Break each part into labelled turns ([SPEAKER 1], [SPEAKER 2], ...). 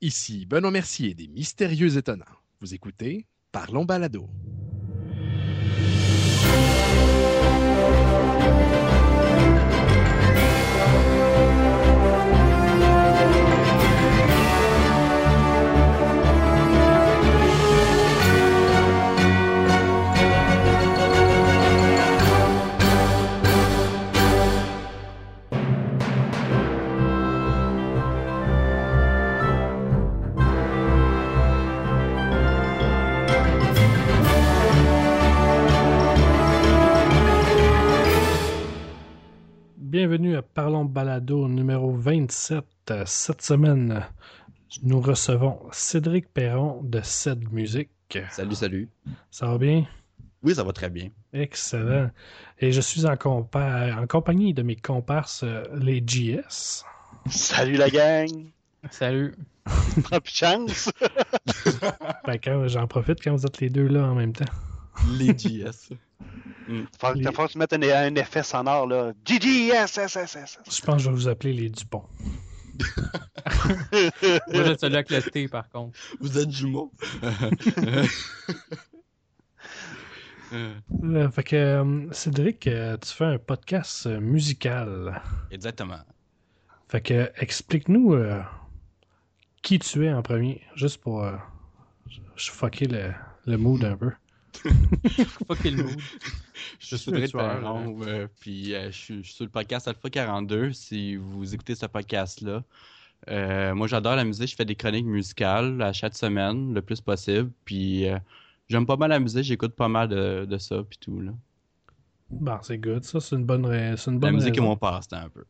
[SPEAKER 1] Ici Benoît Mercier des Mystérieux Étonnants. Vous écoutez Parlons Balado.
[SPEAKER 2] bienvenue à Parlons Balado numéro 27. Cette semaine, nous recevons Cédric Perron de Ced Musique.
[SPEAKER 3] Salut, salut.
[SPEAKER 2] Ça va bien?
[SPEAKER 3] Ah. Oui, ça va très bien.
[SPEAKER 2] Excellent. Et je suis en, compa en compagnie de mes comparses, euh, les JS.
[SPEAKER 4] Salut la gang!
[SPEAKER 5] Salut.
[SPEAKER 4] Pas de chance!
[SPEAKER 2] ben, J'en profite quand vous êtes les deux là en même temps.
[SPEAKER 3] Les JS.
[SPEAKER 4] Il faut, les... faut se mettre un, un, effet sonore, là. GG, yes, yes, yes, yes.
[SPEAKER 2] Je pense que je vais vous appeler les Dupont.
[SPEAKER 5] Moi, je celui avec le T, par contre.
[SPEAKER 3] Vous êtes jumeaux.
[SPEAKER 2] euh, fait que, Cédric, euh, tu fais un podcast euh, musical.
[SPEAKER 3] Exactement.
[SPEAKER 2] Fait que, explique-nous euh, qui tu es en premier, juste pour euh, je fucker le, le mood un peu.
[SPEAKER 5] Fuck le mood.
[SPEAKER 3] Je suis Cédric Perron, euh, puis euh, je, suis, je, suis sur le podcast Alpha 42. Si vous écoutez ce podcast-là, euh, moi j'adore la musique, je fais des chroniques musicales à chaque semaine, le plus possible. Puis euh, j'aime pas mal la musique, j'écoute pas mal de, de, ça, puis tout. Là.
[SPEAKER 2] Bon, c'est good, ça, c'est une bonne, c'est une bonne euh,
[SPEAKER 3] La musique raison. est mon passe-temps un peu.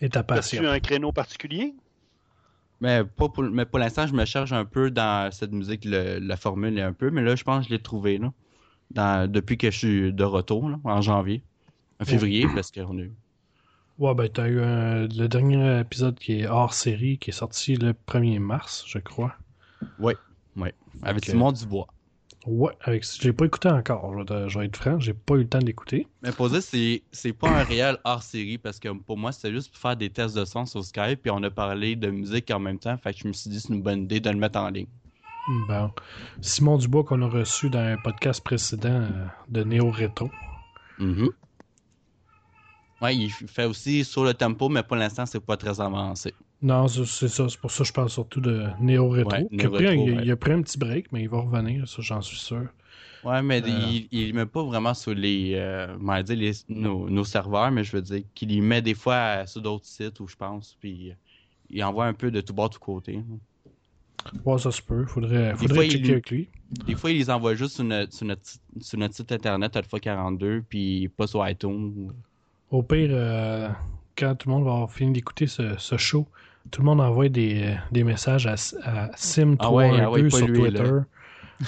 [SPEAKER 2] Et ta passion.
[SPEAKER 4] As-tu un créneau particulier
[SPEAKER 3] mais, pas pour, mais pour l'instant, je me cherche un peu dans cette musique, le, la formule est un peu, mais là, je pense que je l'ai trouvé là, dans, depuis que je suis de retour, là, en janvier, en février, ouais. parce qu'on a eu.
[SPEAKER 2] Ouais, ben, t'as eu un, le dernier épisode qui est hors série, qui est sorti le 1er mars, je crois.
[SPEAKER 3] Ouais, ouais. Avec okay. Simon Dubois.
[SPEAKER 2] Ouais, avec, j'ai pas écouté encore, je vais, être franc, j'ai pas eu le temps d'écouter.
[SPEAKER 3] Mais pour dire, c'est, c'est pas un réel hors série parce que pour moi, c'était juste pour faire des tests de son sur Skype, puis on a parlé de musique en même temps, fait que je me suis dit c'est une bonne idée de le mettre en ligne.
[SPEAKER 2] Bon. Simon Dubois qu'on a reçu dans un podcast précédent euh, de Néo Retro.
[SPEAKER 3] Mm -hmm. Ouais, il fait aussi sur le tempo, mais pour l'instant, c'est pas très avancé.
[SPEAKER 2] Non, c'est ça. C'est pour ça que je parle surtout de Neo Retro. Ouais, Neo -Retro pris, ouais. il, il, a pris un petit break, mais il va revenir, ça, j'en suis sûr.
[SPEAKER 3] Ouais, mais euh... il ne met pas vraiment sur les, euh, on dire les nos, nos, serveurs, mais je veux dire qu'il y met des fois euh, sur d'autres sites où je pense, puis euh, il envoie un peu de tout bas, tout côté.
[SPEAKER 2] Ouais, ça se peut. Faudrait, faudrait fois, checker
[SPEAKER 3] il,
[SPEAKER 2] avec lui.
[SPEAKER 3] Des fois, il les envoie juste sur notre, sur notre, sur notre site internet Alpha 42, puis pas sur iTunes. Ou...
[SPEAKER 2] Au pire, euh, quand tout le monde va avoir fini d'écouter ce, ce, show, tout le monde envoie des, euh, des messages à, à Sim312 ah ouais, ah ouais, sur lui, Twitter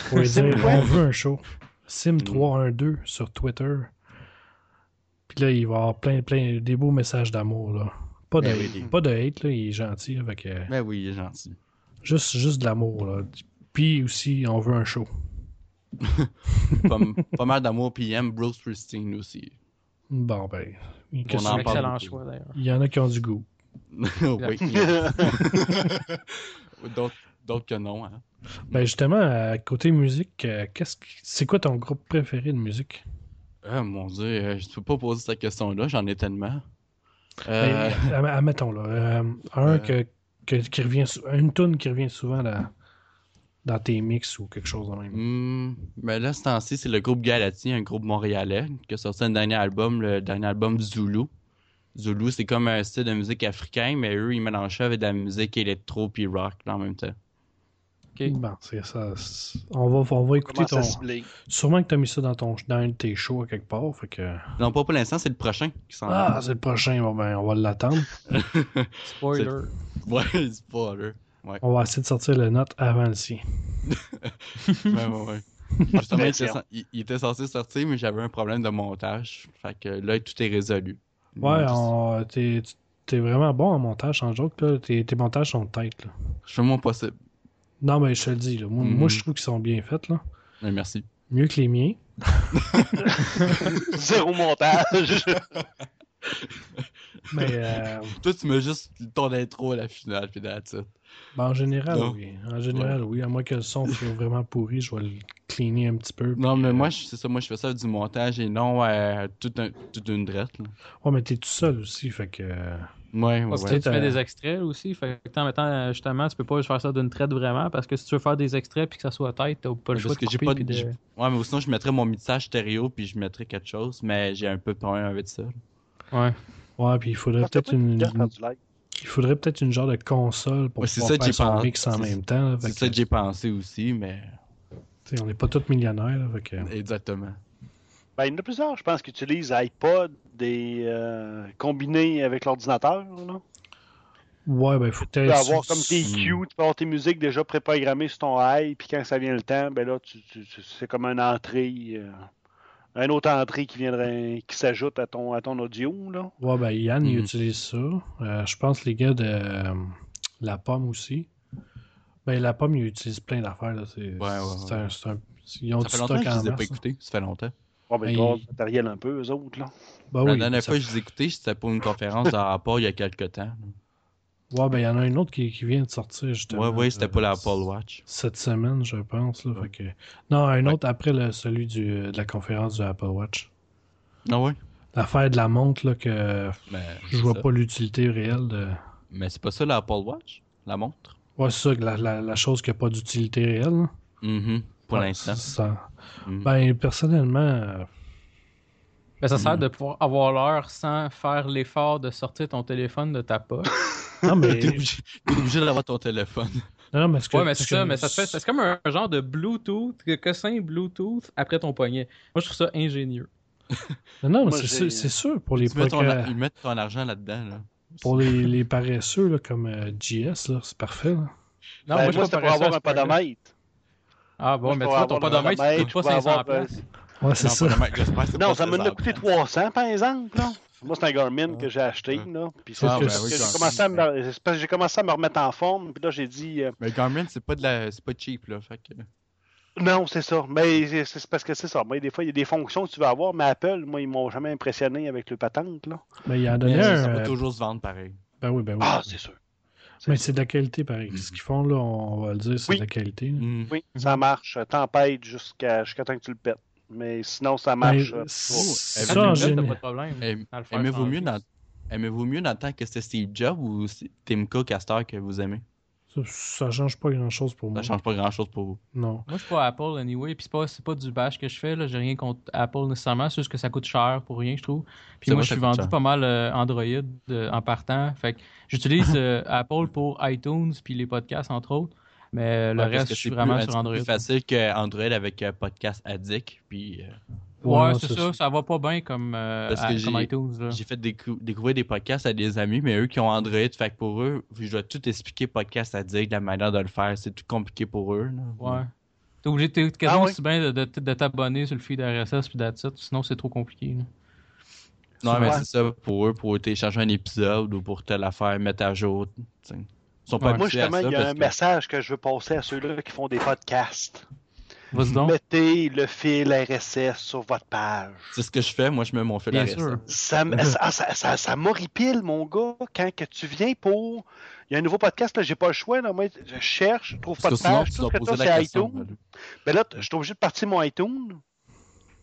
[SPEAKER 2] pour lui dire on veut un show. Mm. Sim312 sur Twitter. Puis là, il va avoir plein, plein, des beaux messages d'amour. là. Pas de, ben oui. pas de hate, là, il est gentil. Avec, euh,
[SPEAKER 3] ben oui, il est gentil.
[SPEAKER 2] Juste, juste de l'amour. là. Puis aussi, on veut un show.
[SPEAKER 3] pas, pas, mal d'amour, puis il aime Bruce Springsteen aussi.
[SPEAKER 2] Bon, ben.
[SPEAKER 5] On en excellent choix, d'ailleurs.
[SPEAKER 2] Il y en a qui ont du goût.
[SPEAKER 3] oui. D'autres que non. Hein.
[SPEAKER 2] Ben, justement, côté musique, euh, qu'est-ce c'est quoi ton groupe préféré de musique?
[SPEAKER 3] Euh, mon Dieu, je peux pas poser cette question-là, j'en ai tellement.
[SPEAKER 2] Euh... Ben, admettons, là, un euh... que, que, qui revient, une tune qui revient souvent là, dans tes mix ou quelque chose de même?
[SPEAKER 3] Mmh, mais là, ce temps-ci, c'est le groupe Galati, un groupe montréalais, qui a sorti un dernier album, le dernier album Zulu. Zulu, c'est comme un style de musique africain, mais eux, ils mélangent ça avec de la musique électro puis rock là, en même temps.
[SPEAKER 2] Okay. Bon, c'est ça. On va, on va écouter Comment ton. Sûrement que tu as mis ça dans, ton, dans un de tes shows à quelque part. Fait que...
[SPEAKER 3] Non, pas pour l'instant, c'est le prochain qui s'en
[SPEAKER 2] Ah, c'est le prochain. Bon, ben, on va l'attendre.
[SPEAKER 5] spoiler.
[SPEAKER 3] Ouais, spoiler. Ouais.
[SPEAKER 2] On va essayer de sortir la note avant le sien.
[SPEAKER 3] ouais, ouais, Justement, il, était, il, il était, censé sortir, mais j'avais un problème de montage. Fait que là, tout est résolu.
[SPEAKER 2] Ouais, on... t'es es vraiment bon en montage, en joke. Là. Tes, tes, montages sont tête. Là.
[SPEAKER 3] Je fais mon possible.
[SPEAKER 2] Non, mais je te le dis. Là. Moi, mm -hmm.
[SPEAKER 3] Mhm.
[SPEAKER 2] moi, je trouve qu'ils sont bien faits. Là.
[SPEAKER 3] Mais merci.
[SPEAKER 2] Mieux que les miens.
[SPEAKER 4] Zéro montage.
[SPEAKER 2] Mais euh,
[SPEAKER 3] Toi, tu mets juste ton intro à la finale, puis that's it.
[SPEAKER 2] ben, en général,
[SPEAKER 3] Non.
[SPEAKER 2] oui. En général, oui. À moins que le son soit vraiment pourri, je vais le cleaner un petit peu.
[SPEAKER 3] Non,
[SPEAKER 2] puis,
[SPEAKER 3] mais
[SPEAKER 2] euh,
[SPEAKER 3] moi, je- c'est ça, moi, je fais ça du montage et non euh, tout un- toute une drette. là.
[SPEAKER 2] Ouais, mais t'es tout seul aussi, fait que. euh,
[SPEAKER 3] Ouais, ouais,
[SPEAKER 5] Parce
[SPEAKER 3] ouais.
[SPEAKER 5] que tu
[SPEAKER 2] Ouais.
[SPEAKER 5] fais des extraits aussi. Fait que en mettant, euh, justement, tu peux pas faire ça d'une traite vraiment. Parce que si tu veux faire des extraits puis que ça soit tête, t'as pas le
[SPEAKER 3] Parce
[SPEAKER 5] choix de
[SPEAKER 3] que j'ai
[SPEAKER 5] couper.
[SPEAKER 3] pas
[SPEAKER 5] puis
[SPEAKER 3] de-
[SPEAKER 5] de-
[SPEAKER 3] j'ai- Ouais, mais sinon, je mettrais mon mixage stéréo, puis je mettrais quelque chose, mais j'ai un peu de problème avec ça. là.
[SPEAKER 5] Ouais.
[SPEAKER 2] Ouais, puis il faudrait
[SPEAKER 4] Parce que
[SPEAKER 2] peut-être une,
[SPEAKER 4] Faire du live.
[SPEAKER 2] il faudrait peut-être une genre de console pour
[SPEAKER 3] Ouais, c'est
[SPEAKER 2] pouvoir
[SPEAKER 3] ça que
[SPEAKER 2] faire
[SPEAKER 3] j'ai
[SPEAKER 2] son
[SPEAKER 3] pensé.
[SPEAKER 2] mix en
[SPEAKER 3] C'est-
[SPEAKER 2] même temps. là, fait
[SPEAKER 3] C'est ça
[SPEAKER 2] que,
[SPEAKER 3] que j'ai pensé aussi, mais.
[SPEAKER 2] tu sais, on n'est pas tous millionnaires, là, fait que.
[SPEAKER 3] Exactement.
[SPEAKER 4] Ben, il y en a plusieurs, je pense, qui utilisent iPod des euh, combinés avec l'ordinateur. là.
[SPEAKER 2] Ouais, ben faut
[SPEAKER 4] Tu
[SPEAKER 2] peut-être.
[SPEAKER 4] peux avoir comme tes cues, tu peux avoir tes musiques déjà préprogrammées sur ton i, puis quand ça vient le temps, ben là, tu, tu- tu- c'est comme une entrée, euh, une autre entrée qui viendrait, qui s'ajoute à ton, à ton audio. Là.
[SPEAKER 2] Ouais, ben Yann, il
[SPEAKER 3] Mhm.
[SPEAKER 2] utilise ça. Euh, je pense les gars de euh, La Pomme aussi. Ben, La Pomme, ils utilisent plein d'affaires. Là. C'est,
[SPEAKER 3] ouais,
[SPEAKER 2] c'est
[SPEAKER 3] ouais.
[SPEAKER 2] un- c'est un- Ils ont
[SPEAKER 3] Ça
[SPEAKER 2] du
[SPEAKER 3] fait
[SPEAKER 2] stock
[SPEAKER 3] longtemps que je
[SPEAKER 2] en
[SPEAKER 3] les ai pas
[SPEAKER 2] masse.
[SPEAKER 3] écoutés. Ça fait longtemps.
[SPEAKER 4] Bon, ben,
[SPEAKER 2] Ben,
[SPEAKER 4] ils doivent avoir
[SPEAKER 2] il-
[SPEAKER 4] du matériel un peu, eux autres. Là.
[SPEAKER 2] Ben
[SPEAKER 3] la
[SPEAKER 2] oui,
[SPEAKER 3] dernière
[SPEAKER 2] ça
[SPEAKER 3] fois que je les ai écoutés, c'était pour une conférence à rapport il y a quelques temps.
[SPEAKER 2] Ouais, ben il y en a un autre qui, qui vient de sortir, justement.
[SPEAKER 3] Ouais, ouais, c'était
[SPEAKER 2] euh,
[SPEAKER 3] pour l'Apple Watch.
[SPEAKER 2] Cette semaine, je pense. Là, fait que- Non, un autre après le, celui du, euh, de la conférence du Apple Watch.
[SPEAKER 3] Non, Ah ouais.
[SPEAKER 2] L'affaire de la montre, là, que
[SPEAKER 3] Mais,
[SPEAKER 2] je
[SPEAKER 3] c'est
[SPEAKER 2] vois
[SPEAKER 3] ça.
[SPEAKER 2] pas l'utilité réelle de.
[SPEAKER 3] Mais c'est pas ça l'Apple Watch, la montre.
[SPEAKER 2] Ouais, c'est ça, la, la, la chose qui a pas d'utilité réelle. là.
[SPEAKER 3] Mhm, Pour
[SPEAKER 2] Ouais,
[SPEAKER 3] l'instant.
[SPEAKER 2] ça-
[SPEAKER 3] Mhm.
[SPEAKER 2] Ben, personnellement, euh,
[SPEAKER 5] Ben, ça
[SPEAKER 3] Mm.
[SPEAKER 5] sert de pouvoir avoir l'heure sans faire l'effort de sortir ton téléphone de ta poche.
[SPEAKER 2] non, mais.
[SPEAKER 4] Ben,
[SPEAKER 3] T'es obligé, t'es obligé d'avoir ton téléphone.
[SPEAKER 2] Non, non, mais ce que-
[SPEAKER 5] Ouais, mais
[SPEAKER 2] ce
[SPEAKER 5] c'est
[SPEAKER 2] que-
[SPEAKER 5] ça, mais ça te fait. C'est comme un genre de Bluetooth, que cossin Bluetooth après ton poignet. Moi, je trouve ça ingénieux.
[SPEAKER 2] Non, non, mais
[SPEAKER 4] Moi,
[SPEAKER 2] c'est
[SPEAKER 4] j'ai-
[SPEAKER 2] sûr, c'est sûr. Pour les,
[SPEAKER 3] Ils mettent ton,
[SPEAKER 2] procra-
[SPEAKER 3] ils mettent ton argent là-dedans. Là.
[SPEAKER 2] pour les, les paresseux là, comme euh, JS, là, c'est parfait. là.
[SPEAKER 5] Non,
[SPEAKER 4] Ben,
[SPEAKER 5] moi, je
[SPEAKER 4] moi,
[SPEAKER 5] suis
[SPEAKER 4] c'était
[SPEAKER 5] pas
[SPEAKER 4] pour avoir un
[SPEAKER 5] paresseux à ce point-là.
[SPEAKER 4] podomètre.
[SPEAKER 5] Ah bon,
[SPEAKER 4] Moi, je
[SPEAKER 5] mais tu
[SPEAKER 4] pourrais
[SPEAKER 5] vois, ton
[SPEAKER 4] avoir un
[SPEAKER 5] podomètre, tu
[SPEAKER 4] podomètre,
[SPEAKER 5] coûtes
[SPEAKER 4] je vais
[SPEAKER 5] pas 500
[SPEAKER 4] avoir, euh,
[SPEAKER 5] piastres.
[SPEAKER 2] Ouais, c'est
[SPEAKER 3] Non,
[SPEAKER 2] ça.
[SPEAKER 3] pas de même, j'espère que c'est
[SPEAKER 4] Non,
[SPEAKER 3] pas
[SPEAKER 4] ça m'a
[SPEAKER 3] faisable.
[SPEAKER 4] coûté 300, par exemple. Là. Moi, c'est un Garmin que j'ai acheté.
[SPEAKER 3] Ouais.
[SPEAKER 4] Là. Puis c'est
[SPEAKER 2] Ah,
[SPEAKER 4] parce
[SPEAKER 2] ben
[SPEAKER 4] que
[SPEAKER 2] oui,
[SPEAKER 4] j'ai
[SPEAKER 2] j'en
[SPEAKER 4] commencé,
[SPEAKER 3] suis,
[SPEAKER 4] à me- c'est parce que j'ai commencé à me remettre en forme. Puis là, j'ai dit, euh,
[SPEAKER 3] Mais Garmin, c'est pas, de la... c'est pas cheap. Là, fait que...
[SPEAKER 4] non, c'est ça. Mais c'est- c'est parce que c'est ça. Mais des fois, il y a des fonctions que tu veux avoir. Mais Apple, moi, ils m'ont jamais impressionné avec le patente. Là.
[SPEAKER 2] Mais il en a
[SPEAKER 3] Mais
[SPEAKER 2] donné
[SPEAKER 3] ça
[SPEAKER 2] un.
[SPEAKER 3] va
[SPEAKER 2] euh,
[SPEAKER 3] toujours se vendre pareil.
[SPEAKER 2] Ben oui, ben oui.
[SPEAKER 4] Ah, c'est sûr.
[SPEAKER 2] mais c'est de la qualité, pareil. Ce qu'ils font, là, on va le dire, c'est
[SPEAKER 4] Oui.
[SPEAKER 2] de la qualité. là.
[SPEAKER 3] Mhm.
[SPEAKER 4] Oui, ça marche. euh, Tempête jusqu'à jusqu'à temps que tu le pètes. Mais sinon, ça marche.
[SPEAKER 2] Ben,
[SPEAKER 4] euh,
[SPEAKER 2] c'est-
[SPEAKER 3] Ouais.
[SPEAKER 5] Quand
[SPEAKER 2] ça, en
[SPEAKER 5] tu le fais, t'as pas
[SPEAKER 2] général.
[SPEAKER 5] de problème.
[SPEAKER 3] Aim-
[SPEAKER 5] À le faire
[SPEAKER 3] Aimez-vous mieux,
[SPEAKER 5] changer.
[SPEAKER 3] dans... aimez-vous mieux dans le temps que c'était Steve Jobs ou c'est Tim Cook à cette heure que vous aimez
[SPEAKER 2] Ça, ça change pas grand-chose pour moi.
[SPEAKER 3] Ça change pas grand-chose pour vous.
[SPEAKER 2] Non.
[SPEAKER 5] Moi, je suis pas Apple anyway, puis c'est pas, c'est pas du bash que je fais, là. J'ai rien contre Apple nécessairement, c'est juste que ça coûte cher pour rien, je trouve. Puis
[SPEAKER 3] C'est
[SPEAKER 5] moi,
[SPEAKER 3] vrai,
[SPEAKER 5] je
[SPEAKER 3] ça
[SPEAKER 5] suis
[SPEAKER 3] coûte
[SPEAKER 5] vendu
[SPEAKER 3] cher.
[SPEAKER 5] pas mal euh, Android euh, en partant. Fait que j'utilise euh, Apple pour iTunes, puis les podcasts, entre autres. Mais euh, le
[SPEAKER 3] Ouais, parce
[SPEAKER 5] reste,
[SPEAKER 3] que
[SPEAKER 5] je suis
[SPEAKER 3] c'est
[SPEAKER 5] vraiment
[SPEAKER 3] plus-
[SPEAKER 5] sur
[SPEAKER 3] un
[SPEAKER 5] Android.
[SPEAKER 3] petit peu plus facile que Android avec euh, Podcast Addict. Puis euh,
[SPEAKER 5] Ouais,
[SPEAKER 2] Ouais,
[SPEAKER 5] c'est
[SPEAKER 2] c'est
[SPEAKER 5] ça,
[SPEAKER 2] ça.
[SPEAKER 5] ça, va pas bien comme, euh,
[SPEAKER 3] Parce
[SPEAKER 5] à-
[SPEAKER 3] que
[SPEAKER 5] comme
[SPEAKER 3] j'ai-
[SPEAKER 5] iTunes. là.
[SPEAKER 3] j'ai fait décou- découvrir des podcasts à des amis, mais eux qui ont Android, fait que pour eux, je dois tout expliquer Podcast Addict, la manière de le faire, c'est tout compliqué pour eux. là.
[SPEAKER 5] Ouais. T'es obligé, t'es quasiment
[SPEAKER 4] Ah ouais?
[SPEAKER 5] aussi bien de, de- de t'abonner sur le feed RSS puis that's it, sinon c'est trop compliqué. là.
[SPEAKER 3] Non, mais
[SPEAKER 4] Ouais.
[SPEAKER 3] c'est ça pour eux, pour télécharger un épisode ou pour telle affaire, mettre à jour. tu sais. Ils sont pas
[SPEAKER 5] Ouais.
[SPEAKER 4] Moi,
[SPEAKER 3] habitués à
[SPEAKER 4] justement,
[SPEAKER 3] ça
[SPEAKER 4] il y a
[SPEAKER 3] parce
[SPEAKER 4] un
[SPEAKER 3] que-
[SPEAKER 4] message que je veux passer à ceux-là qui font des podcasts.
[SPEAKER 5] Vas-y donc.
[SPEAKER 4] Mettez le fil RSS sur votre page.
[SPEAKER 3] C'est ce que je fais, moi je mets mon fil
[SPEAKER 5] Bien
[SPEAKER 3] à
[SPEAKER 5] sûr.
[SPEAKER 4] Ça, m- ça, ça, ça, ça m'horripile, mon gars, quand que tu viens pour. Il y a un nouveau podcast, là, j'ai pas le choix, là, moi, je cherche, je trouve pas
[SPEAKER 3] Parce que
[SPEAKER 4] de
[SPEAKER 3] sinon,
[SPEAKER 4] page,
[SPEAKER 3] tu
[SPEAKER 4] tout
[SPEAKER 3] dois
[SPEAKER 4] ce que
[SPEAKER 3] poser
[SPEAKER 4] t'as,
[SPEAKER 3] la
[SPEAKER 4] c'est
[SPEAKER 3] question.
[SPEAKER 4] iTunes. Mais là, t- je suis obligé de partir mon iTunes.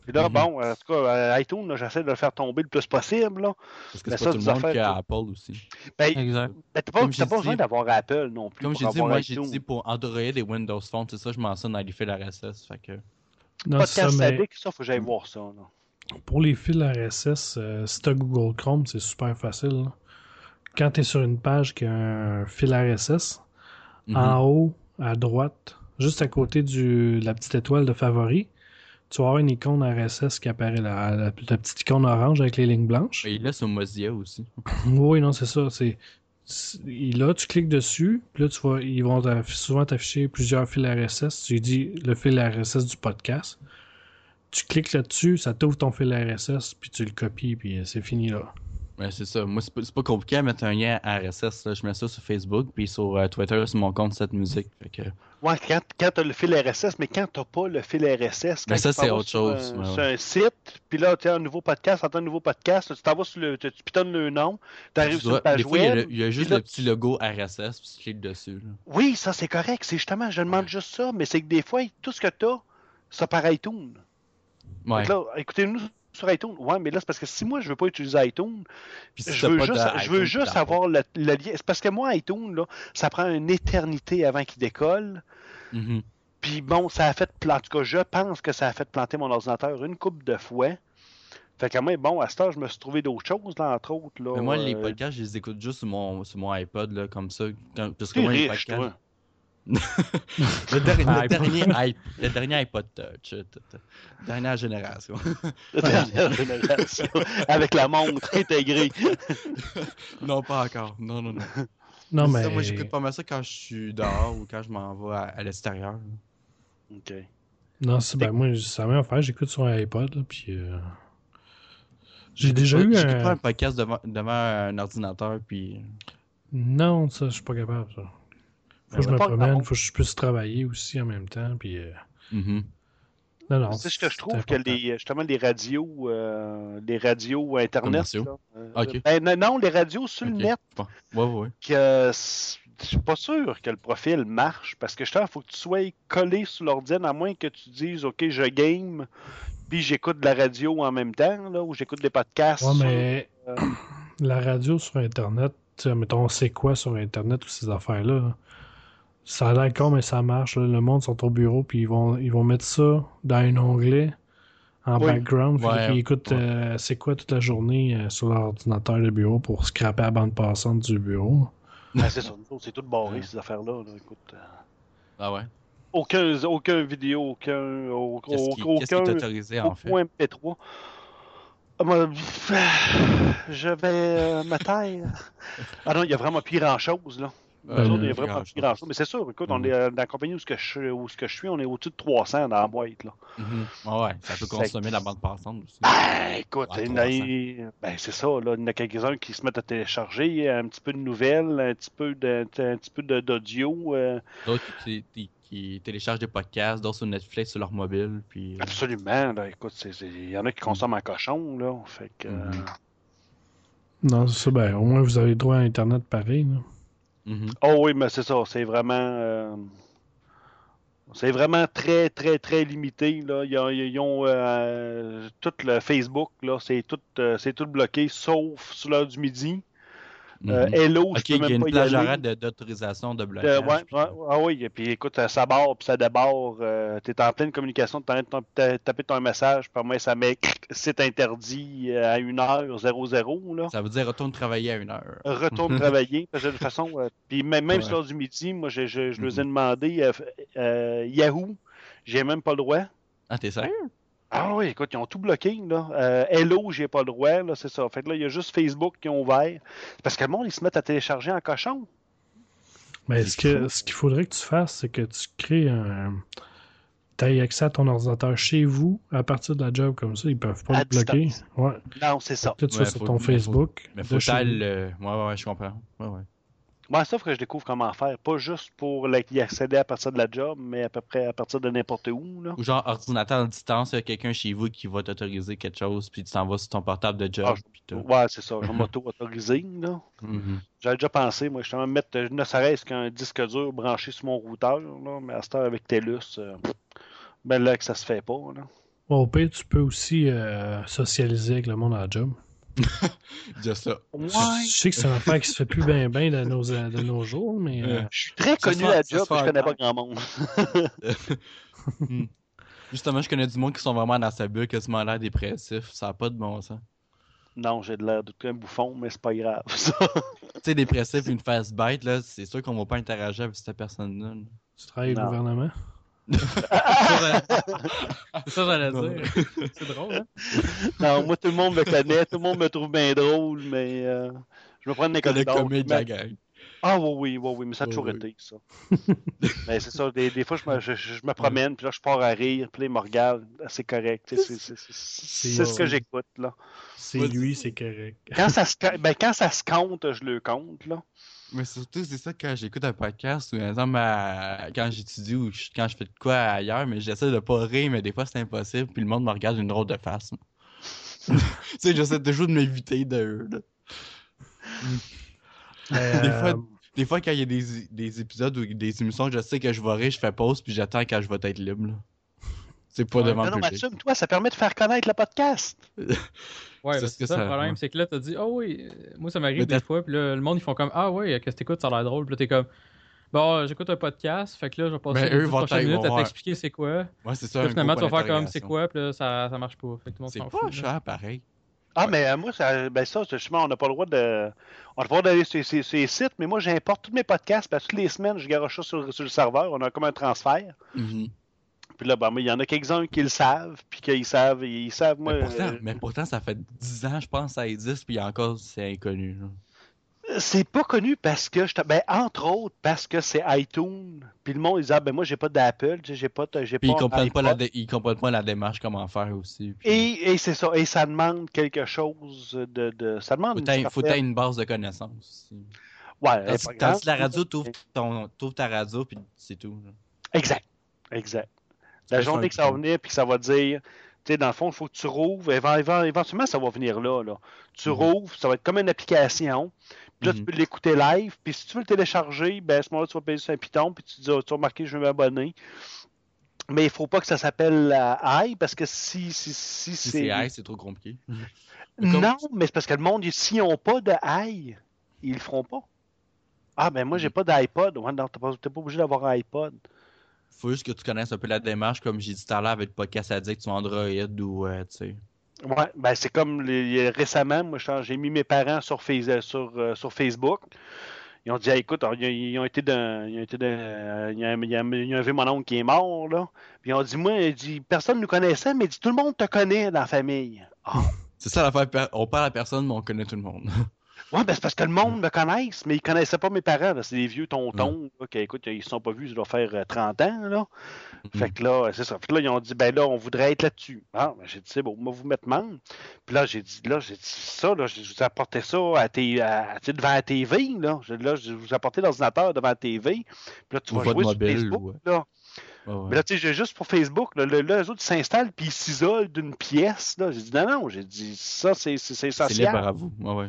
[SPEAKER 4] Et là,
[SPEAKER 3] Mhm.
[SPEAKER 4] bon, en tout cas, euh, iTunes, là, j'essaie de le faire tomber le plus possible, là.
[SPEAKER 3] Parce que
[SPEAKER 4] Mais
[SPEAKER 3] c'est
[SPEAKER 4] ça,
[SPEAKER 3] pas tout le
[SPEAKER 4] des
[SPEAKER 3] monde qui a
[SPEAKER 4] affaires,
[SPEAKER 3] Apple aussi.
[SPEAKER 4] Ben,
[SPEAKER 5] Exact.
[SPEAKER 4] ben, t'as pas,
[SPEAKER 3] Euh, Comme j'ai
[SPEAKER 4] t'as pas
[SPEAKER 3] dit-
[SPEAKER 4] besoin d'avoir Apple non plus
[SPEAKER 3] Comme j'ai
[SPEAKER 4] pour
[SPEAKER 3] dit,
[SPEAKER 4] avoir
[SPEAKER 3] moi j'ai
[SPEAKER 4] iTunes.
[SPEAKER 3] dit pour Android et Windows Phone, c'est ça, je m'en sers dans les fils RSS. Fait que...
[SPEAKER 2] Non, c'est ça,
[SPEAKER 4] Podcast
[SPEAKER 2] mais
[SPEAKER 4] addict, ça, faut que j'aille voir ça, là.
[SPEAKER 2] pour les fils RSS, euh, si t'as Google Chrome, c'est super facile. là. Quand t'es sur une page qui a un fil RSS,
[SPEAKER 4] Ah,
[SPEAKER 3] Mhm.
[SPEAKER 2] en haut à droite, juste à côté du- de la petite étoile de favori, tu vas avoir une icône RSS qui apparaît, là, la, la petite icône orange avec les lignes blanches.
[SPEAKER 3] Et là, sur Mozilla aussi.
[SPEAKER 2] Oui, non, c'est ça. C'est c'est- là, tu cliques dessus, puis là, tu vas, ils vont t'aff- souvent t'afficher plusieurs fils RSS. Tu lui dis le fil RSS du podcast. Tu cliques là-dessus, ça t'ouvre ton fil RSS, puis tu le copies, puis euh, c'est fini là.
[SPEAKER 3] Ouais, c'est ça. Moi, c'est pas, c'est pas compliqué à mettre un lien RSS. là. Je mets ça sur Facebook, puis sur euh, Twitter, sur mon compte, cette musique. Fait que,
[SPEAKER 4] Ouais, quand, quand t'as le fil RSS, mais quand t'as pas le fil RSS, quand
[SPEAKER 3] Ben, ça,
[SPEAKER 4] tu t'en
[SPEAKER 3] c'est
[SPEAKER 4] vas
[SPEAKER 3] autre
[SPEAKER 4] sur
[SPEAKER 3] chose,
[SPEAKER 4] un-
[SPEAKER 3] ouais,
[SPEAKER 4] sur un site, puis là, tu as un nouveau podcast, t'entends un nouveau podcast, là, tu t'en vas sur le. Tu, tu pitonnes le nom, t'arrives
[SPEAKER 3] tu
[SPEAKER 4] sur
[SPEAKER 3] dois-
[SPEAKER 4] la page
[SPEAKER 3] des fois, il y, a
[SPEAKER 4] web.
[SPEAKER 3] le- il y a juste
[SPEAKER 4] là,
[SPEAKER 3] le petit logo RSS, puis tu cliques dessus. là.
[SPEAKER 4] Oui, ça c'est correct. C'est justement, je demande juste ça, mais c'est que des fois, tout ce que t'as, ça par iTunes.
[SPEAKER 3] Ouais.
[SPEAKER 4] Fait que là, écoutez-nous sur iTunes. Ouais, mais là, c'est parce que si moi je veux pas utiliser iTunes,
[SPEAKER 3] Puis si
[SPEAKER 4] je
[SPEAKER 3] t'as
[SPEAKER 4] veux
[SPEAKER 3] pas
[SPEAKER 4] juste,
[SPEAKER 3] de
[SPEAKER 4] je veux
[SPEAKER 3] iTunes,
[SPEAKER 4] juste
[SPEAKER 3] t'as pas.
[SPEAKER 4] avoir le, le lien. C'est parce que moi, iTunes, là, ça prend une éternité avant qu'il décolle.
[SPEAKER 3] Mhm.
[SPEAKER 4] Puis bon, ça a fait planter. En tout cas, je pense que ça a fait planter mon ordinateur une coupe de fois. Fait que moi, bon, à ce temps, je me suis trouvé d'autres choses, là, entre autres. Là,
[SPEAKER 3] Mais moi, les
[SPEAKER 4] euh,
[SPEAKER 3] podcasts, je les écoute juste sur mon, sur mon iPod, là, comme ça. Quand- parce que
[SPEAKER 4] T'es
[SPEAKER 3] moi, les
[SPEAKER 4] riche,
[SPEAKER 3] podcasts-
[SPEAKER 4] toi.
[SPEAKER 3] Le, der- le
[SPEAKER 5] iPod.
[SPEAKER 3] dernier, iP- le dernier iPod Touch. euh, t- t- Dernière génération.
[SPEAKER 4] La dernière génération. Avec la montre intégrée.
[SPEAKER 3] non, pas encore. Non, non, non.
[SPEAKER 2] Non,
[SPEAKER 3] C'est
[SPEAKER 2] mais.
[SPEAKER 3] ça, moi, j'écoute pas mal ça quand je suis dehors ou quand je m'en vais à, à l'extérieur.
[SPEAKER 4] OK.
[SPEAKER 2] Non, c'est ben, moi, c'est la même affaire. J'écoute sur un iPod, là, puis. euh, J'ai déjà eu
[SPEAKER 3] J'écoute
[SPEAKER 2] un.
[SPEAKER 3] pas un podcast devant, devant un ordinateur, puis...
[SPEAKER 2] Non, ça, je suis pas capable, ça. Faut que je
[SPEAKER 4] Ben,
[SPEAKER 2] me
[SPEAKER 4] pas
[SPEAKER 2] promène,
[SPEAKER 4] grave.
[SPEAKER 2] faut que je puisse travailler aussi en même temps, puis. euh,
[SPEAKER 3] Mhm.
[SPEAKER 2] Non, non.
[SPEAKER 4] C'est ce que je trouve que
[SPEAKER 2] important.
[SPEAKER 4] les, justement les radios, euh, les radios internet.
[SPEAKER 3] Commerciaux.
[SPEAKER 4] là, euh,
[SPEAKER 3] Ok.
[SPEAKER 4] ben, non, non, les radios sur
[SPEAKER 3] Ok.
[SPEAKER 4] le net,
[SPEAKER 3] Bon. Ouais, ouais.
[SPEAKER 4] que c'est- je suis pas sûr que le profil marche parce que justement, il faut que tu sois collé sur l'ordine à moins que tu dises OK, je game, puis j'écoute de la radio en même temps là, ou j'écoute des podcasts.
[SPEAKER 2] Ouais,
[SPEAKER 4] sur-
[SPEAKER 2] mais
[SPEAKER 4] euh,
[SPEAKER 2] la radio sur Internet, tu sais, mettons, c'est quoi sur Internet, toutes ces affaires-là? Ça a l'air con, mais ça marche. là. Le monde sont au bureau, puis ils vont, ils vont mettre ça dans un onglet en
[SPEAKER 4] Oui.
[SPEAKER 2] background. Fait
[SPEAKER 3] Ouais,
[SPEAKER 2] qu'ils écoutent
[SPEAKER 3] ouais.
[SPEAKER 2] euh, c'est quoi toute la journée euh, sur leur ordinateur de bureau pour scraper la bande passante du bureau.
[SPEAKER 4] ben, c'est ça, nous autres, c'est tout barré ces affaires-là. là, écoute, euh,
[SPEAKER 3] Ah ouais.
[SPEAKER 4] aucun, aucun vidéo, aucun, au-
[SPEAKER 3] Qu'est-ce qui,
[SPEAKER 4] aucun,
[SPEAKER 3] qu'est-ce qui est autorisé, en fait?
[SPEAKER 4] Au point MP3. Ah, moi, Je vais euh, me taire. Ah non, il y a vraiment pire en chose, là. Nous
[SPEAKER 3] Euh,
[SPEAKER 4] autres, il y a
[SPEAKER 3] pire en
[SPEAKER 4] vraiment pire en
[SPEAKER 3] chose.
[SPEAKER 4] chose. Mais c'est sûr, écoute, on
[SPEAKER 3] Mhm.
[SPEAKER 4] est euh, dans la compagnie où, ce que je, où ce que je suis, on est au-dessus de 300 dans la boîte, là.
[SPEAKER 3] Mhm. Ah ouais, ça peut
[SPEAKER 4] Ça-
[SPEAKER 3] consommer la bande passante aussi.
[SPEAKER 4] Ben, écoute,
[SPEAKER 3] Ouais,
[SPEAKER 4] il y en a-
[SPEAKER 3] 300.
[SPEAKER 4] ben, c'est ça, là. Il y en a quelques-uns qui se mettent à télécharger un petit peu de nouvelles, un petit peu de, un petit peu de- d'audio. euh,
[SPEAKER 3] D'autres qui, qui- qui téléchargent des podcasts, d'autres sur Netflix, sur leur mobile, puis... euh,
[SPEAKER 4] absolument, là. Écoute, c'est- c'est- il y en a qui consomment un cochon, là. Fait que. euh,
[SPEAKER 3] Mhm.
[SPEAKER 2] Non, c'est ça. Ben, au moins, vous avez droit à Internet pareil. là.
[SPEAKER 3] mhm.
[SPEAKER 4] Oh oui, mais c'est ça, c'est vraiment. euh, C'est vraiment très, très, très limité. Là. Ils ont, ils ont, euh, tout le Facebook, là, c'est tout, euh, c'est tout bloqué, sauf sur l'heure du midi. Euh,
[SPEAKER 3] Mhm.
[SPEAKER 4] Hello,
[SPEAKER 3] Ok,
[SPEAKER 4] je
[SPEAKER 3] il
[SPEAKER 4] peux
[SPEAKER 3] y a
[SPEAKER 4] même
[SPEAKER 3] une
[SPEAKER 4] pas y
[SPEAKER 3] plage
[SPEAKER 4] aller.
[SPEAKER 3] horaire de- d'autorisation de blocage.
[SPEAKER 4] Euh, ouais,
[SPEAKER 3] puis-
[SPEAKER 4] ouais, ah oui, et puis écoute, ça barre, puis ça débarre. euh, T'es en pleine communication, t'es en train de ta- taper ton message, puis moi, ça met cric, c'est interdit euh, à 1h00. Là.
[SPEAKER 3] Ça veut dire retourne travailler à une heure.
[SPEAKER 4] retourne travailler. Parce que de toute façon, euh, puis même,
[SPEAKER 3] Ouais.
[SPEAKER 4] même
[SPEAKER 3] Mm-hmm.
[SPEAKER 4] sur l'heure du midi, moi, je, je, je leur ai demandé euh, euh, Yahoo, j'ai même pas le droit.
[SPEAKER 3] Ah, t'es sérieux?
[SPEAKER 4] Ah oui, écoute, ils ont tout bloqué, là. Euh, Hello, j'ai pas le droit, là, c'est ça. Fait que là, il y a juste Facebook qui ont ouvert. C'est Parce que le monde, ils se mettent à télécharger en cochon.
[SPEAKER 2] Mais
[SPEAKER 4] C'est
[SPEAKER 2] Ben, ce que
[SPEAKER 4] fou.
[SPEAKER 2] ce qu'il faudrait que tu fasses, c'est que tu crées un. Tu accès à ton ordinateur chez vous à partir de la job comme ça, ils peuvent pas
[SPEAKER 4] À
[SPEAKER 2] le bloquer.
[SPEAKER 4] distance.
[SPEAKER 2] Ouais.
[SPEAKER 4] Non, c'est ça.
[SPEAKER 2] Tout ça
[SPEAKER 3] Ouais,
[SPEAKER 2] sur
[SPEAKER 3] faut-
[SPEAKER 2] ton
[SPEAKER 3] mais faut-
[SPEAKER 2] Facebook.
[SPEAKER 3] Mais
[SPEAKER 2] de
[SPEAKER 3] faut
[SPEAKER 2] chez
[SPEAKER 3] t'aller,
[SPEAKER 2] vous.
[SPEAKER 3] euh, Ouais, ouais, ouais, je comprends. Ouais, ouais.
[SPEAKER 4] Moi, sauf que je découvre comment faire. Pas juste pour là, y accéder à partir de la job, mais à peu près à partir de n'importe où, là.
[SPEAKER 3] Ou genre ordinateur à distance, il y a quelqu'un chez vous qui va t'autoriser quelque chose, puis tu t'en vas sur ton portable de job.
[SPEAKER 4] Ah, je-
[SPEAKER 3] puis tout.
[SPEAKER 4] Ouais, c'est ça. Je vais m'auto-autoriser, là.
[SPEAKER 3] Mhm.
[SPEAKER 4] J'avais déjà pensé, moi, justement, mettre euh, ne serait-ce qu'un disque dur branché sur mon routeur, là, mais à cette heure avec TELUS, euh, ben là que ça se fait pas, là.
[SPEAKER 2] Bon, au pire, tu peux aussi euh, socialiser avec le monde à la job.
[SPEAKER 3] Just ça.
[SPEAKER 4] Ouais!
[SPEAKER 2] Je, je sais que c'est un affaire qui se fait plus bien bien de nos, de nos jours, mais euh,
[SPEAKER 4] Je suis très
[SPEAKER 3] Ça se
[SPEAKER 4] connu
[SPEAKER 3] fait-
[SPEAKER 4] à la
[SPEAKER 3] ça se
[SPEAKER 4] job,
[SPEAKER 3] fait
[SPEAKER 4] mais je connais pas
[SPEAKER 3] encore.
[SPEAKER 4] grand monde.
[SPEAKER 3] Justement, je connais du monde qui sont vraiment dans sa bulle, quasiment l'air dépressif. Ça n'a pas de bon sens.
[SPEAKER 4] Non, j'ai de l'air de un bouffon, mais c'est pas grave, ça.
[SPEAKER 3] Tu sais, dépressif, une face bête, là, c'est sûr qu'on va pas interagir avec cette personne-là. là.
[SPEAKER 2] tu travailles au
[SPEAKER 4] Non.
[SPEAKER 2] gouvernement.
[SPEAKER 5] C'est ça, j'allais
[SPEAKER 3] Non.
[SPEAKER 5] dire. C'est drôle, hein?
[SPEAKER 4] Non, moi, tout le monde me connaît, tout le monde me trouve bien drôle, mais euh, je me prends des
[SPEAKER 3] Le
[SPEAKER 4] connaissances.
[SPEAKER 3] comédie de la gang.
[SPEAKER 4] Ah oui, oui, oui, oui, mais ça a toujours oui. été ça. mais c'est ça, des, des fois je me, je, je me promène, puis là je pars à rire, puis là, il me regarde, c'est correct. C'est, c'est, c'est, c'est ce que j'écoute, là.
[SPEAKER 2] C'est lui, c'est correct.
[SPEAKER 4] Quand ça, se, ben, quand ça se compte, je le compte, là.
[SPEAKER 3] Mais surtout, c'est ça quand j'écoute un podcast ou exemple à... quand j'étudie ou quand je fais de quoi ailleurs, mais j'essaie de pas rire, mais des fois c'est impossible, puis le monde me regarde d'une drôle de face. tu sais, j'essaie toujours de m'éviter d'eux. De... Euh... Des, fois, des fois, quand il y a des, des, épisodes ou des émissions, je sais que je vais rire, je fais pause, puis j'attends quand je vais être libre. Là. C'est pas ouais, devant
[SPEAKER 4] non, public. Mathieu, toi, ça permet de faire connaître le podcast.
[SPEAKER 5] Ouais, c'est, c'est ça, ça, le problème, ouais. c'est que là, t'as dit, ah oh, oui, moi ça m'arrive des fois, puis là, le monde, ils font comme, ah oui, qu'est-ce que t'écoutes, ça a l'air drôle, puis là, t'es comme, bon, j'écoute un podcast, fait que là, je vais passer les prochaines minutes à t'expliquer c'est quoi.
[SPEAKER 3] Ouais, c'est ça.
[SPEAKER 5] Puis finalement, tu vas faire comme, c'est quoi, puis là, ça, ça marche pas. Fait que tout le monde
[SPEAKER 3] c'est
[SPEAKER 5] s'en
[SPEAKER 3] pas
[SPEAKER 5] fout,
[SPEAKER 3] cher, là. pareil.
[SPEAKER 4] Ah, ouais. mais euh, moi, ça, ben ça, justement, on n'a pas le droit de. On a le droit d'aller sur, sur, sur, les sites, mais moi, j'importe tous mes podcasts, ben, toutes les semaines, je garoche ça sur, sur, le serveur. On a comme un transfert. Mm-hmm. Puis là, ben, il y en a quelques-uns qui le savent, puis qu'ils savent, ils savent, moi.
[SPEAKER 3] Mais pourtant, euh... mais pourtant, ça fait 10 ans, je pense, ça existe, puis encore, c'est inconnu. Là.
[SPEAKER 4] C'est pas connu parce que, je ben, entre autres, parce que c'est iTunes. Puis le monde, ils disent, ah, ben moi, j'ai pas d'Apple, j'ai pas. J'ai
[SPEAKER 3] puis pas ils comprennent pas, la dé- ils comprennent pas la démarche, comment faire aussi.
[SPEAKER 4] Puis... Et, et, c'est ça, et ça demande quelque chose de. de... ça demande.
[SPEAKER 3] Faut que une base de connaissances. Aussi.
[SPEAKER 4] Ouais,
[SPEAKER 3] Tandis, tandis grave, la radio, t'ouvres, ton, t'ouvres ta radio, puis c'est tout. Là.
[SPEAKER 4] Exact. Exact. La journée que
[SPEAKER 3] hein.
[SPEAKER 4] ça va venir, puis que ça va dire, tu sais, dans le fond, il faut que tu rouvres. Éventuellement, ça va venir là. là. Tu mm-hmm. rouvres, ça va être comme une application. Puis là, mm-hmm. tu peux l'écouter live. Puis si tu veux le télécharger, ben, à ce moment-là, tu vas payer sur un piton, puis tu dis, oh, tu vas marquer, je vais m'abonner. Mais il faut pas que ça s'appelle euh, I, parce que si, si, si, si
[SPEAKER 3] c'est. c'est I, c'est trop compliqué.
[SPEAKER 4] non, comme... mais c'est parce que le monde, s'ils n'ont pas de I, ils le feront pas. Ah, ben moi, j'ai pas d'iPod. Ouais, non, t'es pas, t'es pas obligé d'avoir un iPod
[SPEAKER 3] faut juste que tu connaisses un peu la démarche, comme j'ai dit tout à l'heure avec Podcast Addict sur Android ou, euh, tu sais.
[SPEAKER 4] Ouais, ben c'est comme les, récemment, moi j'ai mis mes parents sur, face, sur, euh, sur Facebook. Ils ont dit, ah, écoute, alors, ils, ils, ont été d'un. Ils ont été d'un, euh, ils, ont, ils, ont, ils ont vu mon oncle qui est mort, là. Puis ils ont dit, moi, dit, personne ne nous connaissait, mais dit, tout le monde te connaît dans la famille.
[SPEAKER 3] Oh. C'est ça l'affaire, on parle à personne, mais on connaît tout le monde.
[SPEAKER 4] Oui, ben c'est parce que le
[SPEAKER 3] Mm.
[SPEAKER 4] monde me connaisse, mais ils ne connaissaient pas mes parents. Là. C'est des vieux tontons là, qui, écoute, ils ne se sont pas vus, ils doivent faire 30 ans. Là. Mm-hmm. Fait que là, c'est ça. Fait que là, ils ont dit, ben là, on voudrait être là-dessus. Ah, ben, j'ai dit, c'est bon, moi, vous mettre membre. Puis là, j'ai dit, là, j'ai dit ça, là, je vous apportais ça à, t- à t- devant la TV. Là, je, là, je vous apportais l'ordinateur devant la TV. Puis là, tu
[SPEAKER 3] Ou
[SPEAKER 4] vas jouer
[SPEAKER 3] mobile,
[SPEAKER 4] sur Facebook.
[SPEAKER 3] Ouais.
[SPEAKER 4] Là. Oh ouais. Mais là, tu sais, juste pour Facebook, là, là, là, eux autres s'installent puis ils s'isolent d'une pièce. Là. J'ai dit, non, non, j'ai dit, ça, c'est, c'est, c'est essentiel.
[SPEAKER 3] C'est libre à vous. Oh ouais.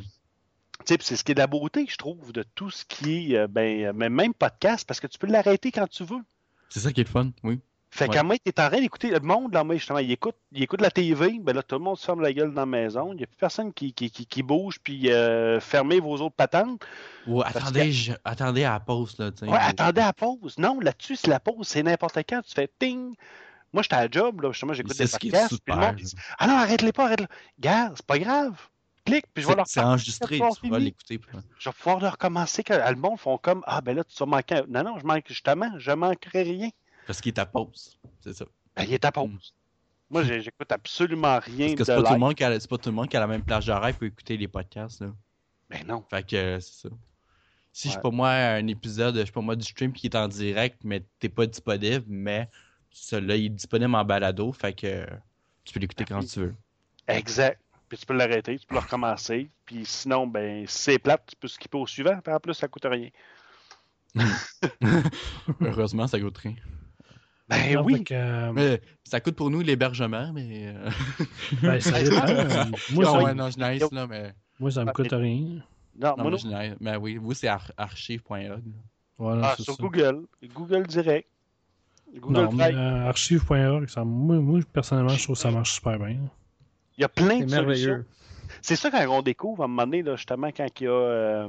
[SPEAKER 4] T'sais, c'est ce qui est de la beauté, je trouve, de tout ce qui est, ben, même podcast, parce que tu peux l'arrêter quand tu veux.
[SPEAKER 3] C'est ça qui est le fun, oui.
[SPEAKER 4] Fait ouais. qu'à moi, t'es en train d'écouter le monde, là, justement, il écoute, il écoute la TV, ben là, tout le monde se ferme la gueule dans la maison, il n'y a plus personne qui, qui, qui, qui bouge, puis euh, fermez vos autres patentes.
[SPEAKER 3] Ou ouais, attendez, que... je... attendez à la pause, là, tu
[SPEAKER 4] Ouais, attendez à la pause. Non, là-dessus, c'est la pause, c'est n'importe quand, tu fais ting, moi, j'étais à la job, là, justement, j'écoute
[SPEAKER 3] c'est
[SPEAKER 4] des
[SPEAKER 3] ce
[SPEAKER 4] podcasts.
[SPEAKER 3] Qui est super, puis le monde,
[SPEAKER 4] dit, ah non, arrête-les pas, arrête-les. Gars, c'est pas grave. Clique, puis je vais leur
[SPEAKER 3] C'est enregistré, tu vas l'écouter.
[SPEAKER 4] Je vais pouvoir leur commencer. Que, le monde font comme Ah, ben là, tu vas manquer. Non, non, je manque justement, je manquerai rien.
[SPEAKER 3] Parce qu'il est à pause, c'est ça.
[SPEAKER 4] Ben, il est à pause. Mm. Moi, j'écoute absolument rien.
[SPEAKER 3] Parce que
[SPEAKER 4] de
[SPEAKER 3] c'est pas,
[SPEAKER 4] live.
[SPEAKER 3] tout le monde qui a, c'est pas tout le monde qui a la même plage d'oreille pour écouter les podcasts. Là.
[SPEAKER 4] Ben non.
[SPEAKER 3] Fait que euh, c'est ça. Si ouais. je pas moi un épisode, je sais pas moi du stream qui est en direct, mais t'es pas disponible, mais celui-là, il est disponible en balado, fait que euh, tu peux l'écouter quand tu veux.
[SPEAKER 4] Exact puis tu peux l'arrêter, tu peux le recommencer, puis sinon, ben, si c'est plate, tu peux skipper au suivant, puis en plus, ça coûte rien.
[SPEAKER 3] Heureusement, ça coûte rien.
[SPEAKER 4] Ben non, oui!
[SPEAKER 2] euh,
[SPEAKER 3] Que... Mais, ça coûte pour nous l'hébergement, mais. euh,
[SPEAKER 2] ben, ça dépend.
[SPEAKER 3] moi,
[SPEAKER 4] Ah
[SPEAKER 3] non, ça... Ouais, non, je nice, là, mais.
[SPEAKER 2] Moi, ça me coûte rien.
[SPEAKER 4] Non, moi, non.
[SPEAKER 3] Je nice. Mais oui, vous, c'est ar- archive.org.
[SPEAKER 4] Voilà, ah, c'est sur ça. Google. Google Direct.
[SPEAKER 2] Google non, mais, euh, archive.org, ça... moi, moi, personnellement, je trouve que ça marche super bien.
[SPEAKER 4] Il y a plein
[SPEAKER 5] c'est
[SPEAKER 4] de
[SPEAKER 5] merveilleux. Solutions.
[SPEAKER 4] C'est ça quand on découvre à un moment donné, là, justement, quand il y a euh,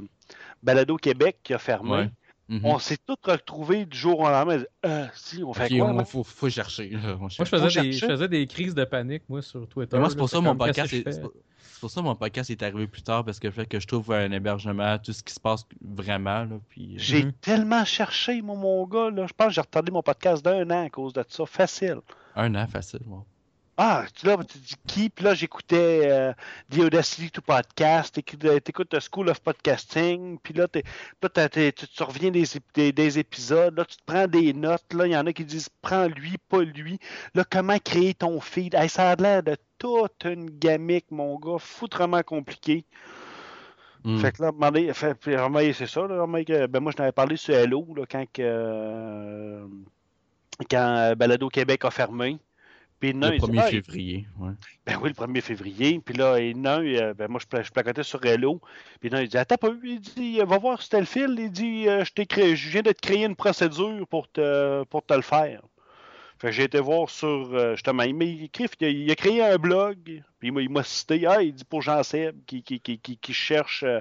[SPEAKER 4] Balado Québec qui a fermé. Ouais.
[SPEAKER 3] Mhm.
[SPEAKER 4] Mm-hmm. On s'est tous retrouvés du jour au lendemain. Euh, si, on fait okay, quoi?
[SPEAKER 3] Il faut, faut, chercher. Là,
[SPEAKER 5] moi, je faisais, des, je faisais, des, crises de panique, moi, sur Twitter.
[SPEAKER 3] Mais moi, c'est pour, là, ça, ça mon podcast est, c'est, c'est pour ça mon podcast est arrivé plus tard, parce que, fait que je trouve un hébergement, tout ce qui se passe vraiment. Là, puis, euh,
[SPEAKER 4] j'ai mm-hmm. tellement cherché, mon, mon gars. Là. Je pense que j'ai retardé mon podcast d'un an à cause de ça. Facile.
[SPEAKER 3] Un an, facile, moi. Wow.
[SPEAKER 4] Ah, tu là, tu dis qui? Puis là, j'écoutais euh, The Audacity to Podcast, euh, t'écoutes The School of Podcasting, puis là, t'es, là t'as- t'es- tu, tu reviens des, ép- des, des épisodes, là, tu te prends des notes, là, il y en a qui disent prends lui, pas lui. Là, comment créer ton feed? Hey, ça a l'air de toute une gamique, mon gars, foutrement compliqué.
[SPEAKER 3] Hmm.
[SPEAKER 4] Fait que là, demandez, fait, puis, remarquez, c'est ça, là, remarquez, euh, ben moi, je t'avais parlé sur Hello, là, quand, que, euh, quand euh, Balado Québec a fermé. Puis non,
[SPEAKER 3] le
[SPEAKER 4] il dit,
[SPEAKER 3] 1er
[SPEAKER 4] Ah,
[SPEAKER 3] février. Ouais.
[SPEAKER 4] ben oui, le 1er février. Puis là, et non, il, euh, ben moi, je, pla- je placotais sur Hello. Puis non, il dit Attends, pas eu. Il dit euh, Va voir si t'as le fil. Il dit euh, je, t'ai créé, je viens de te créer une procédure pour te, pour te le faire. Fait que j'ai été voir sur. euh, justement, il m'a écrit, il a, il a créé un blog. Puis il m'a- il m'a cité Ah, il dit pour Jean Seb qui, qui, qui, qui, qui cherche, euh,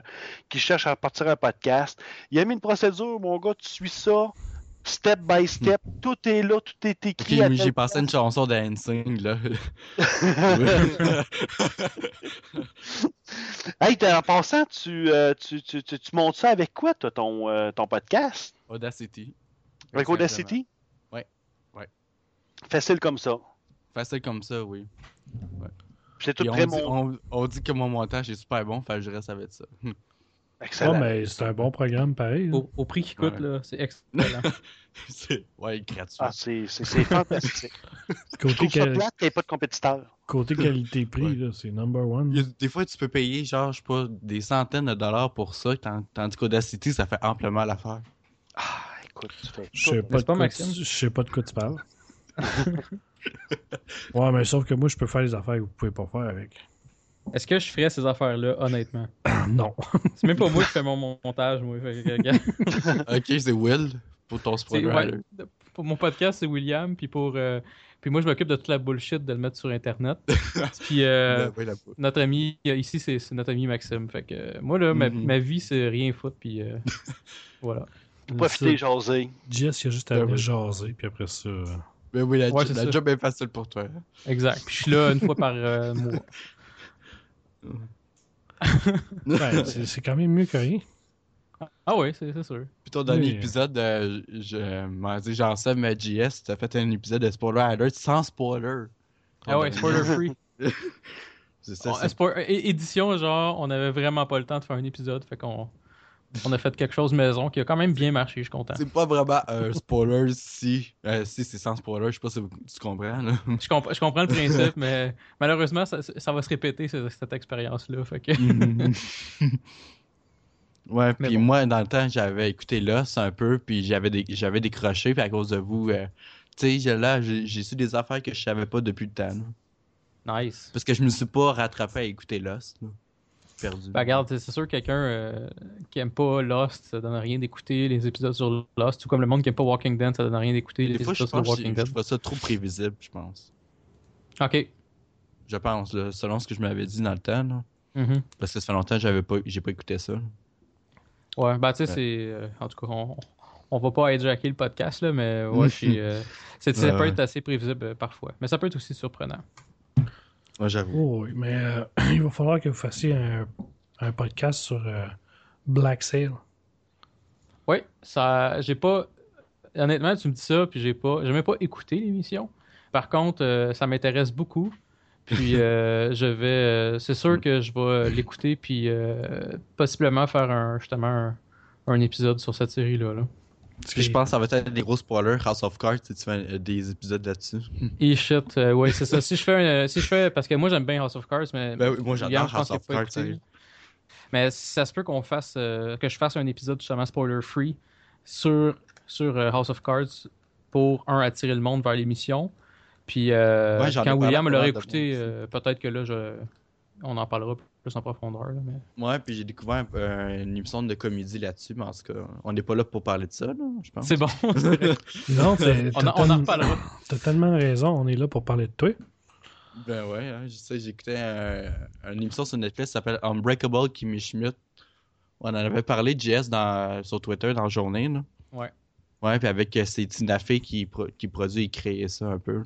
[SPEAKER 4] qui cherche à partir un podcast. Il a mis une procédure Mon gars, tu suis ça. Step by step, tout est là, tout est
[SPEAKER 3] Hmm. Ok,
[SPEAKER 4] écrit. à
[SPEAKER 3] mais
[SPEAKER 4] tel
[SPEAKER 3] j'ai passé une chanson d'Hansing, là.
[SPEAKER 4] Hey, t'as- en passant, tu, euh, tu, tu, tu, tu montes ça avec quoi, toi, ton, euh, ton podcast?
[SPEAKER 3] Audacity.
[SPEAKER 4] Avec
[SPEAKER 3] Exactement.
[SPEAKER 4] Audacity?
[SPEAKER 3] Ouais. Ouais.
[SPEAKER 4] Facile comme ça.
[SPEAKER 3] Facile comme ça, oui.
[SPEAKER 4] Puis C'est tout
[SPEAKER 3] Puis on,
[SPEAKER 4] très
[SPEAKER 3] dit,
[SPEAKER 4] mon...
[SPEAKER 3] on- on dit que mon montage est super bon, fait que je reste avec ça.
[SPEAKER 4] Excellent. Oh,
[SPEAKER 2] Ouais, mais c'est un bon programme, pareil.
[SPEAKER 5] Au, au prix qu'il coûte,
[SPEAKER 3] Ouais.
[SPEAKER 5] là, c'est excellent.
[SPEAKER 3] C'est- ouais, gratuit.
[SPEAKER 4] Ah, c'est c'est- c'est fantastique. Je
[SPEAKER 2] Côté,
[SPEAKER 4] trouve ça
[SPEAKER 2] quali-
[SPEAKER 4] plate, t'es pas de compétiteur.
[SPEAKER 2] côté qualité-prix,
[SPEAKER 3] Ouais.
[SPEAKER 2] là, c'est number one.
[SPEAKER 3] Il y a- Des fois, tu peux payer, genre, je sais pas, des centaines de dollars pour ça, tant- tandis qu'Audacity, ça fait amplement l'affaire.
[SPEAKER 4] Ah, écoute, tu fais
[SPEAKER 2] Je sais
[SPEAKER 4] tout.
[SPEAKER 2] pas, de
[SPEAKER 5] pas,
[SPEAKER 2] quoi tu-
[SPEAKER 5] Maxime?
[SPEAKER 2] je sais pas de quoi tu parles. ouais, mais sauf que moi, je peux faire les affaires que vous pouvez pas faire avec.
[SPEAKER 5] Est-ce que je ferais ces affaires-là, honnêtement
[SPEAKER 2] non.
[SPEAKER 5] C'est même pas moi qui fais mon montage, moi. Fait que, regarde,
[SPEAKER 3] ok, c'est Will pour ton
[SPEAKER 5] c'est-
[SPEAKER 3] spoiler.
[SPEAKER 5] ouais,
[SPEAKER 3] alert.
[SPEAKER 5] pour mon podcast, c'est William, puis pour. euh, puis moi, je m'occupe de toute la bullshit de le mettre sur Internet. Puis euh,
[SPEAKER 3] Ouais, ouais, Ben la-
[SPEAKER 5] notre ami, euh, ici, c'est c'est notre ami Maxime. Fait que euh, moi, là, ma,
[SPEAKER 3] Mhm.
[SPEAKER 5] ma vie, c'est rien foutre, puis euh, voilà.
[SPEAKER 4] Profiter, jaser.
[SPEAKER 2] Jess, il y a juste à
[SPEAKER 3] Ben
[SPEAKER 2] aller
[SPEAKER 3] oui.
[SPEAKER 2] jaser, puis après ça. euh,
[SPEAKER 3] Ben oui, la,
[SPEAKER 5] Ouais,
[SPEAKER 3] jo-
[SPEAKER 5] c'est
[SPEAKER 3] la
[SPEAKER 5] ça.
[SPEAKER 3] job est facile pour toi.
[SPEAKER 5] Exact. Puis je suis là une fois par euh, mois.
[SPEAKER 2] ouais, ben, c'est c'est quand même mieux que rien.
[SPEAKER 5] Ah oui, c'est c'est sûr.
[SPEAKER 3] Plutôt dans
[SPEAKER 2] Oui.
[SPEAKER 3] l'épisode, euh, je m'en dis, j'en sais, mais JS, t'as fait un épisode de spoiler alert sans spoiler.
[SPEAKER 5] Ah ouais, spoiler free.
[SPEAKER 3] C'est ça,
[SPEAKER 5] On-
[SPEAKER 3] c'est-
[SPEAKER 5] spoil- é- édition, genre, on avait vraiment pas le temps de faire un épisode, fait qu'on on a fait quelque chose maison qui a quand même bien marché, je suis content.
[SPEAKER 3] C'est pas vraiment un spoiler si. euh, si c'est sans spoiler, je sais pas si vous- tu comprends. Là.
[SPEAKER 5] Je, comp- je comprends le principe, mais malheureusement, ça, ça va se répéter, ce- cette expérience-là. Fait que...
[SPEAKER 3] ouais,
[SPEAKER 5] Mm-hmm. Mais
[SPEAKER 3] puis
[SPEAKER 5] bon.
[SPEAKER 3] moi, dans le temps, j'avais écouté l'os un peu, puis j'avais des- j'avais décroché, puis à cause de vous, euh, tu sais, j'ai- là, j'ai j'ai su des affaires que je savais pas depuis le temps. là.
[SPEAKER 5] Nice.
[SPEAKER 3] Parce que je me suis pas rattrapé à écouter l'os. là. Perdu.
[SPEAKER 5] Bah, regarde, c'est sûr que quelqu'un euh, qui aime pas Lost, ça donne rien d'écouter les épisodes sur Lost, tout comme le monde qui aime pas Walking Dead, ça donne rien d'écouter les
[SPEAKER 3] Des fois, je
[SPEAKER 5] épisodes sur
[SPEAKER 3] pense que
[SPEAKER 5] Walking
[SPEAKER 3] je
[SPEAKER 5] Dead.
[SPEAKER 3] je vois ça trop prévisible, je pense.
[SPEAKER 5] Ok.
[SPEAKER 3] Je pense, là, selon ce que je m'avais dit dans le temps. là.
[SPEAKER 5] Mhm.
[SPEAKER 3] Parce que ça fait longtemps que j'avais pas, j'ai pas écouté ça. là.
[SPEAKER 5] Ouais, bah tu sais,
[SPEAKER 3] Ouais.
[SPEAKER 5] c'est. euh, en tout cas, on, on va pas hijacker le podcast, là, mais ouais, je suis, euh, c'est- ça
[SPEAKER 3] Ouais,
[SPEAKER 5] peut
[SPEAKER 3] ouais.
[SPEAKER 5] être assez prévisible euh, parfois. Mais ça peut être aussi surprenant.
[SPEAKER 3] Ouais, j'avoue.
[SPEAKER 2] Oh, oui, mais euh, il va falloir que vous fassiez un, un podcast sur euh, Black Sale.
[SPEAKER 5] Oui, ça. J'ai pas. Honnêtement, tu me dis ça, puis j'ai pas. J'ai même pas écouté l'émission. Par contre, euh, ça m'intéresse beaucoup. Puis euh, je vais. euh, c'est sûr que je vais l'écouter, puis euh, possiblement faire un, justement un, un épisode sur cette série-là. là.
[SPEAKER 3] Parce que je pense que ça va être des gros spoilers, House of Cards, si tu fais euh, des épisodes là-dessus.
[SPEAKER 5] Et shit, euh, ouais, c'est ça. Si je fais. un- euh, si je fais parce que moi, j'aime bien House of Cards, mais.
[SPEAKER 3] Ben oui, moi,
[SPEAKER 5] Yann,
[SPEAKER 3] j'adore
[SPEAKER 5] je pense
[SPEAKER 3] House
[SPEAKER 5] qu'il a
[SPEAKER 3] of
[SPEAKER 5] pas
[SPEAKER 3] Cards.
[SPEAKER 5] écouté.
[SPEAKER 3] sérieux.
[SPEAKER 5] Mais ça se peut qu'on fasse euh, que je fasse un épisode justement spoiler free sur, sur euh, House of Cards pour un attirer le monde vers l'émission. Puis euh,
[SPEAKER 3] Ouais, j'en ai
[SPEAKER 5] quand
[SPEAKER 3] parlé
[SPEAKER 5] William
[SPEAKER 3] à
[SPEAKER 5] l'aurait
[SPEAKER 3] pas mal de
[SPEAKER 5] écouté,
[SPEAKER 3] monde
[SPEAKER 5] euh, peut-être que là je on en parlera plus en profondeur. là, mais...
[SPEAKER 3] Ouais, puis j'ai découvert euh, une émission de comédie là-dessus, mais en tout cas, on n'est pas là pour parler de ça, là, je pense.
[SPEAKER 5] C'est bon. c'est correct.
[SPEAKER 2] Non, t'as-
[SPEAKER 5] on,
[SPEAKER 2] t'as
[SPEAKER 5] en- on en
[SPEAKER 2] tellement-
[SPEAKER 5] reparlera.
[SPEAKER 2] T'as tellement raison, on est là pour parler de toi.
[SPEAKER 3] Ben ouais, hein, je sais, j'écoutais euh, une émission sur Netflix qui s'appelle Unbreakable Kimmy Schmidt. On en avait parlé, JS, dans, sur Twitter dans la journée. Là.
[SPEAKER 5] Ouais.
[SPEAKER 3] Ouais, puis avec euh, c'est Tina Fey qui, pro- qui produit et crée ça un peu. là.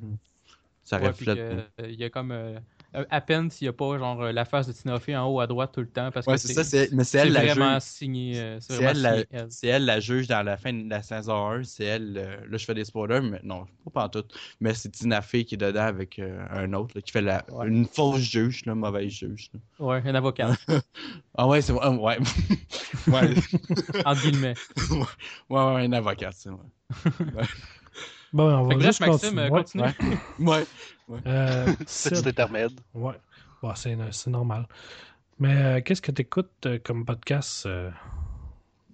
[SPEAKER 3] Ça
[SPEAKER 5] Ouais, puis
[SPEAKER 3] reflète.
[SPEAKER 5] que, euh, Il y a comme euh, à peine s'il n'y a pas genre la face de Tinoffé en haut à droite tout le temps. Parce
[SPEAKER 3] ouais,
[SPEAKER 5] que
[SPEAKER 3] c'est ça, c'est, mais c'est elle la
[SPEAKER 5] vraiment
[SPEAKER 3] juge.
[SPEAKER 5] signé.
[SPEAKER 3] C'est elle, la... c'est elle la juge dans la fin de la saison 1. C'est elle, euh, là je fais des spoilers, mais non, pas en tout. Mais c'est Tinoffé qui est dedans avec euh, un autre là, qui fait la... ouais. une fausse juge, là, mauvaise juge.
[SPEAKER 5] Là. Ouais, un avocat.
[SPEAKER 3] ah ouais, c'est ouais. ouais.
[SPEAKER 5] Entre guillemets.
[SPEAKER 3] ouais, ouais, un avocat, c'est vrai. Ouais.
[SPEAKER 2] Bon, on va juste
[SPEAKER 5] Maxime, euh,
[SPEAKER 2] continuer.
[SPEAKER 5] continue.
[SPEAKER 3] Ouais. ouais.
[SPEAKER 2] Euh,
[SPEAKER 4] c'est
[SPEAKER 2] c'est-
[SPEAKER 4] intermède.
[SPEAKER 2] ouais. Bon, c'est c'est normal. Mais euh, qu'est-ce que tu écoutes comme podcast euh,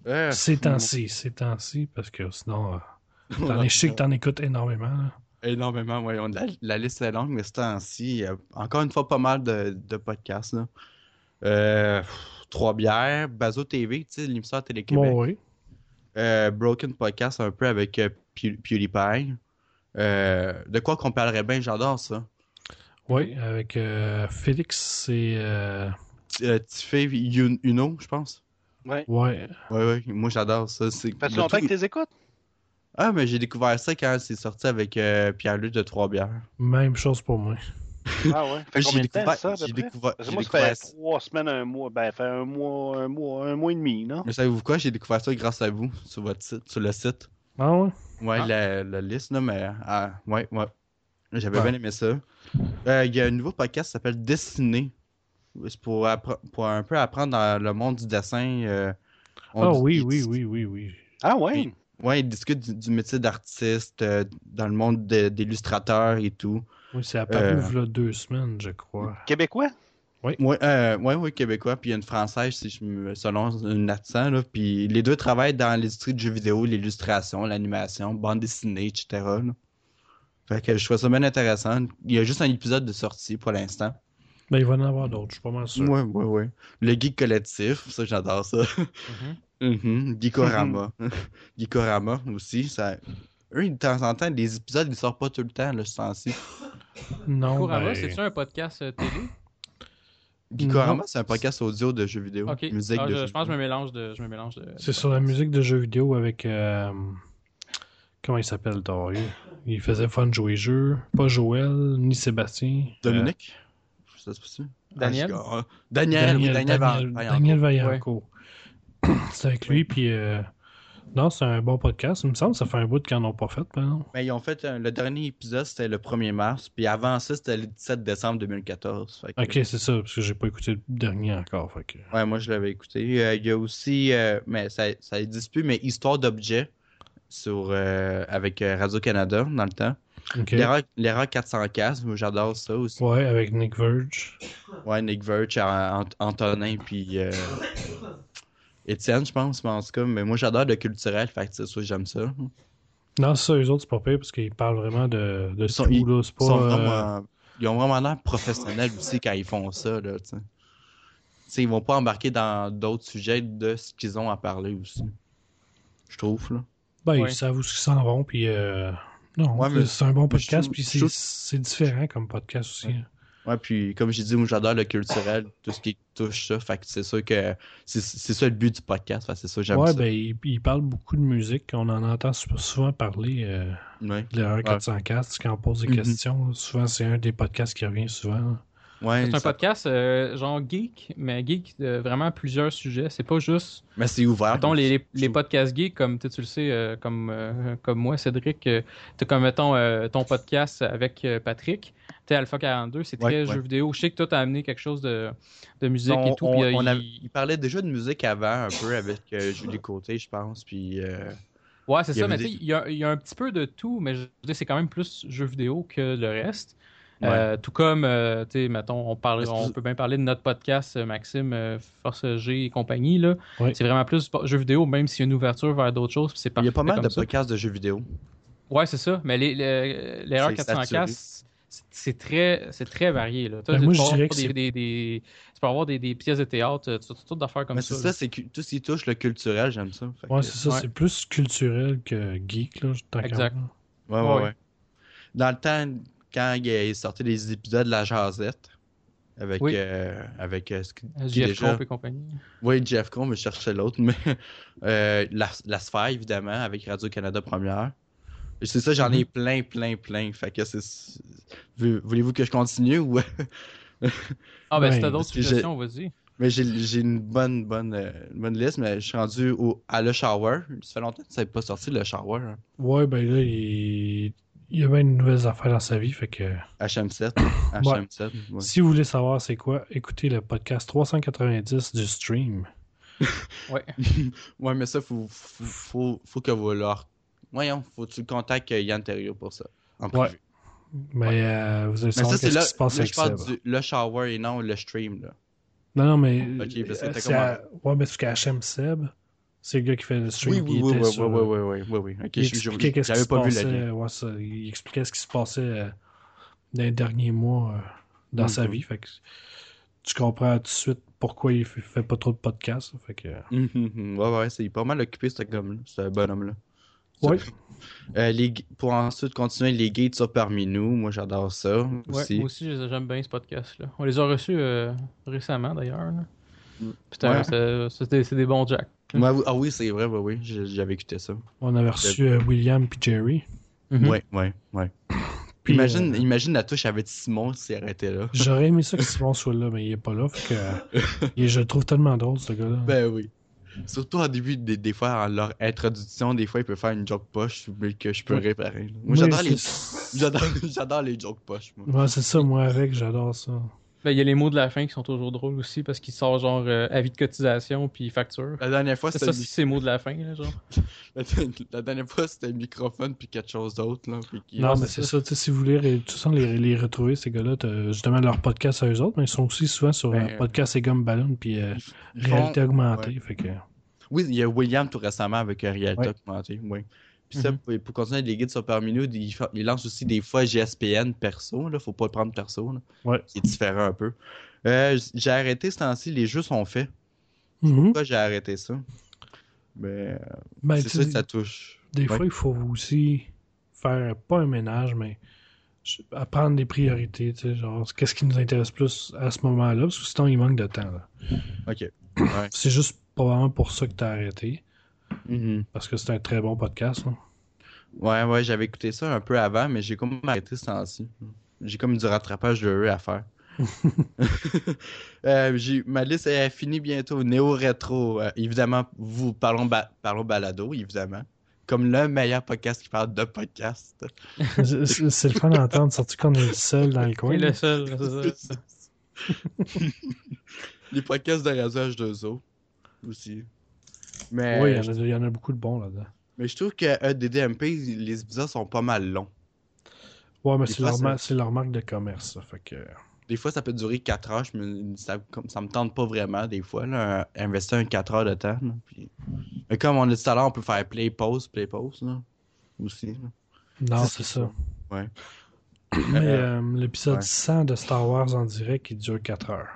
[SPEAKER 3] Euh,
[SPEAKER 2] ces temps-ci? Ces temps-ci, parce que sinon, euh, t'en es je sais que t'en écoutes énormément. là.
[SPEAKER 3] Énormément, oui. La, la liste est longue, mais ce temps-ci, euh, encore une fois, pas mal de, de podcasts. Là. Euh, pff, Trois bières, Bazo TV, tu sais, l'émission à Télé-Québec.
[SPEAKER 2] Bon, oui.
[SPEAKER 3] Euh, Broken Podcast un peu avec euh, Pew- PewDiePie. Euh, de quoi qu'on parlerait bien, j'adore ça.
[SPEAKER 2] Oui, avec euh, Félix et. euh,
[SPEAKER 3] T- Euh, Tiffé Yun- Uno, je pense.
[SPEAKER 2] ouais.
[SPEAKER 3] Oui, oui, moi j'adore ça. C'est
[SPEAKER 4] Ça fait
[SPEAKER 3] le
[SPEAKER 4] longtemps que
[SPEAKER 3] truc-
[SPEAKER 4] tu les écoutes?
[SPEAKER 3] Ah, mais j'ai découvert ça quand c'est sorti avec euh, Pierre-Luc de Trois-Bières.
[SPEAKER 2] Même chose pour moi.
[SPEAKER 4] Ah ouais. Fait
[SPEAKER 3] J'ai
[SPEAKER 4] combien de temps
[SPEAKER 3] découvert,
[SPEAKER 4] ça, à peu
[SPEAKER 3] j'ai
[SPEAKER 4] près?
[SPEAKER 3] découvert,
[SPEAKER 4] Parce
[SPEAKER 3] j'ai
[SPEAKER 4] que moi, ça
[SPEAKER 3] découvert
[SPEAKER 4] fait
[SPEAKER 3] ça.
[SPEAKER 4] trois semaines, un mois, ben, fait un mois, un mois, un mois et demi, non?
[SPEAKER 3] Mais savez-vous quoi? J'ai découvert ça grâce à vous sur votre site, sur le site.
[SPEAKER 2] Ah ouais?
[SPEAKER 3] Ouais,
[SPEAKER 5] Ah.
[SPEAKER 3] la, la liste, là, mais. Ah, ouais, ouais. J'avais
[SPEAKER 2] Ouais.
[SPEAKER 3] bien aimé ça. Euh, Il y a un nouveau podcast qui s'appelle Dessiner. C'est pour, appre- pour un peu apprendre dans le monde du dessin. euh, on
[SPEAKER 2] Ah
[SPEAKER 3] dis-
[SPEAKER 2] oui,
[SPEAKER 3] ils
[SPEAKER 2] oui,
[SPEAKER 3] dis-
[SPEAKER 2] oui, oui, oui.
[SPEAKER 4] Ah ouais?
[SPEAKER 3] Oui. Ouais, ils discutent du, du métier d'artiste euh, dans le monde de- d'illustrateur et tout.
[SPEAKER 2] Oui, c'est apparu
[SPEAKER 3] Euh,
[SPEAKER 2] v'là deux semaines, je crois.
[SPEAKER 4] Québécois?
[SPEAKER 3] Ouais, euh, ouais, ouais, québécois, puis il y a une française, si je me- selon un accent, là, puis les deux travaillent dans l'industrie du jeu vidéo, l'illustration, l'animation, bande dessinée, etc. là. Fait que je trouve ça bien intéressant. Il y a juste un épisode de sortie pour l'instant.
[SPEAKER 2] Ben, il va en avoir d'autres, je suis pas mal sûr.
[SPEAKER 3] Ouais, ouais, ouais. Le geek collectif, ça j'adore ça.
[SPEAKER 5] Mhm.
[SPEAKER 3] Mhm, Geekorama.
[SPEAKER 5] Mm-hmm.
[SPEAKER 3] Geekorama aussi, ça... Eux, de temps en temps, les épisodes, ils sortent pas tout le temps, là, ce temps-ci.
[SPEAKER 2] Non,
[SPEAKER 5] Kurama,
[SPEAKER 2] ben,
[SPEAKER 5] c'est-tu un podcast euh, télé?
[SPEAKER 3] Geekorama,
[SPEAKER 2] Non.
[SPEAKER 3] c'est un podcast audio de jeux vidéo.
[SPEAKER 5] Mm-hmm. Ok.
[SPEAKER 3] Musique
[SPEAKER 5] Ah,
[SPEAKER 3] de
[SPEAKER 5] je,
[SPEAKER 3] jeux
[SPEAKER 5] je pense
[SPEAKER 3] vidéo.
[SPEAKER 5] que je me mélange de. Je me mélange de...
[SPEAKER 2] c'est sur la musique de jeux vidéo avec... euh, comment il s'appelle, Darius? Il faisait fun de jouer jeu. Pas Joël, ni Sébastien.
[SPEAKER 3] Dominique? Ça se peut-tu?
[SPEAKER 5] Daniel?
[SPEAKER 3] Ah, je- ah,
[SPEAKER 2] Euh,
[SPEAKER 3] Daniel, oui,
[SPEAKER 2] Daniel, Daniel,
[SPEAKER 3] Daniel, Vaillancourt.
[SPEAKER 2] Daniel Vaillancourt. C'est avec lui, puis... euh, non, c'est un bon podcast. Il me semble que ça fait un bout qu'ils n'en ont pas fait, hein. par exemple.
[SPEAKER 3] Mais ils ont fait euh, le dernier épisode, c'était le 1er mars, puis avant ça, c'était le 17 décembre 2014. Fait que-
[SPEAKER 2] Ok, c'est ça, parce que j'ai pas écouté le dernier encore. Fait que...
[SPEAKER 3] Ouais, moi je l'avais écouté. Euh, il y a aussi, euh, mais ça, ça existe plus, mais Histoire d'objets sur euh, avec euh, Radio-Canada dans le temps.
[SPEAKER 2] Ok.
[SPEAKER 3] L'erreur- L'erreur 415, moi j'adore ça aussi.
[SPEAKER 2] Ouais, avec Nick Verge.
[SPEAKER 3] Ouais, Nick Verge, An- An- Antonin, puis euh, Étienne, je pense, mais en tout cas, mais moi j'adore le culturel, fait que c'est ça, j'aime ça.
[SPEAKER 2] Non, ça, eux autres, c'est pas pire parce qu'ils parlent vraiment de, de
[SPEAKER 3] sont-
[SPEAKER 2] tout,
[SPEAKER 3] ils-
[SPEAKER 2] là. C'est pas.
[SPEAKER 3] Ils, sont
[SPEAKER 2] euh,
[SPEAKER 3] vraiment- ils ont vraiment l'air professionnels aussi quand ils font ça. Là, tu sais. Tu sais, Ils vont pas embarquer dans d'autres sujets de ce qu'ils ont à parler aussi. Je trouve. Là.
[SPEAKER 2] ben,
[SPEAKER 5] Ouais.
[SPEAKER 2] ils savent où ils s'en vont, puis. euh, Non,
[SPEAKER 3] Ouais,
[SPEAKER 2] c'est-
[SPEAKER 3] mais-
[SPEAKER 2] c'est un bon
[SPEAKER 3] mais je
[SPEAKER 2] podcast,
[SPEAKER 3] trouve-
[SPEAKER 2] puis
[SPEAKER 3] je
[SPEAKER 2] c'est
[SPEAKER 3] trouve-
[SPEAKER 2] c'est différent comme podcast aussi. hein.
[SPEAKER 3] Ouais. Ouais, puis comme j'ai dit, moi j'adore le culturel, tout ce qui touche ça. Fait que c'est sûr que c'est c'est ça le but du podcast. Fait que c'est ça, j'aime
[SPEAKER 2] Ouais,
[SPEAKER 3] ça.
[SPEAKER 2] ben, ils, ils parlent beaucoup de musique. On en entend sou- souvent parler euh,
[SPEAKER 3] Ouais.
[SPEAKER 2] de l'heure 404 quand on pose des
[SPEAKER 3] Mhm.
[SPEAKER 2] questions. Souvent, c'est un des podcasts qui revient souvent.
[SPEAKER 3] Ouais,
[SPEAKER 5] C'est un
[SPEAKER 3] ça-
[SPEAKER 5] podcast euh, genre geek, mais geek de vraiment plusieurs sujets. C'est pas juste.
[SPEAKER 3] Mais c'est ouvert.
[SPEAKER 5] Mettons, les, les,
[SPEAKER 3] Ah,
[SPEAKER 5] les
[SPEAKER 3] Je-
[SPEAKER 5] podcasts geeks, comme tu sais, tu le sais, euh, comme, euh, comme moi, Cédric, euh, t'as comme, mettons, euh, ton podcast avec euh, Patrick, t'es Alpha 42, c'est
[SPEAKER 3] Ouais,
[SPEAKER 5] très
[SPEAKER 3] ouais.
[SPEAKER 5] jeux vidéo. Je sais que toi, t'as amené quelque chose de, de musique
[SPEAKER 3] On-
[SPEAKER 5] et tout.
[SPEAKER 3] on-
[SPEAKER 5] puis, euh,
[SPEAKER 3] on a-
[SPEAKER 5] il-
[SPEAKER 3] Il parlait déjà de musique avant, un peu, avec euh, Julie Côté, je pense. Puis, euh,
[SPEAKER 5] Ouais, c'est
[SPEAKER 3] il y
[SPEAKER 5] ça,
[SPEAKER 3] avait
[SPEAKER 5] mais tu sais,
[SPEAKER 3] des-
[SPEAKER 5] il y, a- il y a un petit peu de tout, mais je veux dire, c'est quand même plus jeux vidéo que le reste.
[SPEAKER 3] ouais.
[SPEAKER 5] Euh, tout comme, euh, tu sais, mettons, on, parle,
[SPEAKER 3] Est-ce que-
[SPEAKER 5] on peut bien parler de notre podcast, euh, Maxime, euh, Force G et compagnie. Là.
[SPEAKER 2] Ouais.
[SPEAKER 5] C'est vraiment plus sport- jeux vidéo, même s'il y a une ouverture vers d'autres choses. puis C'est
[SPEAKER 3] il y
[SPEAKER 5] parfait
[SPEAKER 3] a pas mal
[SPEAKER 5] comme
[SPEAKER 3] de
[SPEAKER 5] ça.
[SPEAKER 3] podcasts de jeux vidéo.
[SPEAKER 5] Ouais, c'est ça. Mais les- les- l'erreur
[SPEAKER 3] C'est
[SPEAKER 5] 404,
[SPEAKER 3] saturé.
[SPEAKER 5] c'est- c'est très, c'est très varié. Là. Toi,
[SPEAKER 2] Ben,
[SPEAKER 5] tu
[SPEAKER 2] moi,
[SPEAKER 5] peux
[SPEAKER 2] je
[SPEAKER 5] avoir
[SPEAKER 2] dirais que
[SPEAKER 5] des-
[SPEAKER 2] c'est-
[SPEAKER 5] des- des- tu peux avoir des, des pièces de théâtre, tu- tu- toutes d'affaires comme
[SPEAKER 3] Mais
[SPEAKER 5] ça.
[SPEAKER 3] Ben, c'est
[SPEAKER 5] là.
[SPEAKER 3] ça, c'est que tout ce qui touche le culturel, j'aime ça. Fait que-
[SPEAKER 2] Ouais, c'est ça.
[SPEAKER 5] ouais.
[SPEAKER 2] C'est plus culturel que geek, là. tant qu'à
[SPEAKER 5] Exact.
[SPEAKER 2] moi.
[SPEAKER 3] Ouais,
[SPEAKER 5] Ouais,
[SPEAKER 3] ouais,
[SPEAKER 5] ouais.
[SPEAKER 3] ouais. Dans le temps, quand il est sorti les épisodes de la Jazette, avec,
[SPEAKER 5] Oui.
[SPEAKER 3] euh, avec euh, ce qui- qui
[SPEAKER 5] JF
[SPEAKER 3] déjà-
[SPEAKER 5] Trump et compagnie.
[SPEAKER 3] Oui, Jeff Combe, je cherchais l'autre, mais euh, la, la sphère, évidemment, avec Radio-Canada Première. Et C'est ça, j'en ai plein, plein, plein. Fait que c'est. Vou- Voulez-vous que je continue ou.
[SPEAKER 5] Ah, ben, si t'as d'autres suggestions, vas-y.
[SPEAKER 3] Mais j'ai une bonne, bonne, euh, une bonne liste, mais je suis rendu au, à le shower. Ça fait longtemps que ça n'est pas sorti, le shower. hein.
[SPEAKER 2] Ouais, ben là, il, il y a bien une nouvelle affaire dans sa vie, fait que
[SPEAKER 3] HM7.
[SPEAKER 2] Ouais.
[SPEAKER 3] HM7. ouais.
[SPEAKER 2] si vous voulez savoir c'est quoi, écoutez le podcast 390 du stream.
[SPEAKER 5] Ouais.
[SPEAKER 3] Ouais, mais ça, faut, faut, faut, faut que vous leur. Voyons, faut que tu contactes euh, Yann Terriot pour ça. En
[SPEAKER 2] Ouais.
[SPEAKER 3] privé.
[SPEAKER 2] Mais euh, vous allez
[SPEAKER 3] Mais
[SPEAKER 2] savoir
[SPEAKER 3] ça,
[SPEAKER 2] ce
[SPEAKER 3] c'est
[SPEAKER 2] qui
[SPEAKER 3] là.
[SPEAKER 2] se passe
[SPEAKER 3] là,
[SPEAKER 2] avec
[SPEAKER 3] je
[SPEAKER 2] ça.
[SPEAKER 3] parle du le shower et non le stream. Là.
[SPEAKER 2] Non, non, mais.
[SPEAKER 3] Ok, parce que
[SPEAKER 2] euh,
[SPEAKER 3] t'as
[SPEAKER 2] c'est à- Ouais, mais parce qu'à HM Seb, c'est le gars qui fait le stream.
[SPEAKER 3] Oui,
[SPEAKER 2] puis
[SPEAKER 3] oui,
[SPEAKER 2] il
[SPEAKER 3] oui,
[SPEAKER 2] était
[SPEAKER 3] oui, oui,
[SPEAKER 2] sur-
[SPEAKER 3] oui, oui, oui, oui. Ok,
[SPEAKER 2] Il
[SPEAKER 3] je- je-
[SPEAKER 2] expliquait qu'est-ce qui
[SPEAKER 3] j'avais
[SPEAKER 2] se
[SPEAKER 3] pas vu
[SPEAKER 2] passait.
[SPEAKER 3] la lien.
[SPEAKER 2] ouais, ça, il expliquait ce qui se passait euh, dans les derniers mois euh, dans sa
[SPEAKER 3] Mhm.
[SPEAKER 2] vie. Fait que tu comprends tout de suite pourquoi il fait, fait pas trop de podcasts. Fait que.
[SPEAKER 3] Hum, hum, hum. Ouais, ouais, c'est pas mal occupé, ce gomme-là, ce bonhomme-là.
[SPEAKER 2] Ouais.
[SPEAKER 3] Euh, les... gu- Pour ensuite continuer, les gays sont parmi nous. Moi, j'adore ça.
[SPEAKER 5] Ouais,
[SPEAKER 3] aussi.
[SPEAKER 5] moi aussi, je- j'aime bien ce podcast-là. On les a reçus euh, récemment, d'ailleurs. là.
[SPEAKER 3] Mm.
[SPEAKER 5] Putain,
[SPEAKER 3] Ouais.
[SPEAKER 5] c'est- c'est des- c'est des bons Jack.
[SPEAKER 3] Ouais, oui- ah oui, c'est vrai, oui, oui, j'ai- j'avais écouté ça.
[SPEAKER 2] On avait reçu
[SPEAKER 3] Ben-
[SPEAKER 2] euh, William puis Jerry.
[SPEAKER 5] Mhm.
[SPEAKER 3] Ouais, ouais, ouais.
[SPEAKER 2] Puis,
[SPEAKER 3] imagine,
[SPEAKER 2] euh,
[SPEAKER 3] imagine la touche avec Simon s'est arrêtée là.
[SPEAKER 2] J'aurais aimé ça que Simon soit là, mais il est pas là. Fait que, euh, il- je le trouve tellement drôle, ce gars-là.
[SPEAKER 3] Ben oui. Surtout au début, des, des fois, en leur introduction, des fois, ils peuvent faire une joke poche mais que je peux
[SPEAKER 2] Oui.
[SPEAKER 3] réparer. là. Moi,
[SPEAKER 2] Oui,
[SPEAKER 3] j'adore les...
[SPEAKER 2] c'est-
[SPEAKER 3] J'adore, j'adore les jokes poches, moi.
[SPEAKER 2] Ouais, c'est ça, moi, avec, j'adore ça.
[SPEAKER 5] Ben, il y a les mots de la fin qui sont toujours drôles aussi parce qu'ils sortent genre euh, avis de cotisation puis facture.
[SPEAKER 3] La dernière fois,
[SPEAKER 5] C'est
[SPEAKER 3] c'était
[SPEAKER 5] ça,
[SPEAKER 3] le
[SPEAKER 5] c'est ces mots de la fin, là, genre.
[SPEAKER 3] La, dernière- la dernière fois, c'était le microphone puis quelque chose d'autre. Là, puis qui-
[SPEAKER 2] non, mais c'est ça. tu sais, si vous voulez ré- tout ça, les, les retrouver, ces gars-là, t'as justement leur podcast à eux autres, mais ils sont aussi souvent sur euh,
[SPEAKER 3] Ben, euh,
[SPEAKER 2] Podcast et Gomme Ballon, puis euh,
[SPEAKER 3] ils f- ils font-
[SPEAKER 2] Réalité Augmentée. Fait que,
[SPEAKER 3] Oui, il y a William tout récemment avec euh, Reality
[SPEAKER 2] Ouais. Mm-hmm.
[SPEAKER 3] Augmenté, oui. Puis ça,
[SPEAKER 5] Mhm.
[SPEAKER 3] pour, pour continuer, les guides sont parmi nous. Ils, fa- ils lancent aussi des fois GSPN perso. Là, faut pas le prendre perso. Là,
[SPEAKER 2] Ouais.
[SPEAKER 3] Qui est différent un peu. Euh, j- j'ai arrêté ce temps-ci. Les jeux sont faits.
[SPEAKER 2] Mhm.
[SPEAKER 3] Pourquoi j'ai arrêté ça? Ben, euh,
[SPEAKER 2] Ben,
[SPEAKER 3] c'est
[SPEAKER 2] tu
[SPEAKER 3] ça
[SPEAKER 2] sais,
[SPEAKER 3] que ça touche.
[SPEAKER 2] Des
[SPEAKER 3] Ouais.
[SPEAKER 2] fois, il faut aussi faire, pas un ménage, mais je- apprendre des priorités, tu sais, genre, c'est qu'est-ce qui nous intéresse plus à ce moment-là, parce que sinon, il manque de temps. là.
[SPEAKER 3] OK. Ouais.
[SPEAKER 2] C'est juste probablement pour ça que t'as arrêté,
[SPEAKER 3] Mhm.
[SPEAKER 2] parce que c'est un très bon podcast. là.
[SPEAKER 3] Ouais, ouais, j'avais écouté ça un peu avant, mais j'ai comme arrêté ce temps-ci. J'ai comme du rattrapage de eux à faire. Euh, j'ai- ma liste est finie bientôt. Néo rétro, évidemment, vous parlons, ba- parlons balado, évidemment. Comme le meilleur podcast qui parle de podcast.
[SPEAKER 2] C'est- c'est c'est le fun d'entendre, surtout qu'on est le seul dans le coin.
[SPEAKER 5] Et
[SPEAKER 2] là.
[SPEAKER 5] le seul, c'est ça.
[SPEAKER 3] Les podcasts de rasage de eaux aussi. Mais,
[SPEAKER 2] Oui, il y, en a, il y en a beaucoup de bons là-dedans.
[SPEAKER 3] mais je trouve que E EDDMP, les épisodes sont pas mal longs.
[SPEAKER 2] Ouais, mais
[SPEAKER 3] Des
[SPEAKER 2] c'est leur,
[SPEAKER 3] fois,
[SPEAKER 2] mar- c'est leur marque de commerce, ça, fait que...
[SPEAKER 3] Des fois, ça peut durer 4 heures. Je me, ça, comme, ça me tente pas vraiment, des fois, là, un- investir un 4 heures de temps. là, puis- Mais comme on a dit tout à l'heure, on peut faire play-pause, play-pause, là, aussi. là.
[SPEAKER 2] Non,
[SPEAKER 3] C'est
[SPEAKER 2] c'est ça.
[SPEAKER 3] Ouais.
[SPEAKER 2] Mais euh, l'épisode
[SPEAKER 3] ouais.
[SPEAKER 2] 100 de Star Wars en direct, il dure 4 heures.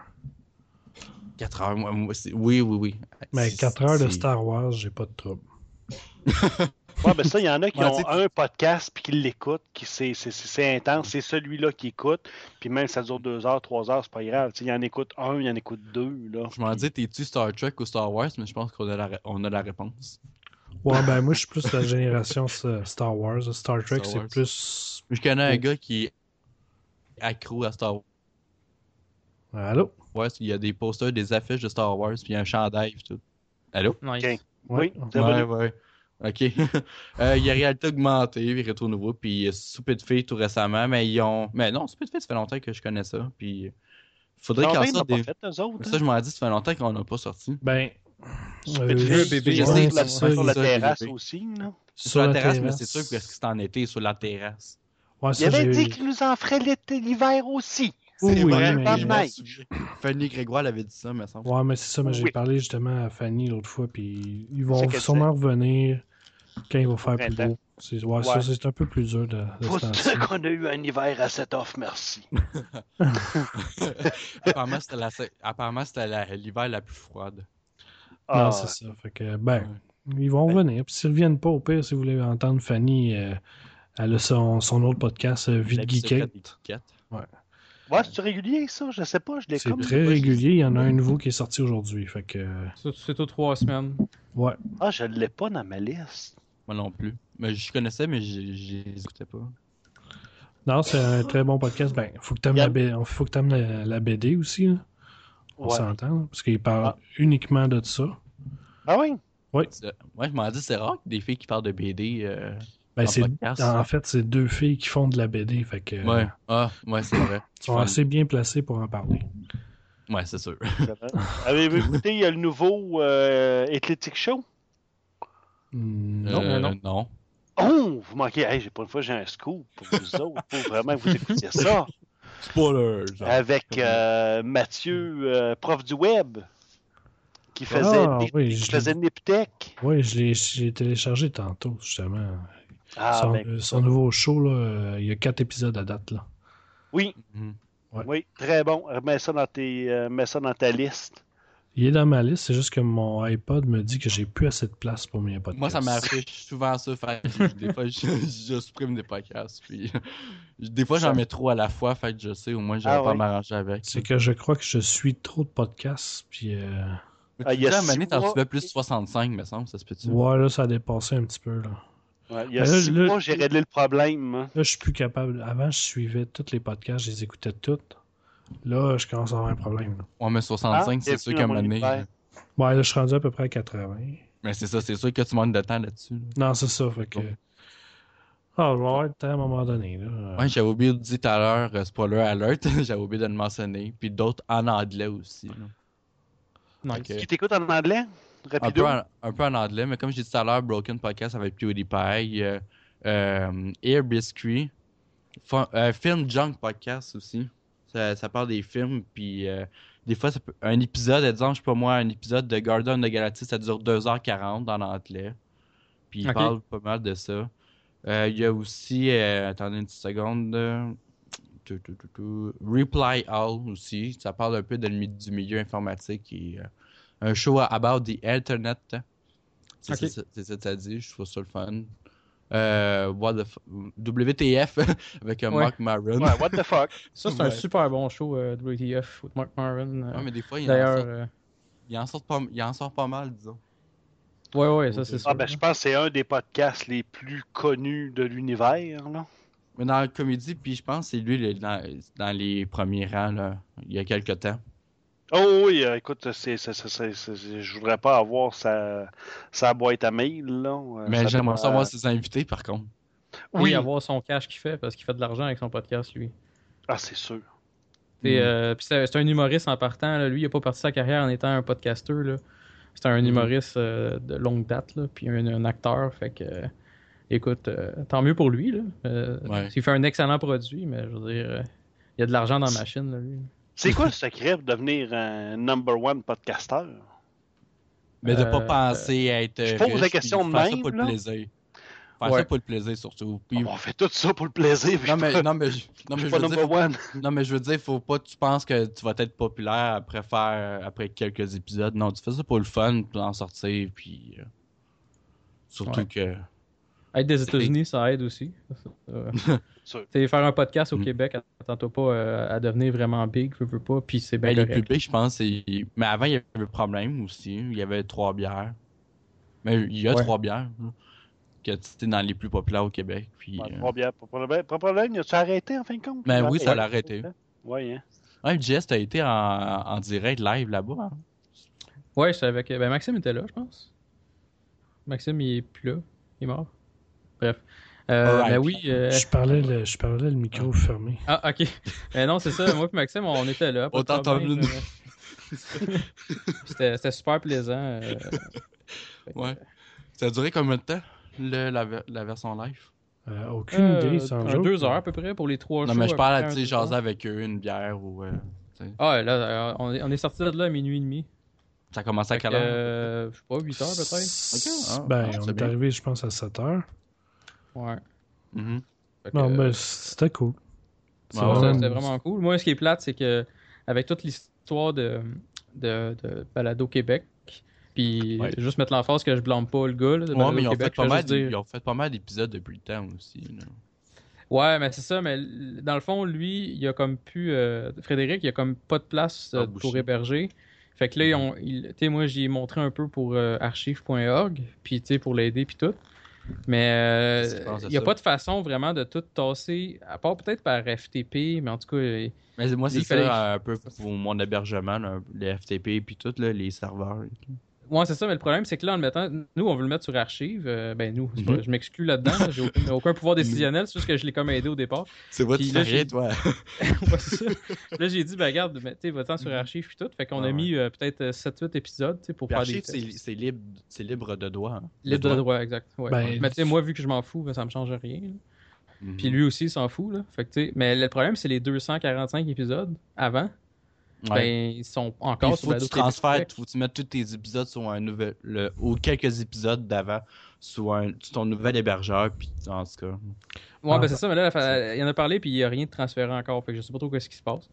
[SPEAKER 3] 4 heures, moi, moi, c'est- oui, oui, oui.
[SPEAKER 2] Mais
[SPEAKER 3] C'est-
[SPEAKER 2] 4 heures de
[SPEAKER 3] c'est-
[SPEAKER 2] Star Wars, j'ai pas de trouble.
[SPEAKER 4] Ouais, ben ça, il y en a qui
[SPEAKER 3] Ouais,
[SPEAKER 4] ont
[SPEAKER 3] t'sais,
[SPEAKER 4] un podcast puis qui l'écoutent, qui c'est, c'est, c'est, c'est intense, c'est celui-là qui écoute, puis même si ça dure deux heures, trois heures, c'est pas grave. T'sais, il en écoute un, il en écoute deux, là.
[SPEAKER 3] Je m'en dis, t'es-tu Star Trek ou Star Wars, mais je pense qu'on a la, ré- on a la réponse.
[SPEAKER 2] Ouais, ben moi, je suis plus la génération euh, Star Wars. Star Trek,
[SPEAKER 3] Star
[SPEAKER 2] c'est
[SPEAKER 3] Wars.
[SPEAKER 2] plus...
[SPEAKER 3] Je connais un
[SPEAKER 2] Ouais.
[SPEAKER 3] gars qui est accro à Star
[SPEAKER 2] euh, Allô?
[SPEAKER 3] Wars. Il y a des posters, des affiches de Star Wars, puis un chandail, puis tout. Allô?
[SPEAKER 5] Nice.
[SPEAKER 4] Ok.
[SPEAKER 2] Ouais.
[SPEAKER 4] Oui, c'est
[SPEAKER 3] Ouais,
[SPEAKER 4] vrai.
[SPEAKER 3] ouais. Ok. Euh, il y a Réalité Augmentée, puis Retour Nouveau, puis euh, Souper de Filles tout récemment, mais ils ont. Mais non, Souper de Filles, ça fait longtemps que je connais ça, puis. euh, Faudrait
[SPEAKER 4] Ils
[SPEAKER 3] qu'ils en
[SPEAKER 4] l'ont
[SPEAKER 3] sortent
[SPEAKER 4] pas
[SPEAKER 3] des.
[SPEAKER 4] fait, eux autres. hein?
[SPEAKER 3] Ça, je m'en dis, ça fait longtemps qu'on n'a pas sorti.
[SPEAKER 2] Ben...
[SPEAKER 4] Sur
[SPEAKER 2] euh,
[SPEAKER 5] le
[SPEAKER 2] je-
[SPEAKER 5] bébé,
[SPEAKER 2] ouais,
[SPEAKER 3] je sais,
[SPEAKER 2] c'est
[SPEAKER 4] la,
[SPEAKER 2] ça,
[SPEAKER 4] sur la
[SPEAKER 3] ça,
[SPEAKER 4] terrasse
[SPEAKER 3] j'ai vu.
[SPEAKER 4] aussi, là.
[SPEAKER 3] Sur, la, terrasse, mais c'est sûr que parce que c'est en été, sur la terrasse.
[SPEAKER 2] Ouais,
[SPEAKER 4] Il
[SPEAKER 2] ça,
[SPEAKER 4] avait
[SPEAKER 2] j'ai-
[SPEAKER 4] dit qu'il nous en ferait l'été, l'hiver aussi.
[SPEAKER 2] Oui,
[SPEAKER 3] C'est
[SPEAKER 2] oui,
[SPEAKER 3] vrai,
[SPEAKER 2] mais-
[SPEAKER 4] pas
[SPEAKER 3] j'ai
[SPEAKER 4] de
[SPEAKER 3] pas
[SPEAKER 4] neige.
[SPEAKER 3] sujet. Fanny Grégoire l'avait dit ça, me semble.
[SPEAKER 2] Ouais, mais c'est ça, mais j'ai
[SPEAKER 4] Oui.
[SPEAKER 2] parlé justement à Fanny l'autre fois, puis ils
[SPEAKER 4] C'est
[SPEAKER 2] vont
[SPEAKER 4] ce qu'elle
[SPEAKER 2] sûrement revenir quand il va faire plus
[SPEAKER 4] printemps.
[SPEAKER 2] beau. C'est, ouais, ça,
[SPEAKER 4] Ouais.
[SPEAKER 2] c'est un peu plus dur de, de
[SPEAKER 4] Pour
[SPEAKER 2] se lancer.
[SPEAKER 4] ça qu'on a eu un hiver à cette offre, merci.
[SPEAKER 3] Apparemment, c'était la sa- apparemment, c'était la- l'hiver la plus froide.
[SPEAKER 4] Ah,
[SPEAKER 2] Non, c'est ça. Fait que, ben, ils vont revenir. Puis s'ils reviennent pas, au pire, si vous voulez entendre Fanny, euh, elle a son, son autre podcast, euh,
[SPEAKER 3] La
[SPEAKER 2] Vite
[SPEAKER 3] vie secrète des
[SPEAKER 2] Geekette.
[SPEAKER 3] geekettes.
[SPEAKER 4] ouais, c'est régulier, ça? Je sais pas, je l'ai
[SPEAKER 2] C'est
[SPEAKER 4] comme...
[SPEAKER 2] très régulier. Il y en a un nouveau qui est sorti aujourd'hui. Fait que, euh,
[SPEAKER 5] C'est- C'est aux trois semaines.
[SPEAKER 2] ouais.
[SPEAKER 4] Ah, je l'ai pas dans ma liste.
[SPEAKER 3] Moi non plus. Mais je connaissais, mais j'ai- je les écoutais pas.
[SPEAKER 2] Non, c'est un très bon podcast. Ben, faut que t'aimes la, B... faut que aimes la, la BD aussi. Là. On s'entend, ouais. parce qu'il parle ah. uniquement de ça.
[SPEAKER 4] Ah oui?
[SPEAKER 2] Oui.
[SPEAKER 3] Moi, je m'en dis, c'est rare que des filles qui parlent de BD. Euh,
[SPEAKER 4] Ah,
[SPEAKER 2] ben, en, podcast, en ça. fait, c'est deux filles qui font de la BD. Fait que,
[SPEAKER 3] ouais, euh, ah, ouais c'est vrai.
[SPEAKER 2] Ils sont assez bien placées pour en parler.
[SPEAKER 3] Ouais, c'est sûr.
[SPEAKER 4] Avez-vous écouté, il y a le nouveau euh, Athletic Show?
[SPEAKER 2] Hmm,
[SPEAKER 3] Non, euh, non. non.
[SPEAKER 4] Oh, vous manquez. Hey, j'ai pas une fois, j'ai un scoop pour vous autres. Faut vraiment vous écouter ça.
[SPEAKER 3] Spoiler. Genre.
[SPEAKER 4] Avec euh, Mathieu, euh, prof du web, qui faisait, ah, oui, qui faisait Niptech.
[SPEAKER 2] Oui, je l'ai téléchargé tantôt, justement. Ah, son, ben, son nouveau show, là, euh, il y a quatre épisodes à date. Là.
[SPEAKER 4] Oui. Mm -hmm. ouais. Oui, très bon. Remets ça, dans tes, euh, mets ça dans ta liste.
[SPEAKER 2] Il est dans ma liste, c'est juste que mon iPod me dit que j'ai plus assez de place pour mes podcasts.
[SPEAKER 3] Moi, ça m'arrive souvent ça. Fait, des fois, je, je, supprime des podcasts. Puis, des fois, j'en mets trop à la fois. Fait que je sais, au moins, je vais ah, pas ouais. m'arranger avec.
[SPEAKER 2] C'est que je crois que je suis trop de podcasts. Puis. Euh...
[SPEAKER 3] Mais ah, il y a année, t'en suivais plus 65, me semble, ça se peut-tu?
[SPEAKER 2] Ouais, là, ça a dépassé un petit peu, là.
[SPEAKER 4] Ouais, il y a Ben là, six là, mois, j'ai réglé le problème. Hein.
[SPEAKER 2] Là, je suis plus capable. Avant, je suivais tous les podcasts, je les écoutais toutes. Là, je commence à avoir un problème. Là.
[SPEAKER 3] Ouais, mais 65, ah, c'est sûr qu'à un moment donné. euh,
[SPEAKER 2] Ouais, là, je suis rendu à peu près à 80.
[SPEAKER 3] Mais c'est ça, c'est sûr que tu manques de temps là-dessus.
[SPEAKER 2] Là. Non, c'est ça, fait que. Ah, oh, je vais avoir le temps à un moment donné. Là. euh,
[SPEAKER 3] Ouais, j'avais oublié de dire tout à l'heure, euh, spoiler alert, j'avais oublié de le mentionner. Puis d'autres en anglais aussi.
[SPEAKER 4] Là. Nice. Que... Tu t'écoutes en anglais
[SPEAKER 3] un peu en, un peu, en, anglais, mais comme j'ai dit tout à l'heure, Broken Podcast avec PewDiePie, euh, euh, Air Biscuit, fun, euh, Film Junk Podcast aussi. Ça, ça, parle des films, puis euh, des fois, ça peut, un épisode, disons, je sais pas moi, un épisode de Garden of the Galaxy, ça dure 2h40 dans l'anglais. Puis il okay. parle pas mal de ça. Il euh, y a aussi, euh, attendez une petite seconde, euh, tout, tout, tout, Reply All aussi, ça parle un peu de, du milieu informatique et euh, un show about the Internet. C'est okay. ça que ça dit, je trouve ça le fun. Euh, what the WTF avec euh, ouais. Mark Maron.
[SPEAKER 4] Ouais, what the fuck.
[SPEAKER 5] Ça, c'est ouais. un super bon show, euh, WTF, avec Mark euh. Maron.
[SPEAKER 3] Ouais, mais des fois, il en, sort,
[SPEAKER 5] euh,
[SPEAKER 3] il, en sort pas, il en sort pas mal, disons.
[SPEAKER 5] Ouais, ouais, ça, c'est ça.
[SPEAKER 4] Ah, ben, je pense que c'est un des podcasts les plus connus de l'univers, là.
[SPEAKER 3] Mais dans la comédie, puis je pense que c'est lui le, dans, dans, les premiers rangs, là, il y a quelques temps.
[SPEAKER 4] Oh oui, écoute, c'est, je voudrais pas avoir sa, sa boîte à mail. Là.
[SPEAKER 3] Mais j'aimerais savoir euh... ses invités, par contre.
[SPEAKER 5] Oui, Et avoir son cash qu'il fait, parce qu'il fait de l'argent avec son podcast, lui.
[SPEAKER 4] Ah, c'est sûr.
[SPEAKER 5] Mm. Euh, c'est, un humoriste en partant. Là. Lui, il a pas parti sa carrière en étant un podcasteur. Là. C'est un mm. humoriste euh, de longue date, là, puis un, un acteur. Fait que, écoute, euh, tant mieux pour lui. Là. Ouais. Il fait un excellent produit, mais je veux dire, euh, il y a de l'argent dans la machine, là, lui.
[SPEAKER 4] C'est quoi le secret pour devenir un number one podcasteur?
[SPEAKER 3] Mais de ne pas euh, penser à être.
[SPEAKER 4] Je pose la question de
[SPEAKER 3] faire
[SPEAKER 4] même.
[SPEAKER 3] Faire ça pour
[SPEAKER 4] là.
[SPEAKER 3] le plaisir. Faire ouais. ça pour le plaisir surtout.
[SPEAKER 4] Puis... Oh, on fait tout ça pour le plaisir.
[SPEAKER 3] Non, mais, non, mais, non, mais je,
[SPEAKER 4] pas
[SPEAKER 3] veux
[SPEAKER 4] dire,
[SPEAKER 3] one. non, mais je veux dire, faut pas tu penses que tu vas être populaire après faire après quelques épisodes. Non, tu fais ça pour le fun, pour en sortir. Puis, euh, surtout ouais.
[SPEAKER 4] Ben,
[SPEAKER 3] que.
[SPEAKER 5] Être des États-Unis, ça aide aussi. Euh, faire un podcast au mm. Québec, attends-toi pas euh, à devenir vraiment big, veux, veux pas, puis c'est bien
[SPEAKER 3] ben, Les publics, je pense, et... mais avant, il y avait un problème aussi. Il y avait trois bières. Mais il y a ouais. trois bières. Hein, que c'était dans les plus populaires au Québec. Puis,
[SPEAKER 4] ouais, euh... Trois bières, pas problème. Pas problème, tu arrêté en fin de compte?
[SPEAKER 3] hein. Ben oui, ça l'a arrêté.
[SPEAKER 4] Oui, hein.
[SPEAKER 3] Ouais, Jess, t'as été en, en, direct live là-bas. Hein?
[SPEAKER 5] Ouais, j'étais avec. Ben Maxime était là, je pense. Maxime, il est plus là. Il est mort. Bref. Euh, right. ben oui, euh...
[SPEAKER 2] je, parlais le, je parlais le micro ah. fermé.
[SPEAKER 5] Ah, ok. Mais non, c'est ça. Moi et Maxime, on était là.
[SPEAKER 3] On t'entend nous.
[SPEAKER 5] euh, C'était super plaisant. Euh...
[SPEAKER 3] Ouais. Ça a duré combien de temps, le, la, la, version live
[SPEAKER 2] Euh, Aucune idée. Sans
[SPEAKER 5] euh, un, deux heures à peu près pour les trois
[SPEAKER 3] Non, mais je parle à tu jaser avec eux, une bière ou. euh,
[SPEAKER 5] ah, là, on est, on est sorti de là à minuit et demi.
[SPEAKER 3] Ça a commencé à quelle
[SPEAKER 5] heure Je sais pas, 8 heures peut-être.
[SPEAKER 2] Okay. ben, ah, on est, est arrivé, je pense, à 7 heures.
[SPEAKER 5] Ouais.
[SPEAKER 3] Mm
[SPEAKER 2] -hmm. Non, que, mais c'était cool.
[SPEAKER 5] euh, C'était Ah ouais, vraiment... vraiment cool. Moi, ce qui est plate, c'est que avec toute l'histoire de, de, de, Balado Québec, puis ouais. juste mettre l'emphase que je blâme pas le gars là, de Balado
[SPEAKER 3] ouais, mais ils ont,
[SPEAKER 5] Québec,
[SPEAKER 3] fait pas mal, dire... ils ont fait pas mal d'épisodes depuis le temps aussi. Là.
[SPEAKER 5] Ouais, mais c'est ça, mais dans le fond, lui, il a comme pu. Euh, Frédéric, il a comme pas de place euh, ah, pour héberger. Fait que là, ils ont, il, moi, j'y ai montré un peu pour euh, archive.org, puis pour l'aider, puis tout. Mais il euh, n'y a ça? pas de façon vraiment de tout tasser, à part peut-être par FTP, mais en tout cas.
[SPEAKER 3] Mais moi, c'est ça fallait... un peu pour mon hébergement, là, les FTP puis tout, là, les serveurs. Et tout.
[SPEAKER 5] Ouais, c'est ça, mais le problème, c'est que là, en le mettant, nous, on veut le mettre sur archive. Euh, ben, nous,
[SPEAKER 3] Mhm.
[SPEAKER 5] mm -hmm. je m'exclus là-dedans. J'ai aucun, aucun, pouvoir décisionnel, c'est juste que je l'ai comme aidé au départ.
[SPEAKER 3] C'est votre tu toi.
[SPEAKER 5] ouais, ça. Là, j'ai dit, ben, regarde, mettez votre temps sur archive puis tout. Fait qu'on ah, a ouais. mis euh, peut-être 7-8 épisodes
[SPEAKER 3] Mhm. puis
[SPEAKER 5] pour
[SPEAKER 3] faire archive, des. c'est libre, libre de droit. Hein.
[SPEAKER 5] Libre de, de droit, exact. Ouais. Ben, mais tu sais, moi, vu que je m'en fous, ça me change rien. Mm
[SPEAKER 3] Mhm.
[SPEAKER 5] -hmm. Puis lui aussi, il s'en fout. Là. Fait que, mais le problème, c'est les 245 épisodes avant. Ouais. Ben, ils sont encore
[SPEAKER 3] il faut sur que tu transfères, faut que tu mettes tous tes épisodes sur un nouvel, le, ou quelques épisodes d'avant sur, un, sur ton nouvel hébergeur, puis en tout cas. Ouais,
[SPEAKER 5] ah, ben c'est ça, mais là, il y en a parlé, puis il n'y a rien de transféré encore, fait que je sais pas trop qu ce qui se passe.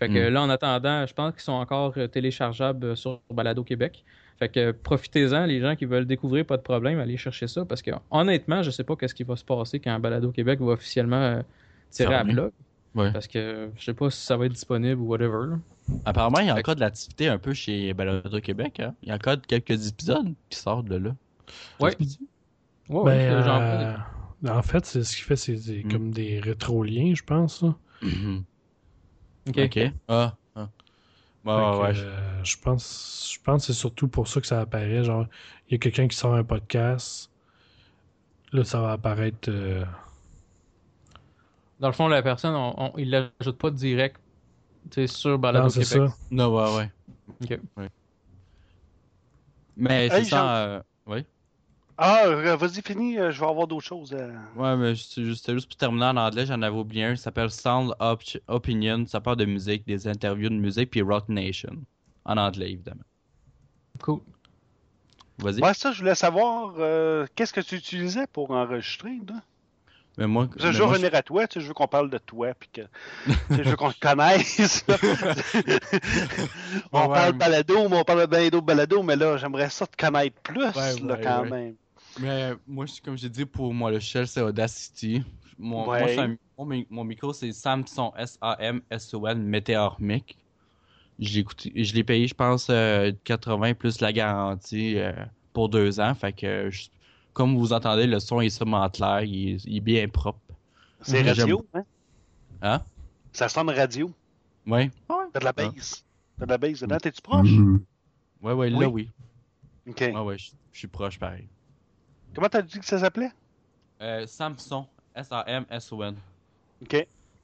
[SPEAKER 5] Fait que mm. là, en attendant, je pense qu'ils sont encore euh, téléchargeables sur Balado Québec. Fait que profitez-en, les gens qui veulent découvrir, pas de problème, allez chercher ça, parce que honnêtement, je sais pas qu'est-ce qui va se passer quand Balado Québec va officiellement euh, tirer à bloc. Ouais. Parce que je sais pas si ça va être disponible ou whatever. Là.
[SPEAKER 3] Apparemment, il y a encore de l'activité un peu chez Balado Québec. Hein? Il y a encore quelques épisodes qui sortent de là.
[SPEAKER 5] Oui.
[SPEAKER 2] Ouais, ouais,
[SPEAKER 5] hein,
[SPEAKER 2] ben, euh, des... en fait, c'est ce qui fait, c'est
[SPEAKER 5] Hmm.
[SPEAKER 2] mm. comme des rétro-liens, je pense. Mm
[SPEAKER 3] -hmm. OK. okay. Ah, ah.
[SPEAKER 5] Ah,
[SPEAKER 2] Bon, ouais, euh, je... pense, je pense que c'est surtout pour ça que ça apparaît. Genre, il y a quelqu'un qui sort un podcast. Là, ça va apparaître. Euh...
[SPEAKER 5] Dans le fond, la personne, on, on, il l'ajoute pas direct c'est sûr, Balado non, Québec. Ça.
[SPEAKER 3] Non, ouais, ouais.
[SPEAKER 5] OK. Ouais.
[SPEAKER 3] Mais c'est hey, ça... Euh... Oui?
[SPEAKER 4] Ah, vas-y, fini. Je vais avoir d'autres choses. Euh...
[SPEAKER 3] Ouais, mais c'était juste, juste pour terminer en anglais, j'en avais oublié un. Ça s'appelle Sound Op Opinion. Ça parle de musique, des interviews de musique, puis Rock Nation. En anglais, évidemment.
[SPEAKER 5] Cool.
[SPEAKER 3] Vas-y.
[SPEAKER 4] Ouais, ça, je voulais savoir, euh, qu'est-ce que tu utilisais pour enregistrer, là?
[SPEAKER 3] Mais moi,
[SPEAKER 4] je veux revenir Ben, je... à toi, tu sais, je veux qu'on parle de toi, puis que je veux qu'on te connaisse. on ouais, parle mais... balado, mais on parle de balado, balado, mais là, j'aimerais ça te connaître plus, ouais, là, ouais, quand même.
[SPEAKER 3] Mais moi, comme j'ai dit, pour moi, le shell, c'est Audacity. Mon, moi, un, mon, mon, micro, c'est Samsung S-A-M-S-O-N Meteor Mic. Je l'ai payé, je pense, euh, 80 plus la garantie euh, pour deux ans. Fait que je comme vous entendez, le son est sûrement clair, il, il est, bien propre.
[SPEAKER 4] C'est radio, hein? Ah.
[SPEAKER 3] Hein?
[SPEAKER 4] Ça sonne radio.
[SPEAKER 3] Oui.
[SPEAKER 4] T'as de la base. T'as de la base dedans. T'es-tu proche?
[SPEAKER 3] Ouais, ouais, là, oui.
[SPEAKER 4] OK.
[SPEAKER 3] Ouais, ouais, je suis proche, pareil.
[SPEAKER 4] Comment t'as dit que ça s'appelait?
[SPEAKER 3] Euh, Samson. S-A-M-S-O-N.
[SPEAKER 4] OK.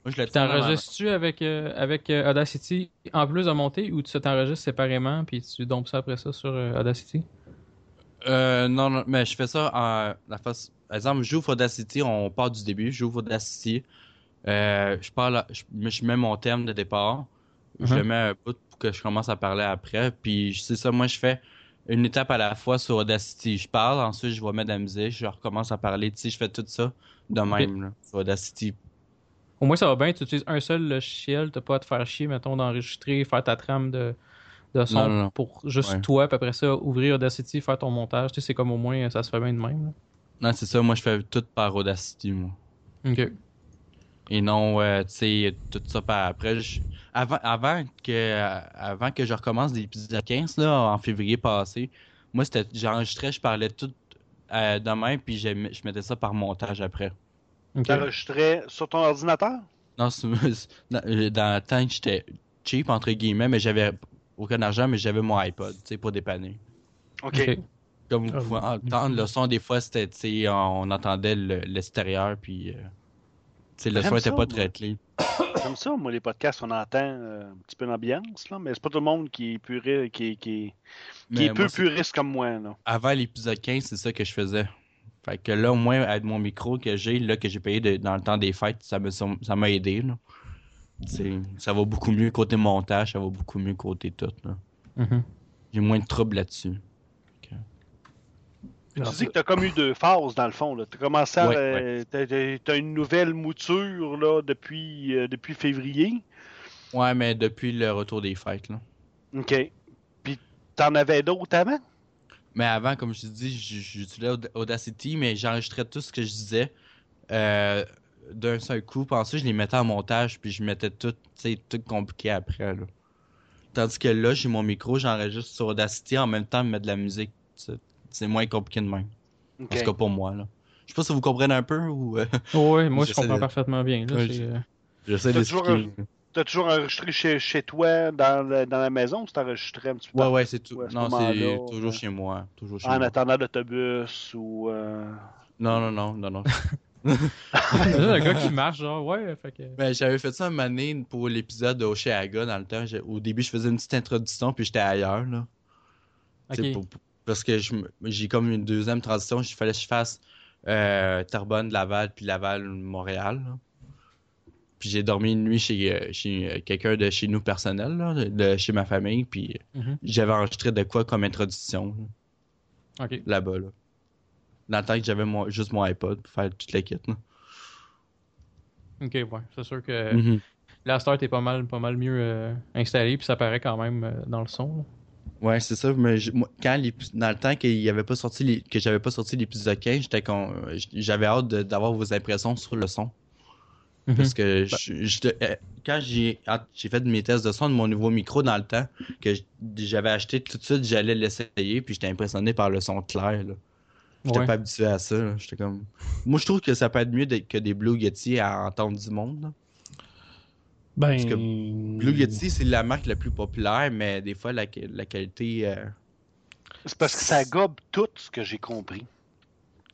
[SPEAKER 5] Moi, je T'enregistres-tu avec, euh, avec euh, Audacity en plus de monter ou tu t'enregistres séparément puis tu dompes ça après ça sur Audacity?
[SPEAKER 3] Euh, non, non, mais je fais ça en la face. Par exemple, j'ouvre Audacity, on part du début, j'ouvre Audacity. Euh, je parle, je, je, mets mon thème de départ, mm -hmm. je le mets un bout pour que je commence à parler après. Puis c'est ça, moi je fais une étape à la fois sur Audacity. Je parle, ensuite je vais mettre de la musique, je recommence à parler. Tu sais, je fais tout ça de même okay. là, sur Audacity.
[SPEAKER 5] Au moins ça va bien, tu utilises un seul logiciel, t'as pas à te faire chier, mettons, d'enregistrer, faire ta trame de de son non, non, non. pour juste ouais. toi, puis après ça, ouvrir Audacity, faire ton montage. Tu sais, c'est comme au moins, euh, ça se fait bien de même. Là.
[SPEAKER 3] Non, c'est ça. Moi, je fais tout par Audacity, moi.
[SPEAKER 5] OK.
[SPEAKER 3] Et non, euh, tu sais, tout ça par après. Je... Avant, avant, que, euh, avant que je recommence l'épisode 15, là, en février passé, moi, c'était j'enregistrais, je parlais tout euh, demain, puis je mettais ça par montage après.
[SPEAKER 4] Okay. T'enregistrais sur ton ordinateur?
[SPEAKER 3] Non, dans le temps, j'étais cheap, entre guillemets, mais j'avais aucun argent, mais j'avais mon iPod, tu sais, pour dépanner.
[SPEAKER 4] OK. okay.
[SPEAKER 3] Comme vous pouvez entendre, le son, des fois, c'était, tu sais, on entendait l'extérieur, le, puis, euh, tu sais, le son n'était pas très clé.
[SPEAKER 4] Comme ça, moi, les podcasts, on entend euh, un petit peu l'ambiance, là, mais c'est pas tout le monde qui est puré, qui, qui, qui est peu puriste comme moi, là.
[SPEAKER 3] Avant l'épisode 15, c'est ça que je faisais. Fait que là, au moins, avec mon micro que j'ai, là, que j'ai payé de, dans le temps des fêtes, ça m'a ça aidé, là. Ça va beaucoup mieux côté montage, ça va beaucoup mieux côté tout.
[SPEAKER 5] Mm -hmm.
[SPEAKER 3] J'ai moins de troubles là-dessus.
[SPEAKER 4] Okay. Tu dis que tu as comme eu deux phases dans le fond. Tu as commencé à. euh, Ouais, ouais. Tu as, as une nouvelle mouture là, depuis, euh, depuis février.
[SPEAKER 3] Ouais, mais depuis le retour des fêtes. Là.
[SPEAKER 4] OK. Puis t'en avais d'autres avant?
[SPEAKER 3] Mais avant, comme je te dis, j'utilisais Audacity, mais j'enregistrais tout ce que je disais. Euh, d'un seul coup. Pensez, je les mettais en montage, puis je mettais tout, tout compliqué après. Là. Tandis que là, j'ai mon micro, j'enregistre sur Audacity en même temps, mettre de la musique. C'est moins compliqué de même. Okay. En tout cas, pour moi. Là. Je sais pas si vous comprenez un peu ou. Euh...
[SPEAKER 5] Oui, moi je comprends de... parfaitement bien. Là, euh,
[SPEAKER 3] ouais, J'essaie d'expliquer.
[SPEAKER 4] T'as toujours enregistré chez, chez toi dans, le, dans, la maison ou tu enregistré un petit peu?
[SPEAKER 3] Ouais, ouais, c'est tout. Ce non, c'est toujours chez moi. Toujours chez
[SPEAKER 4] en
[SPEAKER 3] moi.
[SPEAKER 4] attendant l'autobus ou. Euh...
[SPEAKER 3] Non, non, non, non, non.
[SPEAKER 5] le gars qui marche, genre, ouais. Fait que...
[SPEAKER 3] ben, j'avais fait ça une année pour l'épisode de Oceaga dans le temps. Au début, je faisais une petite introduction puis j'étais ailleurs, là. Okay. Pour, pour, parce que j'ai comme une deuxième transition. Il fallait que je fasse euh, Terrebonne, Laval puis Laval, Montréal, là. Puis j'ai dormi une nuit chez, euh, chez quelqu'un de chez nous personnel, là, de chez ma famille. Puis mm -hmm. j'avais enregistré de quoi comme introduction là-bas. Okay. Là, là Dans le temps que j'avais juste mon iPod pour faire toute la kit. Là.
[SPEAKER 5] Ok, ouais. C'est sûr que mm -hmm. la star était pas mal, pas mal mieux euh, installé, puis ça paraît quand même euh, dans le son. Là.
[SPEAKER 3] Ouais, c'est ça. Mais je, moi, quand les, dans le temps qu'il avait pas sorti les, que j'avais pas sorti l'épisode 15, euh, j'avais hâte d'avoir vos impressions sur le son.
[SPEAKER 5] Mhm.
[SPEAKER 3] Mm -hmm. Parce que je, je, je, quand j'ai fait mes tests de son de mon nouveau micro dans le temps, que j'avais acheté tout de suite, j'allais l'essayer, puis j'étais impressionné par le son clair. J'étais ouais. pas habitué à ça. J'étais comme. Moi, je trouve que ça peut être mieux de, que des Blue Yeti à entendre du monde. Là.
[SPEAKER 2] Ben... Parce
[SPEAKER 3] que Blue Yeti, c'est la marque la plus populaire, mais des fois, la, la qualité. Euh...
[SPEAKER 4] C'est parce que ça gobe tout ce que j'ai compris.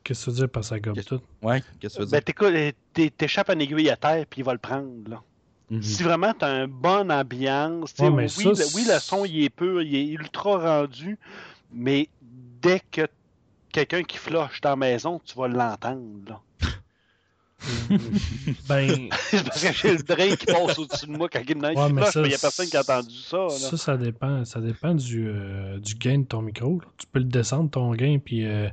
[SPEAKER 2] Qu'est-ce que ça veut dire par ça gobe tout?
[SPEAKER 3] Ouais, qu'est-ce que ça
[SPEAKER 4] veut dire? Ben, t'échappes en aiguille à terre, puis il va le prendre, là. Mm -hmm.
[SPEAKER 3] Mm-hmm.
[SPEAKER 4] Si vraiment t'as une bonne ambiance, ouais, oui, ça, le, oui, le son, il est pur, il est ultra rendu, mais dès que quelqu'un qui floche dans la maison, tu vas l'entendre, là.
[SPEAKER 2] ben...
[SPEAKER 4] parce que j'ai le drain qui passe au-dessus de moi quand il y a ouais, mais il n'y a personne qui a entendu ça. Là.
[SPEAKER 2] Ça, ça dépend, ça dépend du, euh, du gain de ton micro. Là. Tu peux le descendre, ton gain, puis euh,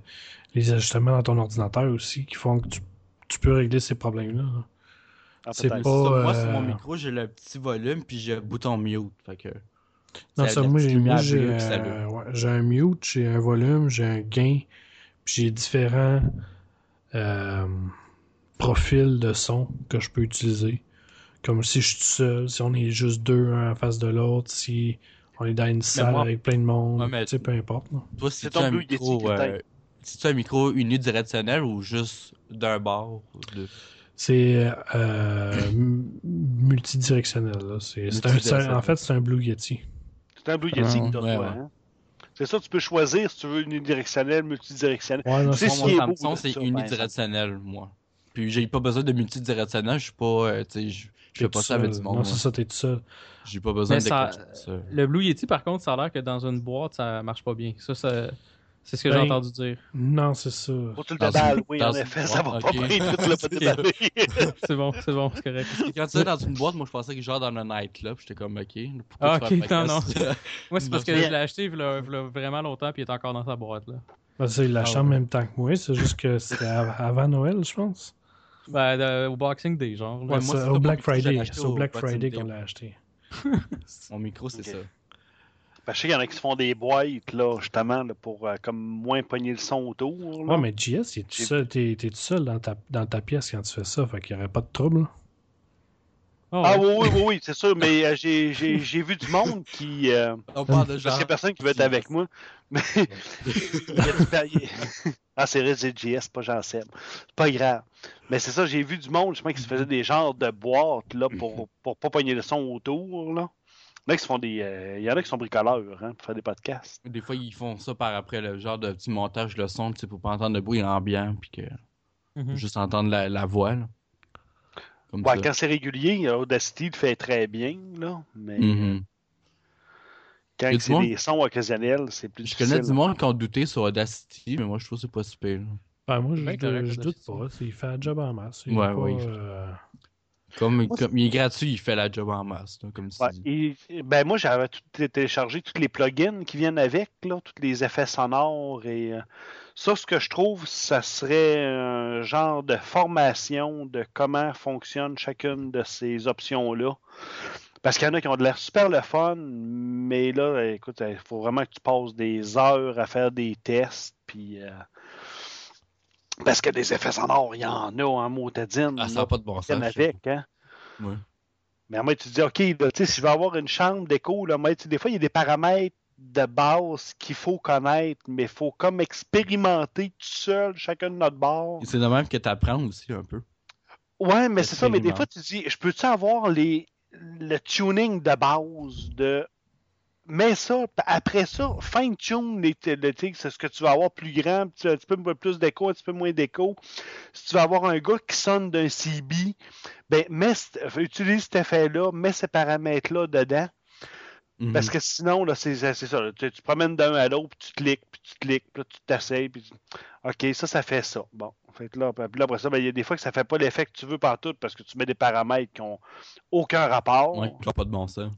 [SPEAKER 2] les ajustements dans ton ordinateur aussi qui font que tu, tu peux régler ces problèmes-là. hein.
[SPEAKER 3] Ah, c'est pas.
[SPEAKER 2] Oh,
[SPEAKER 3] Euh... Moi, sur mon micro, j'ai le petit volume, puis j'ai le bouton mute. Fait que...
[SPEAKER 2] Non, ça, moi, j'ai euh,
[SPEAKER 3] Euh,
[SPEAKER 2] ouais, un mute, j'ai un volume, j'ai un gain, puis j'ai différents profil de son que je peux utiliser. Comme si je suis tout seul, si on est juste deux, un en face de l'autre, si on est dans une salle moi, avec plein de monde, ouais, mais tu sais, peu importe. Non?
[SPEAKER 3] Toi, si tu un micro, euh, si un micro unidirectionnel ou juste d'un bord de...
[SPEAKER 2] C'est euh, multidirectionnel. Là. C est, c est multidirectionnel. Un, en fait, c'est un Blue Yeti.
[SPEAKER 4] C'est un Blue Yeti ah, que ouais, ouais. hein? C'est ça, tu peux choisir si tu veux unidirectionnel, multidirectionnel.
[SPEAKER 3] c'est ce qui Samsung, c'est unidirectionnel, moi. Puis j'ai pas besoin de multidirectionnel, je suis pas. Euh, tu sais, je fais pas ça avec du monde.
[SPEAKER 2] Non, c'est ça, t'es tout seul.
[SPEAKER 3] J'ai pas besoin mais de
[SPEAKER 5] ça, euh, Le Blue Yeti, par contre, ça a l'air que dans une boîte, ça marche pas bien. Ça, ça c'est ce que ben, j'ai entendu dire.
[SPEAKER 2] Non, c'est ça.
[SPEAKER 4] Faut tout le déballe, oui, en effet, boîte, ça va okay. pas bien tout le déballer.
[SPEAKER 5] c'est bon, c'est bon, c'est correct.
[SPEAKER 3] Quand tu es dans une boîte, moi, je pensais que genre dans le nightclub, j'étais comme, ok,
[SPEAKER 5] pourquoi ah, tu ok, non, non. moi, c'est parce que je l'ai acheté il y a vraiment longtemps, puis il est encore dans sa boîte, là.
[SPEAKER 2] Ben, il
[SPEAKER 3] Ah
[SPEAKER 2] l'achète en même temps que moi, c'est juste que c'était avant Noël, je pense.
[SPEAKER 5] Ben, euh, au Boxing Day, genre.
[SPEAKER 2] Ouais, moi, au, Black Friday, au, au Black Friday. C'est au Black Friday qu'on l'a acheté.
[SPEAKER 3] Mon micro, c'est okay. ça.
[SPEAKER 4] Ben, je sais qu'il y en a qui se font des boîtes, là, justement, là, pour euh, comme moins pogner le son autour.
[SPEAKER 2] Là. Ouais, mais JS, t'es tout seul, t es, t es tout seul dans, ta, dans ta pièce quand tu fais ça, fait qu'il n'y aurait pas de trouble.
[SPEAKER 4] Oh,
[SPEAKER 2] hein.
[SPEAKER 4] ah ouais. oui, oui, oui, c'est sûr, mais euh, j'ai vu du monde qui. Euh,
[SPEAKER 3] On parle de genre.
[SPEAKER 4] Parce qu'il n'y a personne qui veut être avec moi. Mais. ah, c'est vrai, c'est JS, pas jean seb C'est pas grave. Mais c'est ça, j'ai vu du monde, je pense, qui se faisait des genres de boîtes, là, pour, pour pas pogner le son autour, là. Il y en a qui, font des, euh, y en a qui sont bricoleurs hein, pour faire des podcasts.
[SPEAKER 3] Des fois, ils font ça par après, le genre de petit montage le son, pour pas entendre le bruit ambiant, puis que. Mm
[SPEAKER 5] Mhm.
[SPEAKER 3] -hmm. Juste entendre la, la voix, là.
[SPEAKER 4] Ouais, quand c'est régulier, Audacity le fait très bien, là, mais
[SPEAKER 2] Mm-hmm.
[SPEAKER 3] Mm-hmm.
[SPEAKER 4] mm -hmm. quand c'est monde... des sons occasionnels, c'est plus
[SPEAKER 3] Je
[SPEAKER 4] difficile.
[SPEAKER 3] connais du monde qui ont douté sur Audacity, mais moi, je trouve que c'est pas super. Si
[SPEAKER 2] ben, moi, je, je, je doute pas. Il fait la job en masse.
[SPEAKER 3] Il ouais, pas, oui. euh... Comme, moi, comme est... il est gratuit, il fait la job en masse. Là, comme
[SPEAKER 4] ouais, et, ben moi, j'avais téléchargé tous les plugins qui viennent avec, là, tous les effets sonores. et euh, Ça, ce que je trouve, ça serait un genre de formation de comment fonctionne chacune de ces options-là. Parce qu'il y en a qui ont de l'air super le fun, mais là, écoute, il faut vraiment que tu passes des heures à faire des tests. Puis. Euh, parce que des effets sonores, il y en a en motadine.
[SPEAKER 3] Ah, ça n'a pas de bon sens.
[SPEAKER 4] avec, hein? Oui. Mais moi, tu te dis, OK, là, si je veux avoir une chambre d'écho, des fois, il y a des paramètres de base qu'il faut connaître, mais il faut comme expérimenter tout seul, chacun de notre bord.
[SPEAKER 3] C'est de même que tu apprends aussi un peu.
[SPEAKER 4] Ouais, mais c'est ça, mais des fois tu dis, je peux-tu avoir les, le tuning de base de mais ça, après ça, fine-tune c'est ce que tu vas avoir plus grand, tu, tu peux plus d'écho, un petit peu moins d'écho. Si tu vas avoir un gars qui sonne d'un CB, ben, mets, utilise cet effet-là, mets ces paramètres-là dedans.
[SPEAKER 3] Mm-hmm.
[SPEAKER 4] Mm -hmm. Parce que sinon, là, c'est, ça. Là, tu, tu, promènes d'un à l'autre, puis tu cliques, puis tu cliques, puis là, tu t'asseyes, puis tu... OK, ça, ça fait ça. Bon. Fait là, puis là, après ça, il ben, y a des fois que ça fait pas l'effet que tu veux partout parce que tu mets des paramètres qui n'ont aucun rapport.
[SPEAKER 3] Oui, qui n'ont pas de bon sens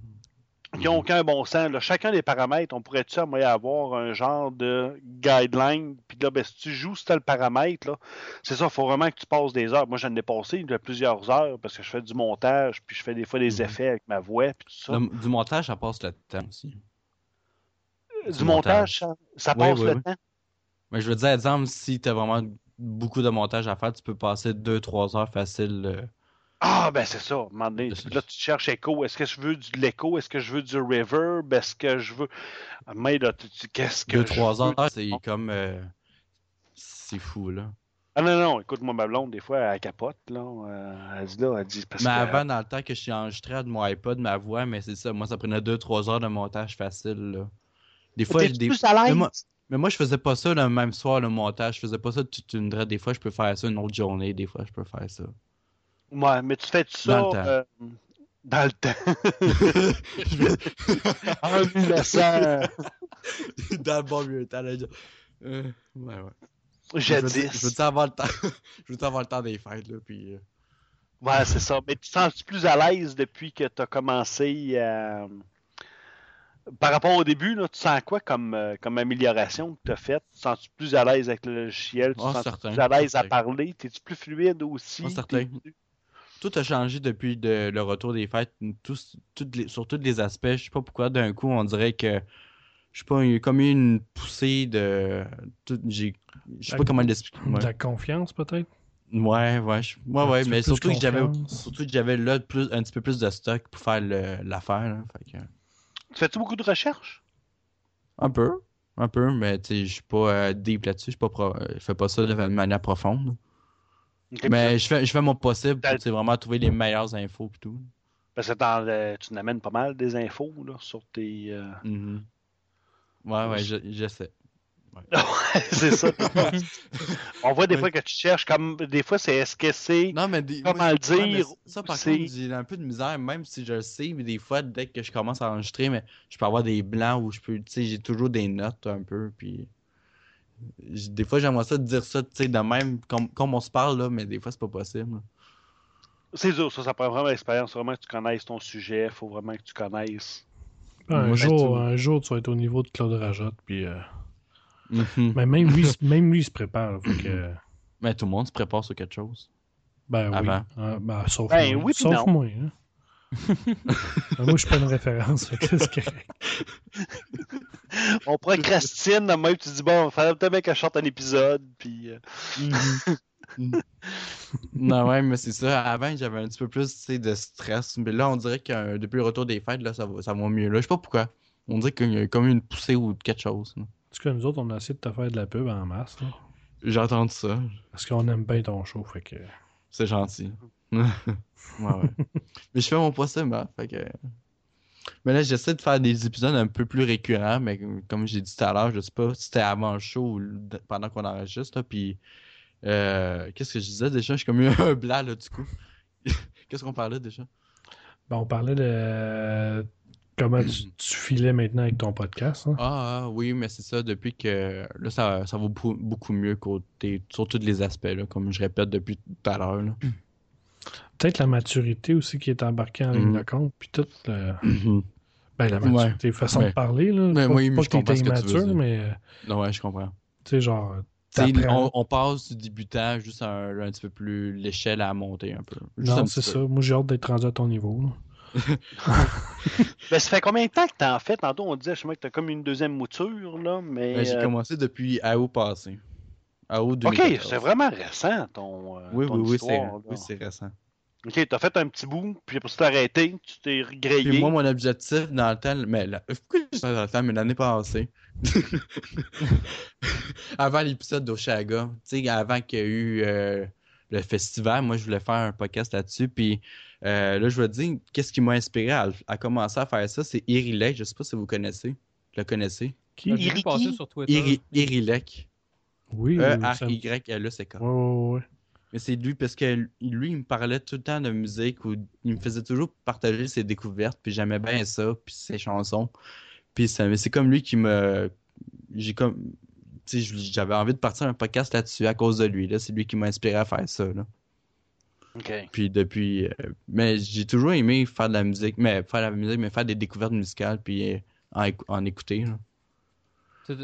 [SPEAKER 4] qui n'ont aucun bon sens. Là. Chacun des paramètres, on pourrait-tu avoir un genre de guideline? Puis là, ben, si tu joues tel paramètre, c'est ça, il faut vraiment que tu passes des heures. Moi, j'en ai passé de plusieurs heures parce que je fais du montage, puis je fais des fois des effets avec ma voix, puis tout ça.
[SPEAKER 3] Le, du montage, ça passe le temps aussi.
[SPEAKER 4] Du, du montage, montage, ça, ça oui, passe oui, le oui. temps?
[SPEAKER 3] Mais je veux dire, exemple, si tu as vraiment beaucoup de montage à faire, tu peux passer 2-3 heures facile. Euh...
[SPEAKER 4] Ah, ben c'est ça, donné, Là, tu cherches écho. Est-ce que je veux de l'écho? Est-ce que je veux du reverb? Est-ce que je veux. Mais là, tu, tu qu'est-ce que.
[SPEAKER 3] Deux, trois heures, c'est comme. Euh... C'est fou, là.
[SPEAKER 4] Ah non, non, écoute-moi, ma blonde, des fois, elle capote, là. Euh, elle dit là, elle dit.
[SPEAKER 3] Parce mais que, avant, euh... dans le temps que je suis enregistré de mon iPod, ma voix, mais c'est ça, moi, ça prenait deux, trois heures de montage facile, là. Des fois, je. Des...
[SPEAKER 4] Plus à
[SPEAKER 3] mais, moi, mais moi, je faisais pas ça le même soir, le montage. Je faisais pas ça toute une droite. Des fois, je peux faire ça une autre journée. Des fois, je peux faire ça.
[SPEAKER 4] Ouais, mais tu fais tout ça dans le temps. Euh, dans le temps. en 1900.
[SPEAKER 3] dans le bon vieux temps. Là, euh, ouais, ouais.
[SPEAKER 4] Jadis.
[SPEAKER 3] Je veux avoir le temps. je veux avoir le temps des fêtes là, puis. euh,
[SPEAKER 4] Ouais, c'est ça. Mais tu te sens -tu plus à l'aise depuis que tu as commencé à. Par rapport au début, là, tu sens quoi comme, euh, comme amélioration que tu as faite? Tu sens-tu plus à l'aise avec le logiciel? Tu
[SPEAKER 3] oh,
[SPEAKER 4] sens -tu
[SPEAKER 3] certain,
[SPEAKER 4] plus à l'aise à parler? T'es-tu plus fluide aussi?
[SPEAKER 3] Oh, certain tout a changé depuis de, le retour des fêtes, tout, tout les, sur tous les aspects. Je sais pas pourquoi d'un coup on dirait que je sais pas, il y a comme eu une poussée de. Tout, je sais pas comment l'expliquer.
[SPEAKER 2] Ouais. De la confiance peut-être?
[SPEAKER 3] Ouais, ouais. Je, ouais, ouais, mais surtout que, j'avais, surtout que j'avais là plus, un petit peu plus de stock pour faire l'affaire. hein, Que...
[SPEAKER 4] Tu fais-tu beaucoup de recherches?
[SPEAKER 3] Un peu. Un peu, mais tu sais, je suis pas euh, deep là-dessus. Je ne fais pas ça de manière profonde. Okay, mais je fais, je fais mon possible pour vraiment trouver les meilleures infos et tout.
[SPEAKER 4] Parce que dans le, tu n'amènes pas mal des infos là, sur tes. Euh...
[SPEAKER 3] Mm -hmm. Ouais, ouais, j'essaie.
[SPEAKER 4] Je ouais. c'est ça. On voit des ouais. fois que tu cherches comme. Des fois, c'est est-ce que c'est.
[SPEAKER 3] Non, mais des...
[SPEAKER 4] Comment le dire
[SPEAKER 3] mais Ça, par contre, j'ai un peu de misère, même si je le sais, mais des fois, dès que je commence à enregistrer, mais je peux avoir des blancs où je peux. Tu sais, j'ai toujours des notes un peu, puis des fois j'aimerais ça dire ça tu sais de même comme, comme, on se parle là mais des fois c'est pas possible
[SPEAKER 4] c'est dur ça ça prend vraiment l'expérience vraiment que tu connaisses ton sujet faut vraiment que tu connaisses
[SPEAKER 2] Ben, un ouais, jour tu... un jour tu vas être au niveau de Claude Rajotte puis euh... mm -hmm. mais même lui même lui il se prépare faut que...
[SPEAKER 3] mais tout le monde se prépare sur quelque chose
[SPEAKER 2] ben oui Avant. Euh, ben, sauf ben, moi, oui, sauf moi hein? Ben, moi, je suis pas une référence. Que...
[SPEAKER 4] on procrastine, même tu dis bon, il fallait peut-être que je sorte un épisode, puis. Mm
[SPEAKER 3] -hmm. non, ouais, mais c'est ça. Avant, j'avais un petit peu plus de stress, mais là, on dirait que depuis le retour des fêtes, là, ça, va, ça va mieux. Là. Je sais pas pourquoi. On dirait qu'il y a comme une poussée ou quelque chose. Là.
[SPEAKER 2] Parce que nous autres, on a essayé de te faire de la pub en masse.
[SPEAKER 3] J'ai entendu ça.
[SPEAKER 2] Parce qu'on aime bien ton show, fait que.
[SPEAKER 3] C'est gentil. ouais, ouais. mais je fais mon possible. Hein, fait que... Mais là, j'essaie de faire des épisodes un peu plus récurrents, mais comme j'ai dit tout à l'heure, je sais pas si c'était avant le show ou pendant qu'on enregistre. Là, puis, euh, qu'est-ce que je disais déjà Je suis comme eu un blanc là, du coup. qu'est-ce qu'on parlait déjà
[SPEAKER 2] ben, On parlait de comment tu, tu, filais maintenant avec ton podcast. Hein?
[SPEAKER 3] Ah, oui, mais c'est ça, depuis que là, ça, ça vaut beaucoup mieux côté, sur tous les aspects, là, comme je répète depuis tout à l'heure.
[SPEAKER 2] peut-être la maturité aussi qui est embarquée en
[SPEAKER 3] Mm.
[SPEAKER 2] ligne de compte, puis tout. Le... Mm -hmm. Ben, la maturité, ouais. façon ouais. de parler, là.
[SPEAKER 3] Mais
[SPEAKER 2] pas,
[SPEAKER 3] oui,
[SPEAKER 2] pas
[SPEAKER 3] Ben, je que
[SPEAKER 2] t'es immature, mais.
[SPEAKER 3] Non, ouais, je comprends.
[SPEAKER 2] Tu sais, genre.
[SPEAKER 3] On, on, passe du débutant juste à un, un petit peu plus l'échelle à monter un peu. Juste
[SPEAKER 2] non, c'est ça. Moi, j'ai hâte d'être rendu à ton niveau. Là.
[SPEAKER 4] ben, ça fait combien de temps que t'en fais? Tantôt, on disait, je sais pas, que t'as comme une deuxième mouture, là, mais... Ben,
[SPEAKER 3] j'ai commencé depuis à août passé. À août
[SPEAKER 4] OK, c'est vraiment récent, ton,
[SPEAKER 3] Oui,
[SPEAKER 4] ton
[SPEAKER 3] oui,
[SPEAKER 4] histoire,
[SPEAKER 3] oui, c'est oui, récent.
[SPEAKER 4] OK, t'as fait un petit bout, puis après ça, t'as arrêté, tu t'es regrayé.
[SPEAKER 3] Puis moi, mon objectif dans le temps, mais la... pourquoi je dans le temps, mais l'année passée, avant l'épisode d'Oshaga, tu sais, avant qu'il y ait eu euh, le festival, moi, je voulais faire un podcast là-dessus, puis euh, là, je veux dire, qu'est-ce qui m'a inspiré à, à, commencer à faire ça, c'est Irilec, je sais pas si vous connaissez, le connaissez.
[SPEAKER 5] Qui?
[SPEAKER 2] Euh,
[SPEAKER 5] Iri... passé sur Twitter.
[SPEAKER 3] Irilec.
[SPEAKER 2] Oui,
[SPEAKER 3] E-R-Y-L-E-C-K.
[SPEAKER 2] Ouais, ouais, ouais.
[SPEAKER 3] Mais c'est lui parce que lui, il me parlait tout le temps de musique ou il me faisait toujours partager ses découvertes, puis j'aimais bien ça, puis ses chansons. Puis c'est comme lui qui me. J'ai comme. J'avais envie de partir un podcast là-dessus à cause de lui. Là. C'est lui qui m'a inspiré à faire ça. Là.
[SPEAKER 4] Okay.
[SPEAKER 3] Puis depuis. Euh, mais j'ai toujours aimé faire de la musique, mais faire de la musique, mais faire des découvertes musicales, puis euh, en, éc en écouter. Là.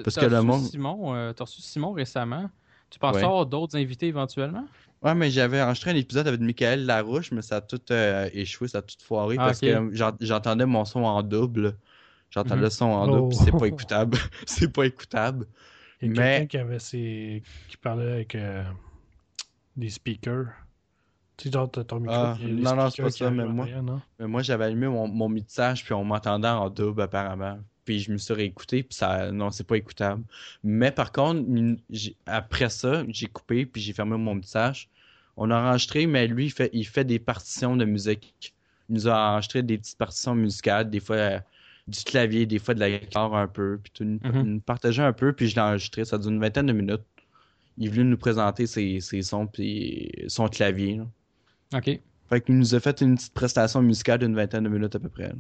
[SPEAKER 5] Parce que le monde. Simon, euh, t'as reçu Simon récemment. Tu penses ouais. avoir d'autres invités éventuellement?
[SPEAKER 3] Ouais, mais j'avais enregistré un épisode avec Michael Larouche, mais ça a tout euh, échoué, ça a tout foiré ah, parce okay. que j'entendais mon son en double. J'entendais mm -hmm. le son en double, oh. c'est pas écoutable. c'est pas écoutable.
[SPEAKER 2] Il y a mais... quelqu'un qui avait ses... qui parlait avec euh, des speakers. Tu sais, genre, as ton micro. Ah,
[SPEAKER 3] non, non, non, c'est pas ça, mais moi, rien, mais moi j'avais allumé mon, mon mixage, puis on m'entendait en double apparemment puis je me suis réécouté, puis ça, non, c'est pas écoutable. Mais par contre, après ça, j'ai coupé, puis j'ai fermé mon mixage. On a enregistré, mais lui, il fait, il fait des partitions de musique. Il nous a enregistré des petites partitions musicales, des fois euh, du clavier, des fois de la guitare un peu, puis tout, nous mm -hmm. partageait un peu, puis je l'ai enregistré. Ça dure une vingtaine de minutes. Il voulait nous présenter ses, ses sons, puis son clavier.
[SPEAKER 5] Là. OK.
[SPEAKER 3] Fait qu'il nous a fait une petite prestation musicale d'une vingtaine de minutes à peu près. Là.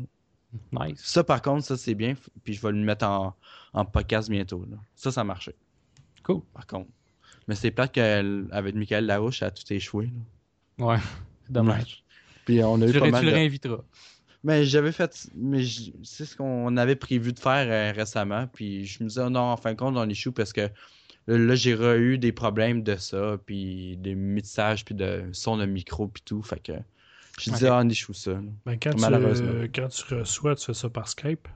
[SPEAKER 5] Nice.
[SPEAKER 3] Ça, par contre, ça, c'est bien. Puis je vais le mettre en, en podcast bientôt. Là. Ça, ça marchait.
[SPEAKER 5] Cool.
[SPEAKER 3] Par contre. Mais c'est plate qu'avec Michael Larouche, ça a tout échoué.
[SPEAKER 5] Là. Ouais. Dommage.
[SPEAKER 3] Ouais. Puis on a tu eu pas mal
[SPEAKER 5] Tu le réinviteras.
[SPEAKER 3] De... Mais j'avais fait. Mais je... c'est ce qu'on avait prévu de faire euh, récemment. Puis je me disais, oh, non, en fin de compte, on échoue parce que là, j'ai eu des problèmes de ça. Puis des mixages, puis de son de micro, puis tout. Fait que. Je okay. dis, ah, on échoue ça.
[SPEAKER 2] Ben, quand, Malheureusement. Tu, quand tu reçois, tu fais ça par Skype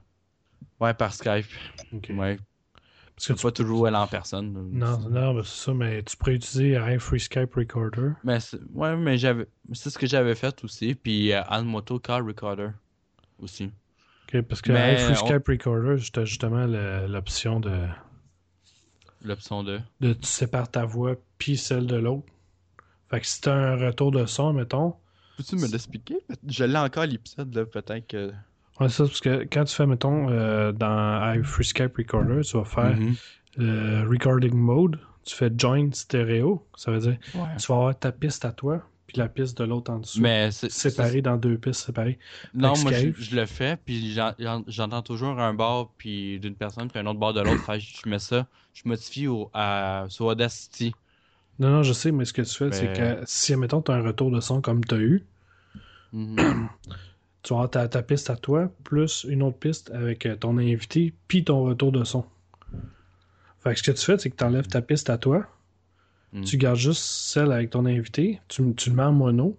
[SPEAKER 3] Ouais, par Skype. Okay. Ouais. Parce que tu pas toujours aller en personne.
[SPEAKER 2] Non, non, ben c'est ça, mais tu pourrais utiliser un free Skype recorder.
[SPEAKER 3] Mais ouais, mais j'avais, c'est ce que j'avais fait aussi, puis euh, Anmoto Car Recorder aussi.
[SPEAKER 2] Ok, parce que mais free on... Skype recorder, j'étais justement l'option de.
[SPEAKER 3] L'option de.
[SPEAKER 2] De tu sépares ta voix puis celle de l'autre. Fait que si t'as un retour de son, mettons,
[SPEAKER 3] Peux-tu me l'expliquer? Je l'ai encore l'épisode, là, peut-être que.
[SPEAKER 2] Ouais, ça, parce que quand tu fais, mettons, euh, dans iFree Skype Recorder, tu vas faire mm -hmm.
[SPEAKER 3] Mm-hmm.
[SPEAKER 2] euh, Recording Mode, tu fais Join Stereo, ça veut dire ouais. tu vas avoir ta piste à toi, puis la piste de l'autre en dessous.
[SPEAKER 3] Mais
[SPEAKER 2] séparée dans deux pistes séparées.
[SPEAKER 3] Non, moi, je, je, le fais, puis j'entends toujours un bord puis d'une personne, puis un autre bord de l'autre. je mets ça, je modifie au, à, sur Audacity.
[SPEAKER 2] Non, non, je sais, mais ce que tu fais, mais... c'est que si, mettons, tu as un retour de son comme tu as eu, mm -hmm. tu vas ta, ta, piste à toi, plus une autre piste avec euh, ton invité, puis ton retour de son. Fait que ce que tu fais, c'est que tu enlèves ta piste à toi, mm -hmm. tu gardes juste celle avec ton invité, tu, tu le mets en mono.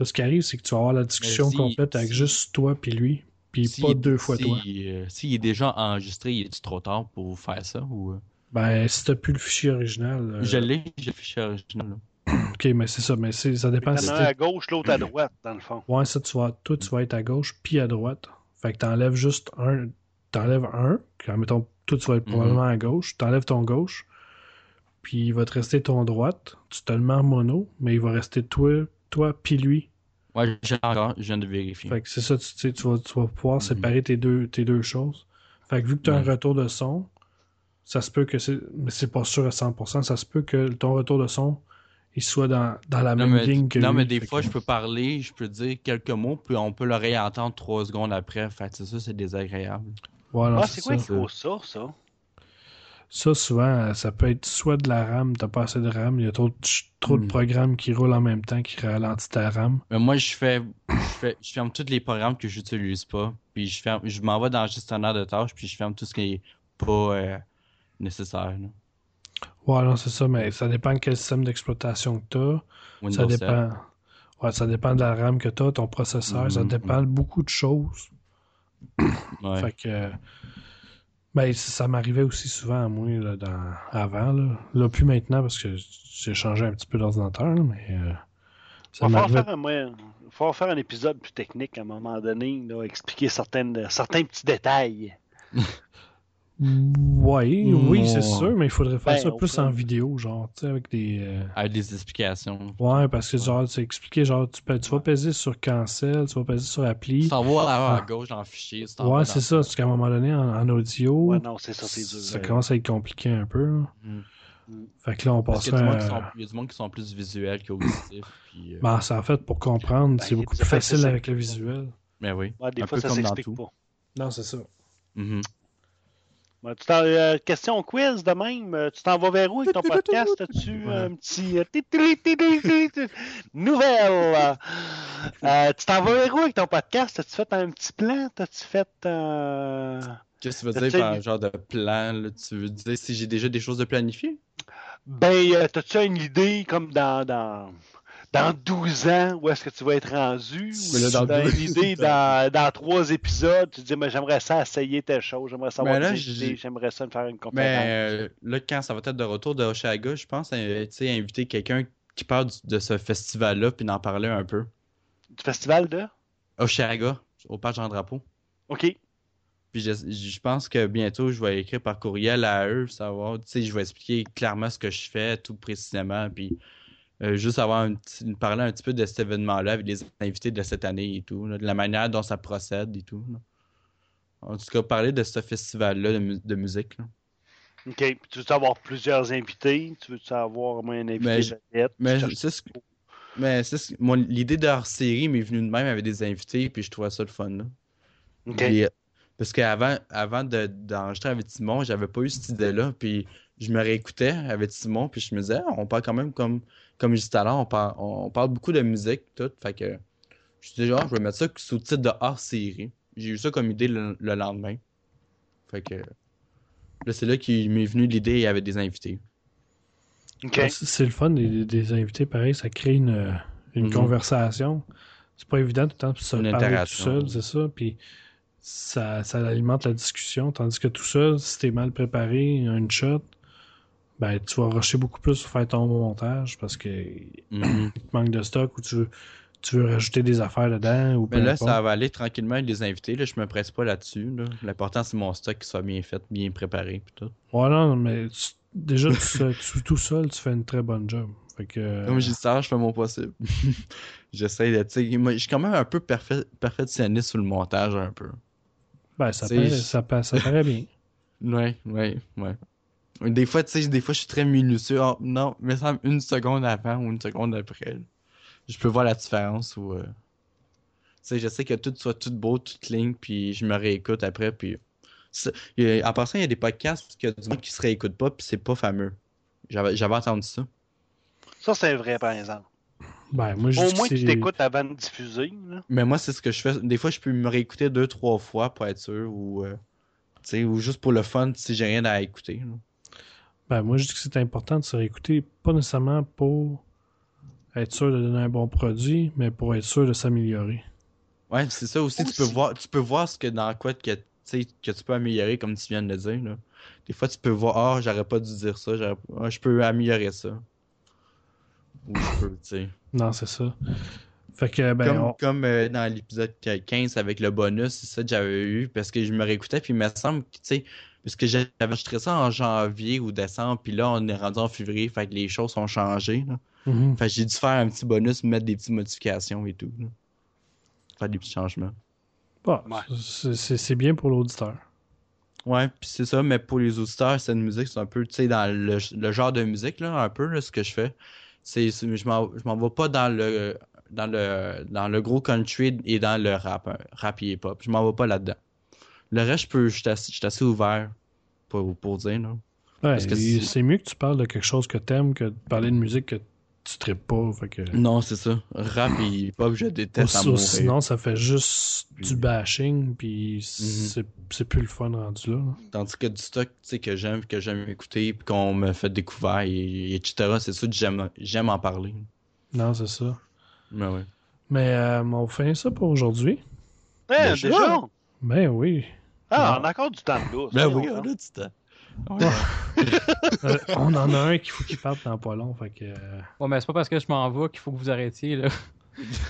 [SPEAKER 2] Là, ce qui arrive, c'est que tu vas avoir la discussion si, complète avec si... juste toi puis lui, puis si, pas deux fois toi.
[SPEAKER 3] Euh, S'il est déjà enregistré, il est trop tard pour faire ça ou. euh,
[SPEAKER 2] Ben, si t'as plus le fichier original. Euh...
[SPEAKER 3] Je l'ai, j'ai le fichier original.
[SPEAKER 2] Là. ok, mais c'est ça, mais ça dépend.
[SPEAKER 4] Si un à gauche, l'autre à droite, dans le fond.
[SPEAKER 2] Ouais, ça, tu vas, toi, tu vas être à gauche, puis à droite. Fait que t'enlèves juste un. T'enlèves un, quand mettons, toi, tu vas
[SPEAKER 3] Mhm.
[SPEAKER 2] être probablement mm -hmm. à gauche, t'enlèves ton gauche, puis il va te rester ton droite. Tu te le mets en mono, mais il va rester toi, toi puis lui.
[SPEAKER 3] Ouais, j'ai encore, je viens de vérifier.
[SPEAKER 2] Fait que c'est ça, tu, tu, vas, tu vas
[SPEAKER 3] Mhm.
[SPEAKER 2] pouvoir mm -hmm. séparer tes deux, tes deux choses. Fait que vu que t'as ouais. un retour de son, ça se peut que c'est. Mais c'est pas sûr à 100%. Ça se peut que ton retour de son, il soit dans, dans la
[SPEAKER 3] non,
[SPEAKER 2] même
[SPEAKER 3] mais,
[SPEAKER 2] ligne que.
[SPEAKER 3] Non,
[SPEAKER 2] lui,
[SPEAKER 3] mais des fois, que... je peux parler, je peux dire quelques mots, puis on peut le réentendre trois secondes après. Fait c'est ça, c'est désagréable.
[SPEAKER 4] Voilà, ah, c'est quoi ça, une ça, ça?
[SPEAKER 2] Ça, souvent, ça peut être soit de la RAM, t'as pas assez de RAM, il y a trop, trop mm. de programmes qui roulent en même temps qui ralentissent ta RAM.
[SPEAKER 3] Mais moi, je fais, je fais, je ferme tous les programmes que j'utilise pas, puis je ferme, je m'en vais dans le gestionnaire de tâches, puis je ferme tout ce qui est pas euh nécessaire. Là.
[SPEAKER 2] Ouais, non, c'est ça, mais ça dépend de quel système d'exploitation que tu as. Windows ça dépend. 7. Ouais, ça dépend de la RAM que tu as, ton processeur, mm -hmm. ça dépend de beaucoup de choses.
[SPEAKER 3] Ouais.
[SPEAKER 2] Fait que. Mais ça m'arrivait aussi souvent à moi là, dans... avant. Là. là, plus maintenant parce que j'ai changé un petit peu d'ordinateur, mais euh,
[SPEAKER 4] Il va faire un, ouais, faut faire un épisode plus technique à un moment donné, là, expliquer certaines, certains petits détails.
[SPEAKER 2] Ouais, mmh. oui, c'est sûr, mais il faudrait faire ben, ça plus en vidéo, genre, tu sais, avec des. Euh...
[SPEAKER 3] Avec des explications.
[SPEAKER 2] Ouais, parce que, genre, c'est expliqué, genre, tu, peux, tu vas peser sur cancel, tu vas peser sur appli.
[SPEAKER 3] Tu t'en vas à, ah. gauche dans le fichier. Tu
[SPEAKER 2] ouais, c'est ça, parce qu'à un moment donné, en, en audio.
[SPEAKER 4] Ouais, non, c'est ça, c'est dur.
[SPEAKER 2] Ça commence à être compliqué un peu. Hein. Mmh. Fait que là, on passe
[SPEAKER 3] à... Il y a du monde qui sont plus visuels qu'auditifs.
[SPEAKER 2] Euh... Ben, c'est en fait pour comprendre, ben, c'est beaucoup plus facile avec le visuel.
[SPEAKER 3] Mais oui.
[SPEAKER 4] Ouais, des un fois, peu ça s'explique pas.
[SPEAKER 2] Non, c'est ça.
[SPEAKER 3] Mm -hmm.
[SPEAKER 4] ben, tu euh, question quiz de même. Euh, Tu t'en vas vers où avec ton podcast? As-tu ouais. un petit. euh, Nouvelle! Euh, tu t'en vas vers où avec ton podcast? As-tu fait un petit plan? As-tu fait. euh,
[SPEAKER 3] Qu'est-ce que tu veux dire par genre de plan? Là, tu veux dire si j'ai déjà des choses de planifier?
[SPEAKER 4] Ben, euh, t'as-tu une idée comme dans, dans, dans 12 ans où est-ce que tu vas être rendu? Ou Ben là, dans ben. as une idée dans, dans trois épisodes, tu te dis, mais j'aimerais ça essayer telle chose, j'aimerais savoir Ben là, Ben, j'aimerais ça me faire une conférence.
[SPEAKER 3] Mais euh, là, quand ça va être de retour de Oshaga, je pense, euh, tu sais, inviter quelqu'un qui parle du, de ce festival-là puis d'en parler un peu.
[SPEAKER 4] Du festival de?
[SPEAKER 3] Oshaga, au parc Jean-Drapeau.
[SPEAKER 4] OK.
[SPEAKER 3] Puis je, je, pense que bientôt, je vais écrire par courriel à eux, savoir, tu sais, je vais expliquer clairement ce que je fais, tout précisément, puis euh, juste avoir un petit, parler un petit peu de cet événement-là avec les invités de cette année et tout, là, de la manière dont ça procède et tout. Là. En tout cas, parler de ce festival-là de, mu de, musique. Là.
[SPEAKER 4] OK. Puis tu veux avoir plusieurs invités? Tu veux avoir moins un invité
[SPEAKER 3] mais je,
[SPEAKER 4] de
[SPEAKER 3] Mais c'est ce que... l'idée de leur série m'est venue de même avec des invités, puis je trouvais ça le fun. Là.
[SPEAKER 4] OK. Et,
[SPEAKER 3] parce qu'avant avant d'enregistrer de, avec Timon, j'avais pas eu cette idée-là. Puis je me réécoutais avec Timon, puis je me disais, ah, on parle quand même comme, comme juste à l'heure, on parle, on, on, parle beaucoup de musique, tout. Fait que je suis genre, je vais mettre ça sous le titre de hors série. J'ai eu ça comme idée le, le, lendemain. Fait que là, c'est là qu'il m'est venu l'idée avec des invités.
[SPEAKER 4] Okay.
[SPEAKER 2] C'est le fun des, des, invités, pareil, ça crée une, une mm
[SPEAKER 3] Mhm.
[SPEAKER 2] -hmm. conversation. C'est pas évident tout le temps de se parler tout seul, c'est ça. Puis ça, ça, alimente la discussion. Tandis que tout seul, si t'es mal préparé, une shot, ben, tu vas rusher beaucoup plus pour faire ton montage parce que mm -hmm. il te manque de stock ou tu veux, tu veux rajouter des affaires dedans. Ou
[SPEAKER 3] ben là, importe. ça va aller tranquillement avec les invités. Là, je me presse pas là-dessus. L'important, là. c'est mon stock qui soit bien fait, bien préparé. Tout.
[SPEAKER 2] Ouais, non, mais tu, déjà, tu, tu, tout seul, tu fais une très bonne job. Fait que...
[SPEAKER 3] Comme je dis ça, je fais mon possible. J'essaie de. Je suis quand même un peu perfect, perfectionniste sur le montage, un peu.
[SPEAKER 2] Ben, ça, paraît, ça, paraît, ça paraît bien.
[SPEAKER 3] ouais, ouais, ouais. Des fois, tu sais, des fois, je suis très minutieux. Oh, non, mais ça une seconde avant ou une seconde après. Je peux voir la différence ou. Euh... Tu sais, je sais que tout soit tout beau, tout ligne, puis je me réécoute après, puis. En passant, il y a des podcasts que du monde qui se réécoute pas, puis c'est pas fameux. J'avais entendu ça.
[SPEAKER 4] Ça, c'est vrai, par exemple.
[SPEAKER 2] Ben, moi,
[SPEAKER 4] Au moins, tu t'écoutes avant de diffuser. Là.
[SPEAKER 3] Mais moi, c'est ce que je fais. Des fois, je peux me réécouter deux, trois fois pour être sûr ou, euh, ou juste pour le fun si j'ai rien à écouter. Là.
[SPEAKER 2] Ben, moi, je dis que c'est important de se réécouter, pas nécessairement pour être sûr de donner un bon produit, mais pour être sûr de s'améliorer.
[SPEAKER 3] Ouais, c'est ça aussi. aussi. Tu, peux voir, tu peux voir ce que dans quoi que, que tu peux améliorer, comme tu viens de le dire. Là. Des fois, tu peux voir, ah, oh, j'aurais pas dû dire ça, oh, je peux améliorer ça. Ou je peux, tu sais.
[SPEAKER 2] Non, c'est ça. Fait que, ben,
[SPEAKER 3] comme,
[SPEAKER 2] on...
[SPEAKER 3] comme euh, dans l'épisode 15 avec le bonus, c'est ça que j'avais eu parce que je me réécoutais, puis il me semble que, tu sais, parce que j'avais enregistré ça en janvier ou décembre, puis là, on est rendu en février, fait que les choses ont changé. Là.
[SPEAKER 2] Mhm.
[SPEAKER 3] Mm -hmm. Fait que j'ai dû faire un petit bonus, mettre des petites modifications et tout. Là. Faire des petits changements.
[SPEAKER 2] Bon, ouais. c'est bien pour l'auditeur.
[SPEAKER 3] Ouais, puis c'est ça, mais pour les auditeurs, cette musique, c'est un peu, tu sais, dans le, le, genre de musique, là, un peu, là, ce que je fais c'est je m'en vais pas dans le dans le dans le gros country et dans le rap hein, rap et hip hop je m'en vais pas là dedans le reste je peux je suis assez, assez, ouvert pour, pour dire non
[SPEAKER 2] ouais, c'est mieux que tu parles de quelque chose que t'aimes que de parler de musique que tu tripes pas fait que...
[SPEAKER 3] non c'est ça rap et hip hop je déteste
[SPEAKER 2] Ou, à Mm. sinon ça fait juste puis... du bashing puis mm -hmm. c'est plus le fun rendu là, là.
[SPEAKER 3] tandis que du stock tu sais que j'aime que j'aime écouter puis qu'on me fait découvrir et, etc c'est ça que j'aime j'aime en parler
[SPEAKER 2] non c'est ça
[SPEAKER 3] mais oui
[SPEAKER 2] mais euh, on fait ça pour aujourd'hui
[SPEAKER 4] eh, déjà
[SPEAKER 2] ben oui
[SPEAKER 4] ah non. on a encore du temps là
[SPEAKER 3] ben oui on a du temps
[SPEAKER 2] Ouais. euh, on en a un qu'il faut qu'il parte dans pas long. Fait que... euh,
[SPEAKER 5] Ouais, mais c'est pas parce que je m'en vais qu'il faut que vous arrêtiez. Là.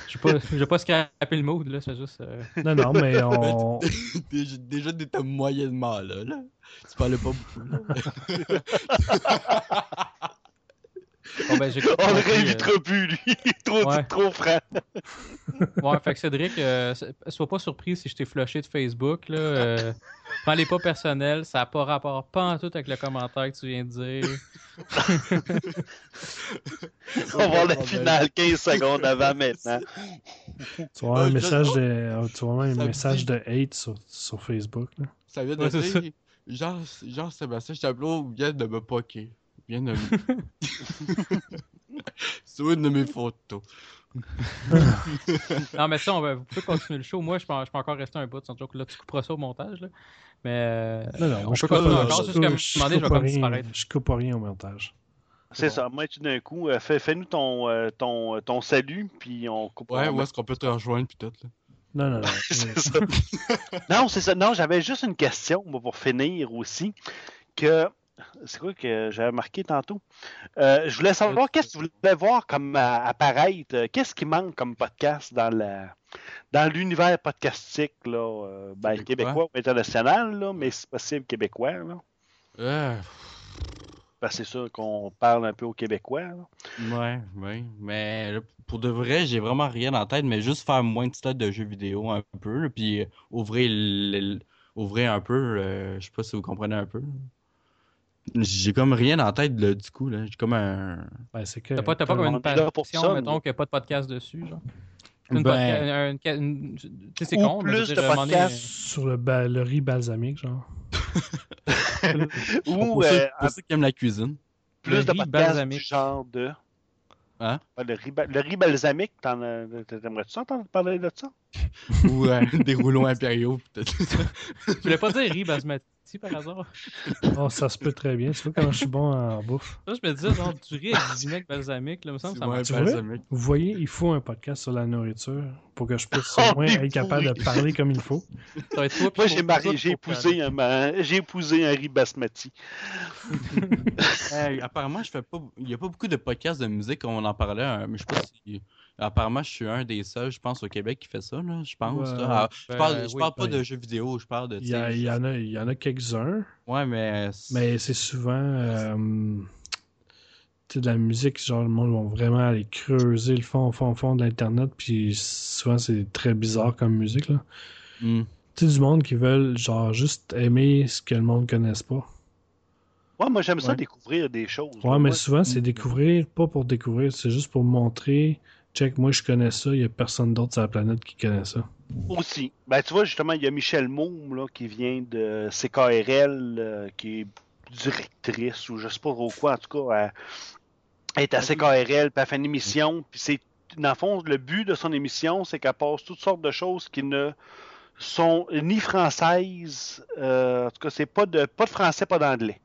[SPEAKER 5] Je vais pas, je vais pas scraper le mode, là, c'est juste. Euh...
[SPEAKER 2] Non, non, mais on.
[SPEAKER 3] déjà, déjà t'étais moyennement, là, là. Tu parlais pas beaucoup,
[SPEAKER 4] bon, ben, on le réinvitera euh... plus, lui. Il est trop, ouais. trop franc.
[SPEAKER 5] ouais, fait que Cédric, euh, sois pas surpris si je t'ai flushé de Facebook, là. prends les pas personnels, ça n'a pas rapport pas en tout avec le commentaire que tu viens de dire.
[SPEAKER 4] on va voir la finale 15 secondes avant maintenant.
[SPEAKER 2] Tu vois un, euh, message, je... de, tu vois un message dit... de hate sur, sur Facebook. Là.
[SPEAKER 3] Ça vient de ouais, dire, genre, genre Sébastien Chablot vient de me poquer. Vient de me... sur une de mes photos.
[SPEAKER 5] non, mais ça, on va, vous pouvez continuer le show. Moi, je peux, je peux encore rester un bout de son joke. Là, tu couperas ça au montage. Là. Mais. euh,
[SPEAKER 2] Non, non, on
[SPEAKER 5] je
[SPEAKER 2] peut continuer encore jusqu'à me demander, je vais comme disparaître. Je coupe rien au montage.
[SPEAKER 4] C'est bon. ça. Moi, tout d'un coup, euh, fais, fais, nous ton, euh, ton, ton salut, puis on coupe.
[SPEAKER 3] Ouais, où est-ce qu'on peut te rejoindre, puis tout. Là.
[SPEAKER 2] Non, non, non.
[SPEAKER 4] c'est ça. non, c'est ça. Non, j'avais juste une question moi, pour finir aussi. Que c'est quoi que j'avais marqué tantôt? Euh, je voulais savoir qu'est-ce que tu voulais voir comme euh, apparaître, qu'est-ce qui manque comme podcast dans la dans l'univers podcastique là, euh, ben, québécois. québécois. ou international, là, mais si possible québécois. Là.
[SPEAKER 3] Euh...
[SPEAKER 4] Ben, c'est sûr qu'on parle un peu aux Québécois. Là.
[SPEAKER 3] Ouais, ouais. Mais là, pour de vrai, j'ai vraiment rien en tête, mais juste faire moins de stats de jeux vidéo un peu, puis euh, ouvrir, le, ouvrir un peu, euh, je sais pas si vous comprenez un peu. J'ai comme rien en tête là, du coup. J'ai comme un.
[SPEAKER 2] Ben, c'est que.
[SPEAKER 5] T'as pas, as pas comme une passion, mettons, qu'il n'y a pas de podcast dessus, genre. Une ben... Podca... Une... Tu sais, c'est con.
[SPEAKER 4] Plus de podcasts.
[SPEAKER 2] Sur le, ba... le riz balsamique, genre.
[SPEAKER 4] Ou.
[SPEAKER 3] Pour, euh, ceux, pour euh, ceux qui aiment la cuisine.
[SPEAKER 4] Plus le de podcasts balsamique. du genre de.
[SPEAKER 3] Hein?
[SPEAKER 4] Le riz, ba... le riz balsamique, t'aimerais-tu ça entendre parler de ça?
[SPEAKER 3] Ou euh, des roulons impériaux, peut-être.
[SPEAKER 5] tu voulais pas dire riz basmati? par hasard.
[SPEAKER 2] Oh, ça se peut très bien. Tu vois comment je suis bon en bouffe.
[SPEAKER 5] Ça, je me disais, genre, du riz avec du mec balsamique, là, me semble que
[SPEAKER 3] ben,
[SPEAKER 2] ça balsamique. Vous voyez, il faut un podcast sur la nourriture pour que je puisse au moins être capable de parler comme il faut.
[SPEAKER 4] Toi, Moi, j'ai marié, j'ai épousé, un, j'ai épousé un riz basmati.
[SPEAKER 3] hey, apparemment, je fais pas, il n'y a pas beaucoup de podcasts de musique, on en parlait, hein, mais je sais pas si... Apparemment, je suis un des seuls, je pense, au Québec qui fait ça, là, je pense. Ouais, là. Ben, je parle, je oui, parle ben, pas de jeux vidéo, je parle de.
[SPEAKER 2] Il y, a, y, en a, y en a quelques-uns.
[SPEAKER 3] Ouais, mais.
[SPEAKER 2] Mais c'est souvent. Euh, tu de la musique, genre, le monde va vraiment aller creuser le fond, fond, fond de l'Internet, puis souvent, c'est très bizarre comme musique, là.
[SPEAKER 3] Mm.
[SPEAKER 2] Tu du monde qui veulent, genre, juste aimer ce que le monde connaisse pas.
[SPEAKER 4] Ouais, moi, j'aime ouais. ça, découvrir des choses.
[SPEAKER 2] Ouais, Mm. là, mais moi. souvent, c'est découvrir, pas pour découvrir, c'est juste pour montrer check, moi je connais ça, il n'y a personne d'autre sur la planète qui connaît ça.
[SPEAKER 4] Aussi. Ben tu vois, justement, il y a Michel Moum là, qui vient de CKRL, euh, qui est directrice ou je sais pas trop quoi, en tout cas, elle est à CKRL, puis elle fait une émission, puis c'est, dans le fond, le but de son émission, c'est qu'elle passe toutes sortes de choses qui ne sont ni françaises, euh, en tout cas, c'est pas de, pas de français, pas d'anglais.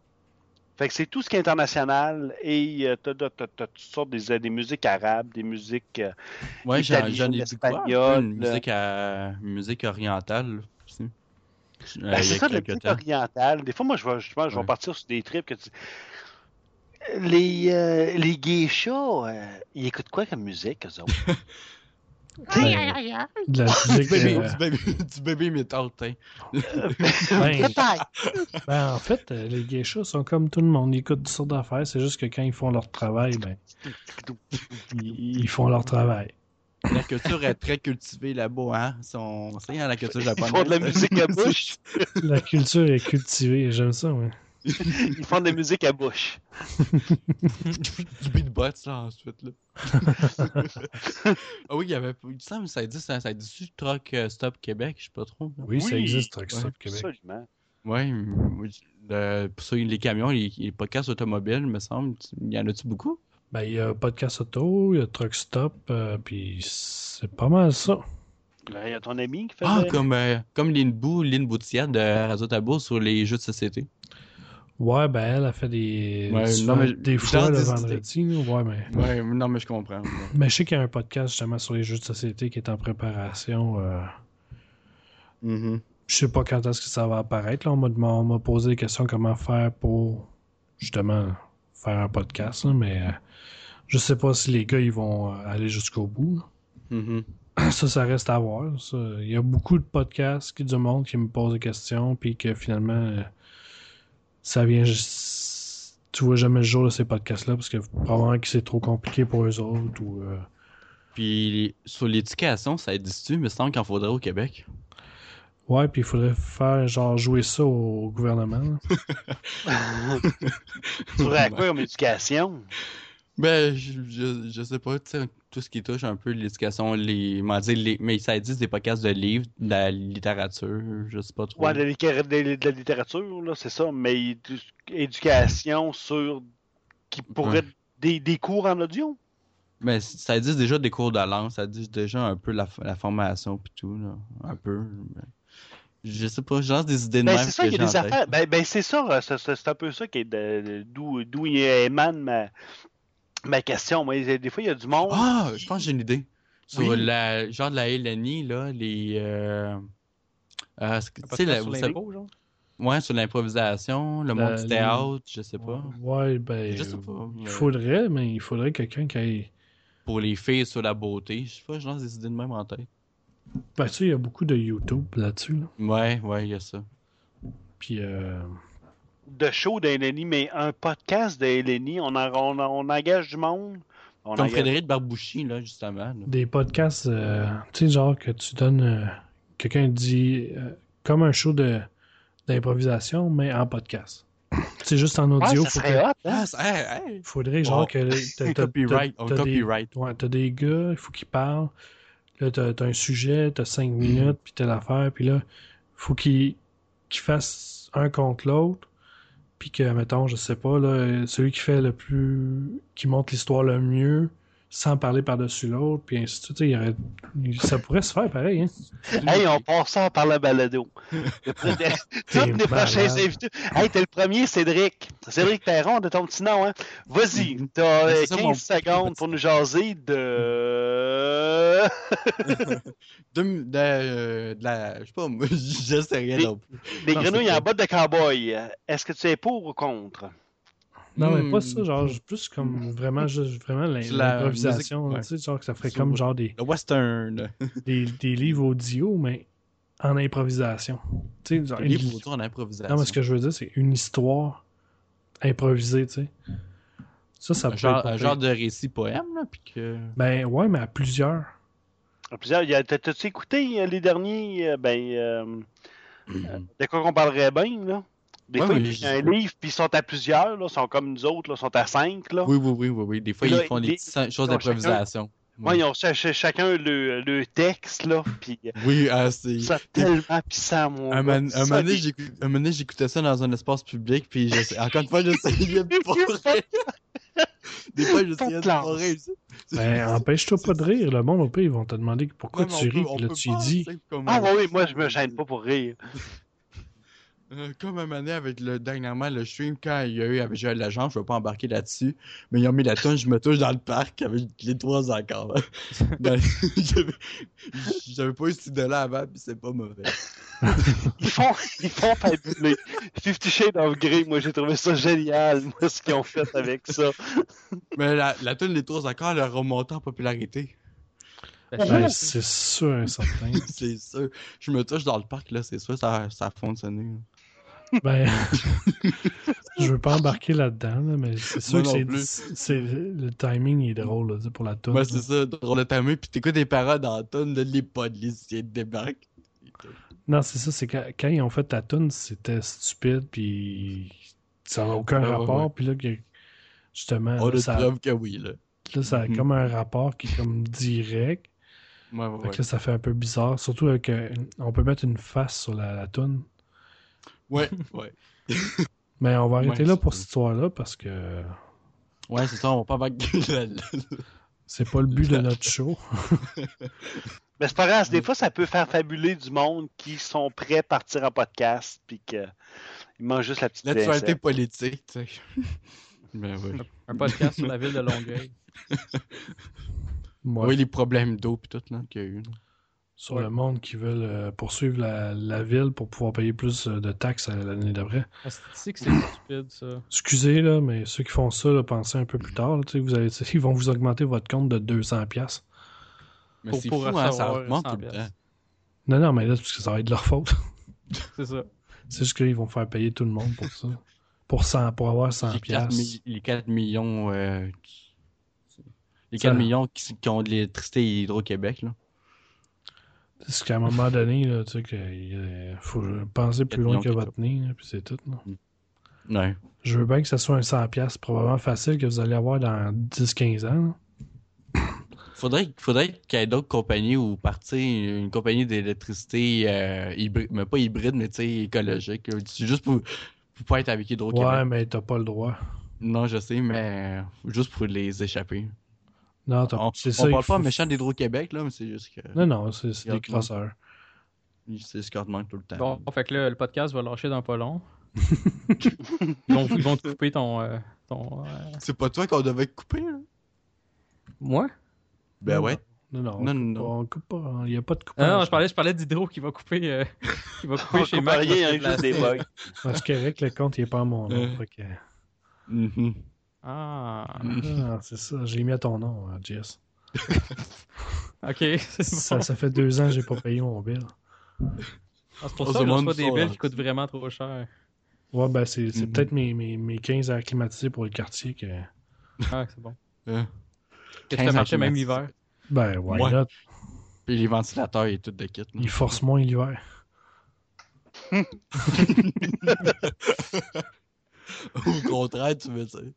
[SPEAKER 4] Fait que c'est tout ce qui est international et euh, t'as, toutes sortes des, des musiques arabes, des musiques euh,
[SPEAKER 3] ouais, italiennes, espagnoles. Une musique, euh, musique orientale Euh, aussi.
[SPEAKER 4] Ben, c'est ça, la musique orientale. Des fois, moi, je vais, justement, je vais ouais. partir sur des trips que tu... Les, euh, les geishas, euh, ils écoutent quoi comme musique, eux autres?
[SPEAKER 2] Aïe, aïe, aïe. De la musique,
[SPEAKER 3] du, bébé, euh... du bébé, du bébé métal, hein.
[SPEAKER 2] ben, ben, en fait, les geishas sont comme tout le monde. Ils écoutent toutes sortes d'affaires. C'est juste que quand ils font leur travail, ben, ils, ils font leur travail.
[SPEAKER 3] La culture est très cultivée là-bas, hein? Son... C'est hein, la culture japonaise.
[SPEAKER 4] Ils font de la musique à bouche.
[SPEAKER 2] la culture est cultivée, j'aime ça, ouais.
[SPEAKER 4] Ils font de la musique à bouche.
[SPEAKER 3] du beatbox, là, ensuite, là. ah oui, il y avait. Il semble ça existe, hein, ça, ça existe Truck euh, Stop Québec, je sais pas trop.
[SPEAKER 2] Oui, oui, ça existe, Truck Stop ouais, Québec. Absolument.
[SPEAKER 3] Ouais, euh, pour ça, les camions, les, les, podcasts automobiles, me semble, il y en a-tu beaucoup?
[SPEAKER 2] Ben, il y a Podcast Auto, il y a Truck Stop, euh, puis c'est pas mal ça.
[SPEAKER 4] Ben, Il y a ton ami qui fait.
[SPEAKER 3] Ah, de... comme, euh, comme Linbou, Lynn Boutillade de Razo Tabo sur les jeux de société.
[SPEAKER 2] Ouais, ben elle a fait des. Ouais, non, mais, des fois le des... vendredi. Ouais, mais.
[SPEAKER 3] Ouais, non, mais je comprends. Ouais.
[SPEAKER 2] Mais je sais qu'il y a un podcast justement sur les jeux de société qui est en préparation. Euh...
[SPEAKER 3] Mm -hmm.
[SPEAKER 2] Je sais pas quand est-ce que ça va apparaître. Là. On m'a posé des questions comment faire pour justement faire un podcast, là, mais euh, je sais pas si les gars ils vont euh, aller jusqu'au bout.
[SPEAKER 3] mm-hmm.
[SPEAKER 2] Mm -hmm. Ça, ça reste à voir. Ça. Il y a beaucoup de podcasts qui, du monde qui me posent des questions, puis que finalement, euh, ça vient juste... Tu vois jamais le jour de ces podcasts-là, parce que probablement que c'est trop compliqué pour eux autres. Ou, euh...
[SPEAKER 3] Puis sur l'éducation, ça existe-tu? Il me semble qu'il en faudrait au Québec.
[SPEAKER 2] Ouais, puis il faudrait faire, genre, jouer ça au gouvernement.
[SPEAKER 4] tu voudrais quoi comme éducation?
[SPEAKER 3] Ben, je, je, je, sais pas, tu sais, tout ce qui touche un peu l'éducation, les, dire, les, mais ça existe des podcasts de livres, de la littérature, je sais pas trop.
[SPEAKER 4] Ouais, de la, de, de la littérature, là, c'est ça, mais éducation sur, qui pourrait, ouais. des, des cours en audio?
[SPEAKER 3] Mais ça existe déjà des cours de langue, ça existe déjà un peu la, la formation puis tout, là, un peu. Mais... Je sais pas, je lance des idées de
[SPEAKER 4] ben,
[SPEAKER 3] même.
[SPEAKER 4] C'est ça, il y a des affaires. Ben, ben c'est ça, c'est un peu ça qui est d'où émane ma, ma question. Mais des fois, il y a du monde.
[SPEAKER 3] Ah, je pense que j'ai une idée. Sur oui. la, genre de la LNI, là, les. Euh, euh, tu sais, la, sur ça... genre? Ouais, sur l'improvisation, le la, monde du théâtre, je sais pas.
[SPEAKER 2] Ouais, ben. Je sais pas. Il faudrait, mais il faudrait quelqu'un qui aille
[SPEAKER 3] pour les filles sur la beauté. Je sais pas, je lance des idées de même en tête.
[SPEAKER 2] Ben, tu sais, il y a beaucoup de YouTube là-dessus. Là.
[SPEAKER 3] Ouais, ouais, il y a ça.
[SPEAKER 2] Puis. Euh...
[SPEAKER 4] De show d'Eleni, mais un podcast d'Eleni, on, on, on, engage du monde. On
[SPEAKER 3] Comme engage... Frédéric Barbouchi, là, justement. Là.
[SPEAKER 2] Des podcasts, euh, tu sais, genre que tu donnes. Euh, Quelqu'un dit. euh, comme un show de d'improvisation, mais en podcast. C'est juste en audio.
[SPEAKER 4] Ouais, ça faudrait, hot,
[SPEAKER 3] Ah,
[SPEAKER 4] hein?
[SPEAKER 2] hey, hey. faudrait genre oh. que. T'as
[SPEAKER 3] copyright. As, as, as copyright.
[SPEAKER 2] Des, ouais, t'as des gars, il faut qu'ils parlent. Là, t'as as un sujet, t'as 5 mm. minutes, puis t'as l'affaire, puis là, faut qu'ils qu fassent un contre l'autre. Puis que, mettons, je sais pas, là, celui qui fait le plus. qui monte l'histoire le mieux, sans parler par-dessus l'autre, puis ainsi de suite. Il y aurait... Ça pourrait se faire pareil. Hein?
[SPEAKER 3] Ah!
[SPEAKER 4] Hey, on part ça par la balado. Tous les prochains invités. Hey, t'es le premier, Cédric. Cédric Perron, de ton petit nom. Hein? Vas-y,
[SPEAKER 3] Ben,
[SPEAKER 4] t'as euh, 15 mon... secondes pour nous jaser
[SPEAKER 3] Mm.
[SPEAKER 4] de.
[SPEAKER 3] de, de, euh, de, la. Je sais pas, je sais rien non plus.
[SPEAKER 4] Les grenouilles en botte de cowboy. euh, Est-ce que tu es pour ou contre?
[SPEAKER 2] Non, mais pas ça, genre, plus comme vraiment, juste, vraiment l'improvisation, tu sais, genre que ça ferait comme genre des.
[SPEAKER 3] Le western.
[SPEAKER 2] des, des livres audio, mais en improvisation. Tu sais, genre. Des
[SPEAKER 3] livres audio en improvisation.
[SPEAKER 2] Non, mais ce que je veux dire, c'est une histoire improvisée, tu sais. Ça, ça
[SPEAKER 3] un genre, un genre de récit poème, là, puis que.
[SPEAKER 2] Ben, ouais, mais à plusieurs.
[SPEAKER 4] À plusieurs. T'as-tu écouté euh, les derniers, ben.
[SPEAKER 3] Mhm.
[SPEAKER 4] De quoi qu'on parlerait bien, là? Des ouais, fois, ils un livre, puis ils sont à plusieurs, là, sont comme nous autres, là, sont à cinq. Là.
[SPEAKER 3] Oui, oui, oui, oui, oui. Des fois, là, ils font des, petites choses d'improvisation.
[SPEAKER 4] Moi, ouais. ils ont ch chacun le, le, texte, là, puis...
[SPEAKER 3] Oui, euh, c'est...
[SPEAKER 4] Ça tellement pissant, mon
[SPEAKER 3] Un, man, un, moment donné, j'écoutais ça dans un espace public, puis je... encore une fois, j'essayais de pas rire. Des fois, j'essayais de pas rire.
[SPEAKER 2] Ben, empêche-toi pas de rire, le monde, au pire, ils vont te demander pourquoi ouais, tu ris, puis là, tu dis...
[SPEAKER 4] Ah oui, moi, je me gêne pas pour rire.
[SPEAKER 3] Euh, comme un moment avec le dernièrement le stream quand il y a eu avec Joël Lagence, je vais pas embarquer là-dessus, mais ils ont mis la tonne, je me touche dans le parc avec les trois encore. J'avais pas eu cette idée-là avant, puis c'est pas mauvais.
[SPEAKER 4] ils font ils font fabuler. Fifty Shades of Grey, moi j'ai trouvé ça génial, moi ce qu'ils ont fait avec ça.
[SPEAKER 3] mais la, la tonne des trois accords leur remonté en popularité.
[SPEAKER 2] Ben, c'est sûr, hein, certain.
[SPEAKER 3] c'est sûr. Je me touche dans le parc, là, c'est sûr, ça, ça a fonctionné. Là.
[SPEAKER 2] Ben, je veux pas embarquer là-dedans, là, mais c'est sûr non que c'est, le timing est drôle là, pour la tonne.
[SPEAKER 3] Ben, c'est ça, drôle le timing, puis t'écoutes des paroles dans la tonne, là, les policiers débarquent.
[SPEAKER 2] Non, c'est ça, c'est quand, quand, ils ont fait la tonne, c'était stupide, puis ça n'a aucun ah, rapport, ouais, ouais. puis là, justement.
[SPEAKER 3] On le
[SPEAKER 2] ça...
[SPEAKER 3] trouve que oui, là.
[SPEAKER 2] Là, ça a mm -hmm. comme un rapport qui est comme direct.
[SPEAKER 3] Ouais, ouais,
[SPEAKER 2] fait que
[SPEAKER 3] ouais.
[SPEAKER 2] ça fait un peu bizarre. Surtout avec, euh, on peut mettre une face sur la, la toune.
[SPEAKER 3] Ouais, ouais.
[SPEAKER 2] Mais on va arrêter là pour cette histoire-là parce que.
[SPEAKER 3] Ouais, c'est ça, on va pas avec...
[SPEAKER 2] c'est pas le but de notre show.
[SPEAKER 4] Mais c'est pas grave,
[SPEAKER 2] Mm.
[SPEAKER 4] des fois ça peut faire fabuler du monde qui sont prêts à partir en podcast puis qu'ils mangent juste la petite
[SPEAKER 3] L'actualité politique, tu sais. Ben oui.
[SPEAKER 5] Un podcast sur la ville de Longueuil.
[SPEAKER 3] Ouais. Oui, les problèmes d'eau et tout là, qu'il y a eu.
[SPEAKER 2] sur ouais. le monde qui veulent euh, poursuivre la, la, ville pour pouvoir payer plus euh, de taxes l'année d'après.
[SPEAKER 5] C'est que c'est stupide, ça.
[SPEAKER 2] Excusez, là, mais ceux qui font ça, là, pensez un peu plus tard. Là, vous allez, ils vont vous augmenter votre compte de 200$.
[SPEAKER 3] Mais pour, pour fou, hein, ça augmente tout le temps.
[SPEAKER 2] Non, non, mais là, parce que ça va être de leur faute.
[SPEAKER 5] c'est ça.
[SPEAKER 2] C'est juste qu'ils vont faire payer tout le monde pour ça. pour, 100, pour avoir 100$.
[SPEAKER 3] pièces. les 4 millions... Euh, les 4 ça... millions qui, qui ont de l'électricité Hydro-Québec, là.
[SPEAKER 2] Parce qu'à un moment donné, là, tu sais, qu'il faut penser plus loin que votre nez, là, puis c'est tout. Là.
[SPEAKER 3] Ouais.
[SPEAKER 2] Je veux bien que ce soit un 100$, probablement facile, que vous allez avoir dans 10-15 ans.
[SPEAKER 3] Là. Faudrait, faudrait qu'il y ait d'autres compagnies ou partie, une compagnie d'électricité, euh, hybride, mais pas hybride, mais tu sais, écologique. Juste pour, pour pas être avec Hydro-Québec.
[SPEAKER 2] Ouais, mais t'as pas le droit.
[SPEAKER 3] Non, je sais, mais juste pour les échapper.
[SPEAKER 2] Non,
[SPEAKER 3] on, c'est ça. On parle faut... pas méchant d'Hydro-Québec, là, mais c'est juste que.
[SPEAKER 2] Non, non, c'est, c'est des crosseurs.
[SPEAKER 3] C'est ce qu'on demande tout le temps.
[SPEAKER 5] Bon, fait que là, le podcast va lâcher dans pas long. ils, vont, ils, vont, te couper ton. Euh, ton euh...
[SPEAKER 3] C'est pas toi qu'on devait couper, là.
[SPEAKER 5] Moi
[SPEAKER 3] Ben
[SPEAKER 2] non,
[SPEAKER 3] ouais.
[SPEAKER 2] Non, non, on, non, coupe, non. Pas, on coupe pas. hein. Il n'y a pas de coupe.
[SPEAKER 5] Ah, non, je parlais, je parlais d'Hydro qui va couper, euh, qui va couper chez Mac.
[SPEAKER 4] rien, il juste des bugs.
[SPEAKER 2] Parce que Rick, le compte, il est pas à mon nom. Fait que...
[SPEAKER 3] Mm-hmm.
[SPEAKER 5] Ah.
[SPEAKER 2] ah, c'est ça. J'ai mis à ton nom, hein, Jess.
[SPEAKER 5] ok, c'est
[SPEAKER 2] ça,
[SPEAKER 5] bon.
[SPEAKER 2] ça fait deux ans que j'ai pas payé mon bill.
[SPEAKER 5] Ah, c'est pour oh, ça que je pas des billes qui coûtent vraiment trop cher.
[SPEAKER 2] Ouais, ben c'est, c'est mm-hmm. peut-être mes, mes, mes 15 à acclimatiser pour le quartier que.
[SPEAKER 5] Ah, c'est bon. Euh, que tu marché même l'hiver.
[SPEAKER 2] Ben, why ouais. not?
[SPEAKER 3] Puis les ventilateurs et tout de kit.
[SPEAKER 2] Ils non? forcent moins l'hiver.
[SPEAKER 3] Au contraire, tu veux dire.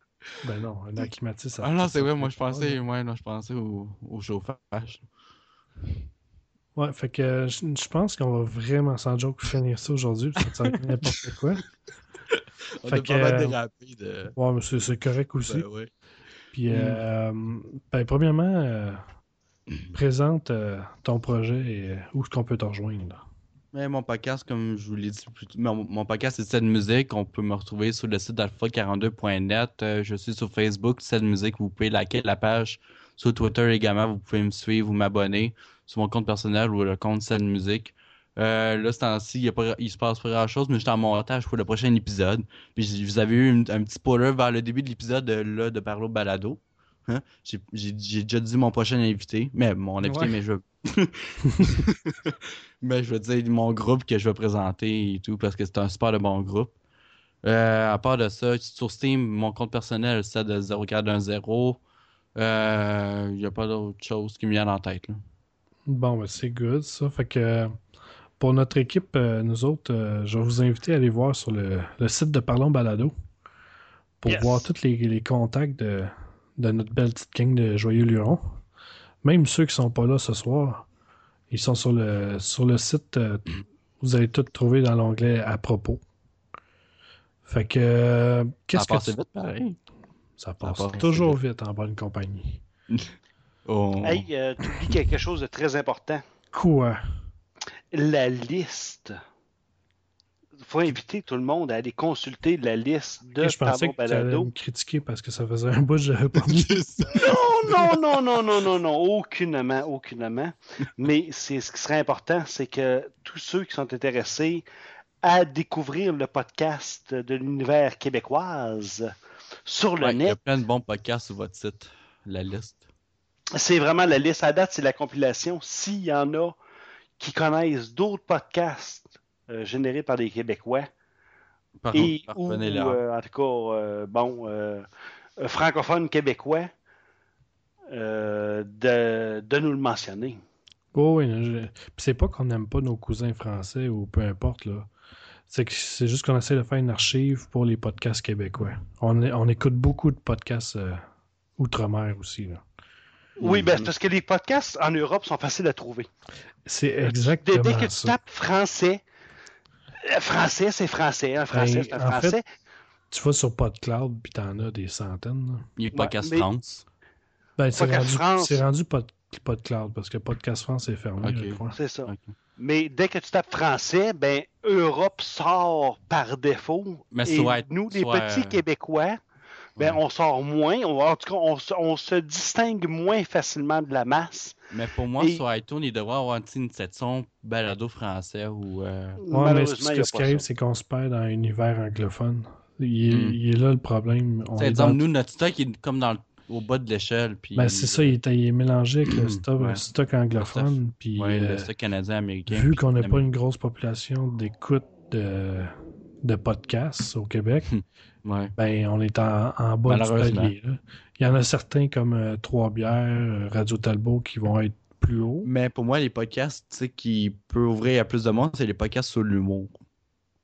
[SPEAKER 2] Ben non, un acclimatisme.
[SPEAKER 3] Ah non, c'est vrai, moi je pensais, ouais, non, je pensais au, au, chauffage.
[SPEAKER 2] Ouais, fait que euh, je, je pense qu'on va vraiment sans joke finir ça aujourd'hui, parce que ça n'importe quoi.
[SPEAKER 3] On fait que, euh, dérapé de...
[SPEAKER 2] Ouais, mais c'est, c'est correct aussi.
[SPEAKER 3] Ben, ouais.
[SPEAKER 2] Puis, mm. euh, ben, premièrement, euh, présente euh, ton projet et euh, où est-ce qu'on peut te rejoindre. Là.
[SPEAKER 3] Mais mon podcast, comme je vous l'ai dit plus tôt, mon, mon podcast c'est Scène Musique. On peut me retrouver sur le site alpha42.net. Euh, je suis sur Facebook, Scène Musique. Vous pouvez liker la page. Sur Twitter également, vous pouvez me suivre ou m'abonner sur mon compte personnel ou le compte Scène Musique. Euh, là, ce temps-ci, il, y a pas, il se passe pas grand-chose, mais j'étais en montage pour le prochain épisode. Puis vous avez eu une, un petit spoiler vers le début de l'épisode là, de Parlo Balado. Hein? J'ai, j'ai, j'ai déjà dit mon prochain invité, mais mon invité, ouais. mais je mais je veux dire mon groupe que je vais présenter et tout, parce que c'est un super de bon groupe. Euh, à part de ça, sur Steam, mon compte personnel, c'est de 0410. Il euh, n'y a pas d'autre chose qui me vient en tête. Là.
[SPEAKER 2] Bon, ben c'est good ça. Fait que pour notre équipe, euh, nous autres, je vais vous inviter à aller voir sur le, le site de Parlons Balado pour yes. voir tous les, les contacts de, de notre belle petite gang de Joyeux Luron. Même ceux qui sont pas là ce soir, ils sont sur le, sur le site. Euh, vous allez tout trouver dans l'onglet à propos. Fait que. Euh, qu'est-ce
[SPEAKER 3] ça
[SPEAKER 2] que.
[SPEAKER 3] Tu... Vite, pareil.
[SPEAKER 2] Ça passe, ça passe toujours vite. vite en bonne compagnie.
[SPEAKER 4] oh. Hey, euh, tu dis quelque chose de très important.
[SPEAKER 2] Quoi?
[SPEAKER 4] La liste. Il faut inviter tout le monde à aller consulter la liste de
[SPEAKER 2] Je pensais que tu allais me critiquer parce que ça faisait un bout que j'avais pas mis.
[SPEAKER 4] non, non, non, non, non, non, aucunement, aucunement. Mais c'est ce qui serait important, c'est que tous ceux qui sont intéressés à découvrir le podcast de l'univers québécoise sur le ouais, net. Il y
[SPEAKER 3] a plein de bons podcasts sur votre site, la liste.
[SPEAKER 4] C'est vraiment la liste. À date, c'est la compilation. S'il y en a qui connaissent d'autres podcasts euh, générés par des Québécois,
[SPEAKER 3] Ah,
[SPEAKER 4] par et par ou,
[SPEAKER 3] hein.
[SPEAKER 4] euh, en tout cas, euh, bon, francophones québécois, euh, de, de, nous le mentionner.
[SPEAKER 2] Oh oui, je... Puis c'est pas qu'on n'aime pas nos cousins français ou peu importe, là. C'est, que c'est juste qu'on essaie de faire une archive pour les podcasts québécois. On, est, on écoute beaucoup de podcasts euh, outre-mer aussi. Là.
[SPEAKER 4] Oui, mm-hmm. ben,
[SPEAKER 3] Mhm.
[SPEAKER 4] c'est parce que les podcasts en Europe sont faciles à trouver.
[SPEAKER 2] C'est exactement
[SPEAKER 4] Dès, que
[SPEAKER 2] ça.
[SPEAKER 4] tu tapes français, euh, français, c'est français. Un français, ben, c'est un français. Fait,
[SPEAKER 2] tu vas sur PodCloud, puis t'en as des centaines. Là.
[SPEAKER 3] Il y a ouais, Podcast mais... France.
[SPEAKER 2] Ben, c'est podcast rendu, c'est rendu pod, PodCloud parce que Podcast France est fermé.
[SPEAKER 4] Okay. C'est ça. Okay. Mais dès que tu tapes français, ben Europe sort par défaut.
[SPEAKER 3] Mais
[SPEAKER 4] et
[SPEAKER 3] soit,
[SPEAKER 4] nous,
[SPEAKER 3] soit,
[SPEAKER 4] les petits euh... Québécois, ben, on sort moins, on, en tout cas, on, on, se distingue moins facilement de la masse.
[SPEAKER 3] Mais pour moi, Et... sur iTunes, il devrait avoir une section balado français ou. Euh...
[SPEAKER 2] Ouais, mais ce, que ce qui arrive, c'est qu'on se perd dans l'univers anglophone. Il, mm. il, est là le problème.
[SPEAKER 3] On exemple, dans... nous, notre stock est comme dans le au bas de l'échelle. Puis...
[SPEAKER 2] Ben, c'est ça, il est, il est, mélangé avec le stock, ouais. stock anglophone. Puis, euh,
[SPEAKER 3] ouais, le stock canadien, américain.
[SPEAKER 2] Vu qu'on n'a pas une grosse population d'écoute de, de podcasts au Québec,
[SPEAKER 3] ouais.
[SPEAKER 2] ben, on est en, en bas du palier. Là. Il y en a certains comme euh, Trois Bières, Radio Talbot qui vont être plus hauts.
[SPEAKER 3] Mais pour moi, les podcasts qui peuvent ouvrir à plus de monde, c'est les podcasts sur l'humour.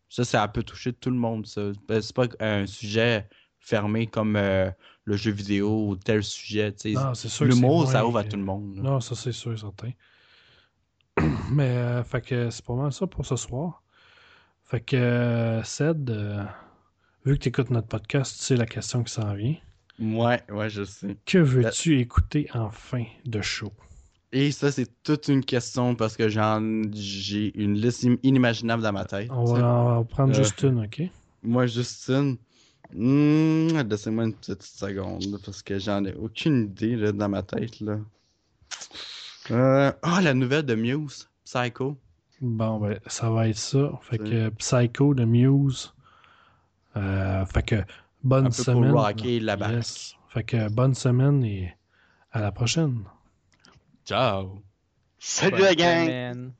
[SPEAKER 3] Ça, ça peut toucher tout le monde. Ben, C'est pas un sujet fermé comme euh, le jeu vidéo ou tel sujet. le mot, ça ouvre à
[SPEAKER 2] euh,
[SPEAKER 3] tout le monde.
[SPEAKER 2] Là. Non, ça c'est sûr, certain. Mais euh, fait que c'est pas mal ça pour ce soir. Fait que euh, Ced, vu que tu écoutes notre podcast, tu sais la question qui s'en vient.
[SPEAKER 3] Ouais, ouais, je sais.
[SPEAKER 2] Que veux-tu la... écouter en fin de show?
[SPEAKER 3] Et ça, c'est toute une question parce que j'ai une liste inimaginable dans ma tête.
[SPEAKER 2] On va, en prendre juste une, OK?
[SPEAKER 3] Moi, juste une. Mmh, Laissez-moi une petite seconde là, parce que j'en ai aucune idée là, dans ma tête. Là. Euh... Ah, la nouvelle de Muse, Psycho.
[SPEAKER 2] Bon, ben, ça va être ça. Fait que Psycho de Muse. Euh, fait que bonne Un peu semaine.
[SPEAKER 3] Pour rocker la basse. Yes.
[SPEAKER 2] Fait que bonne semaine et à la prochaine.
[SPEAKER 3] Ciao.
[SPEAKER 4] Salut bonne la gang. Semaine.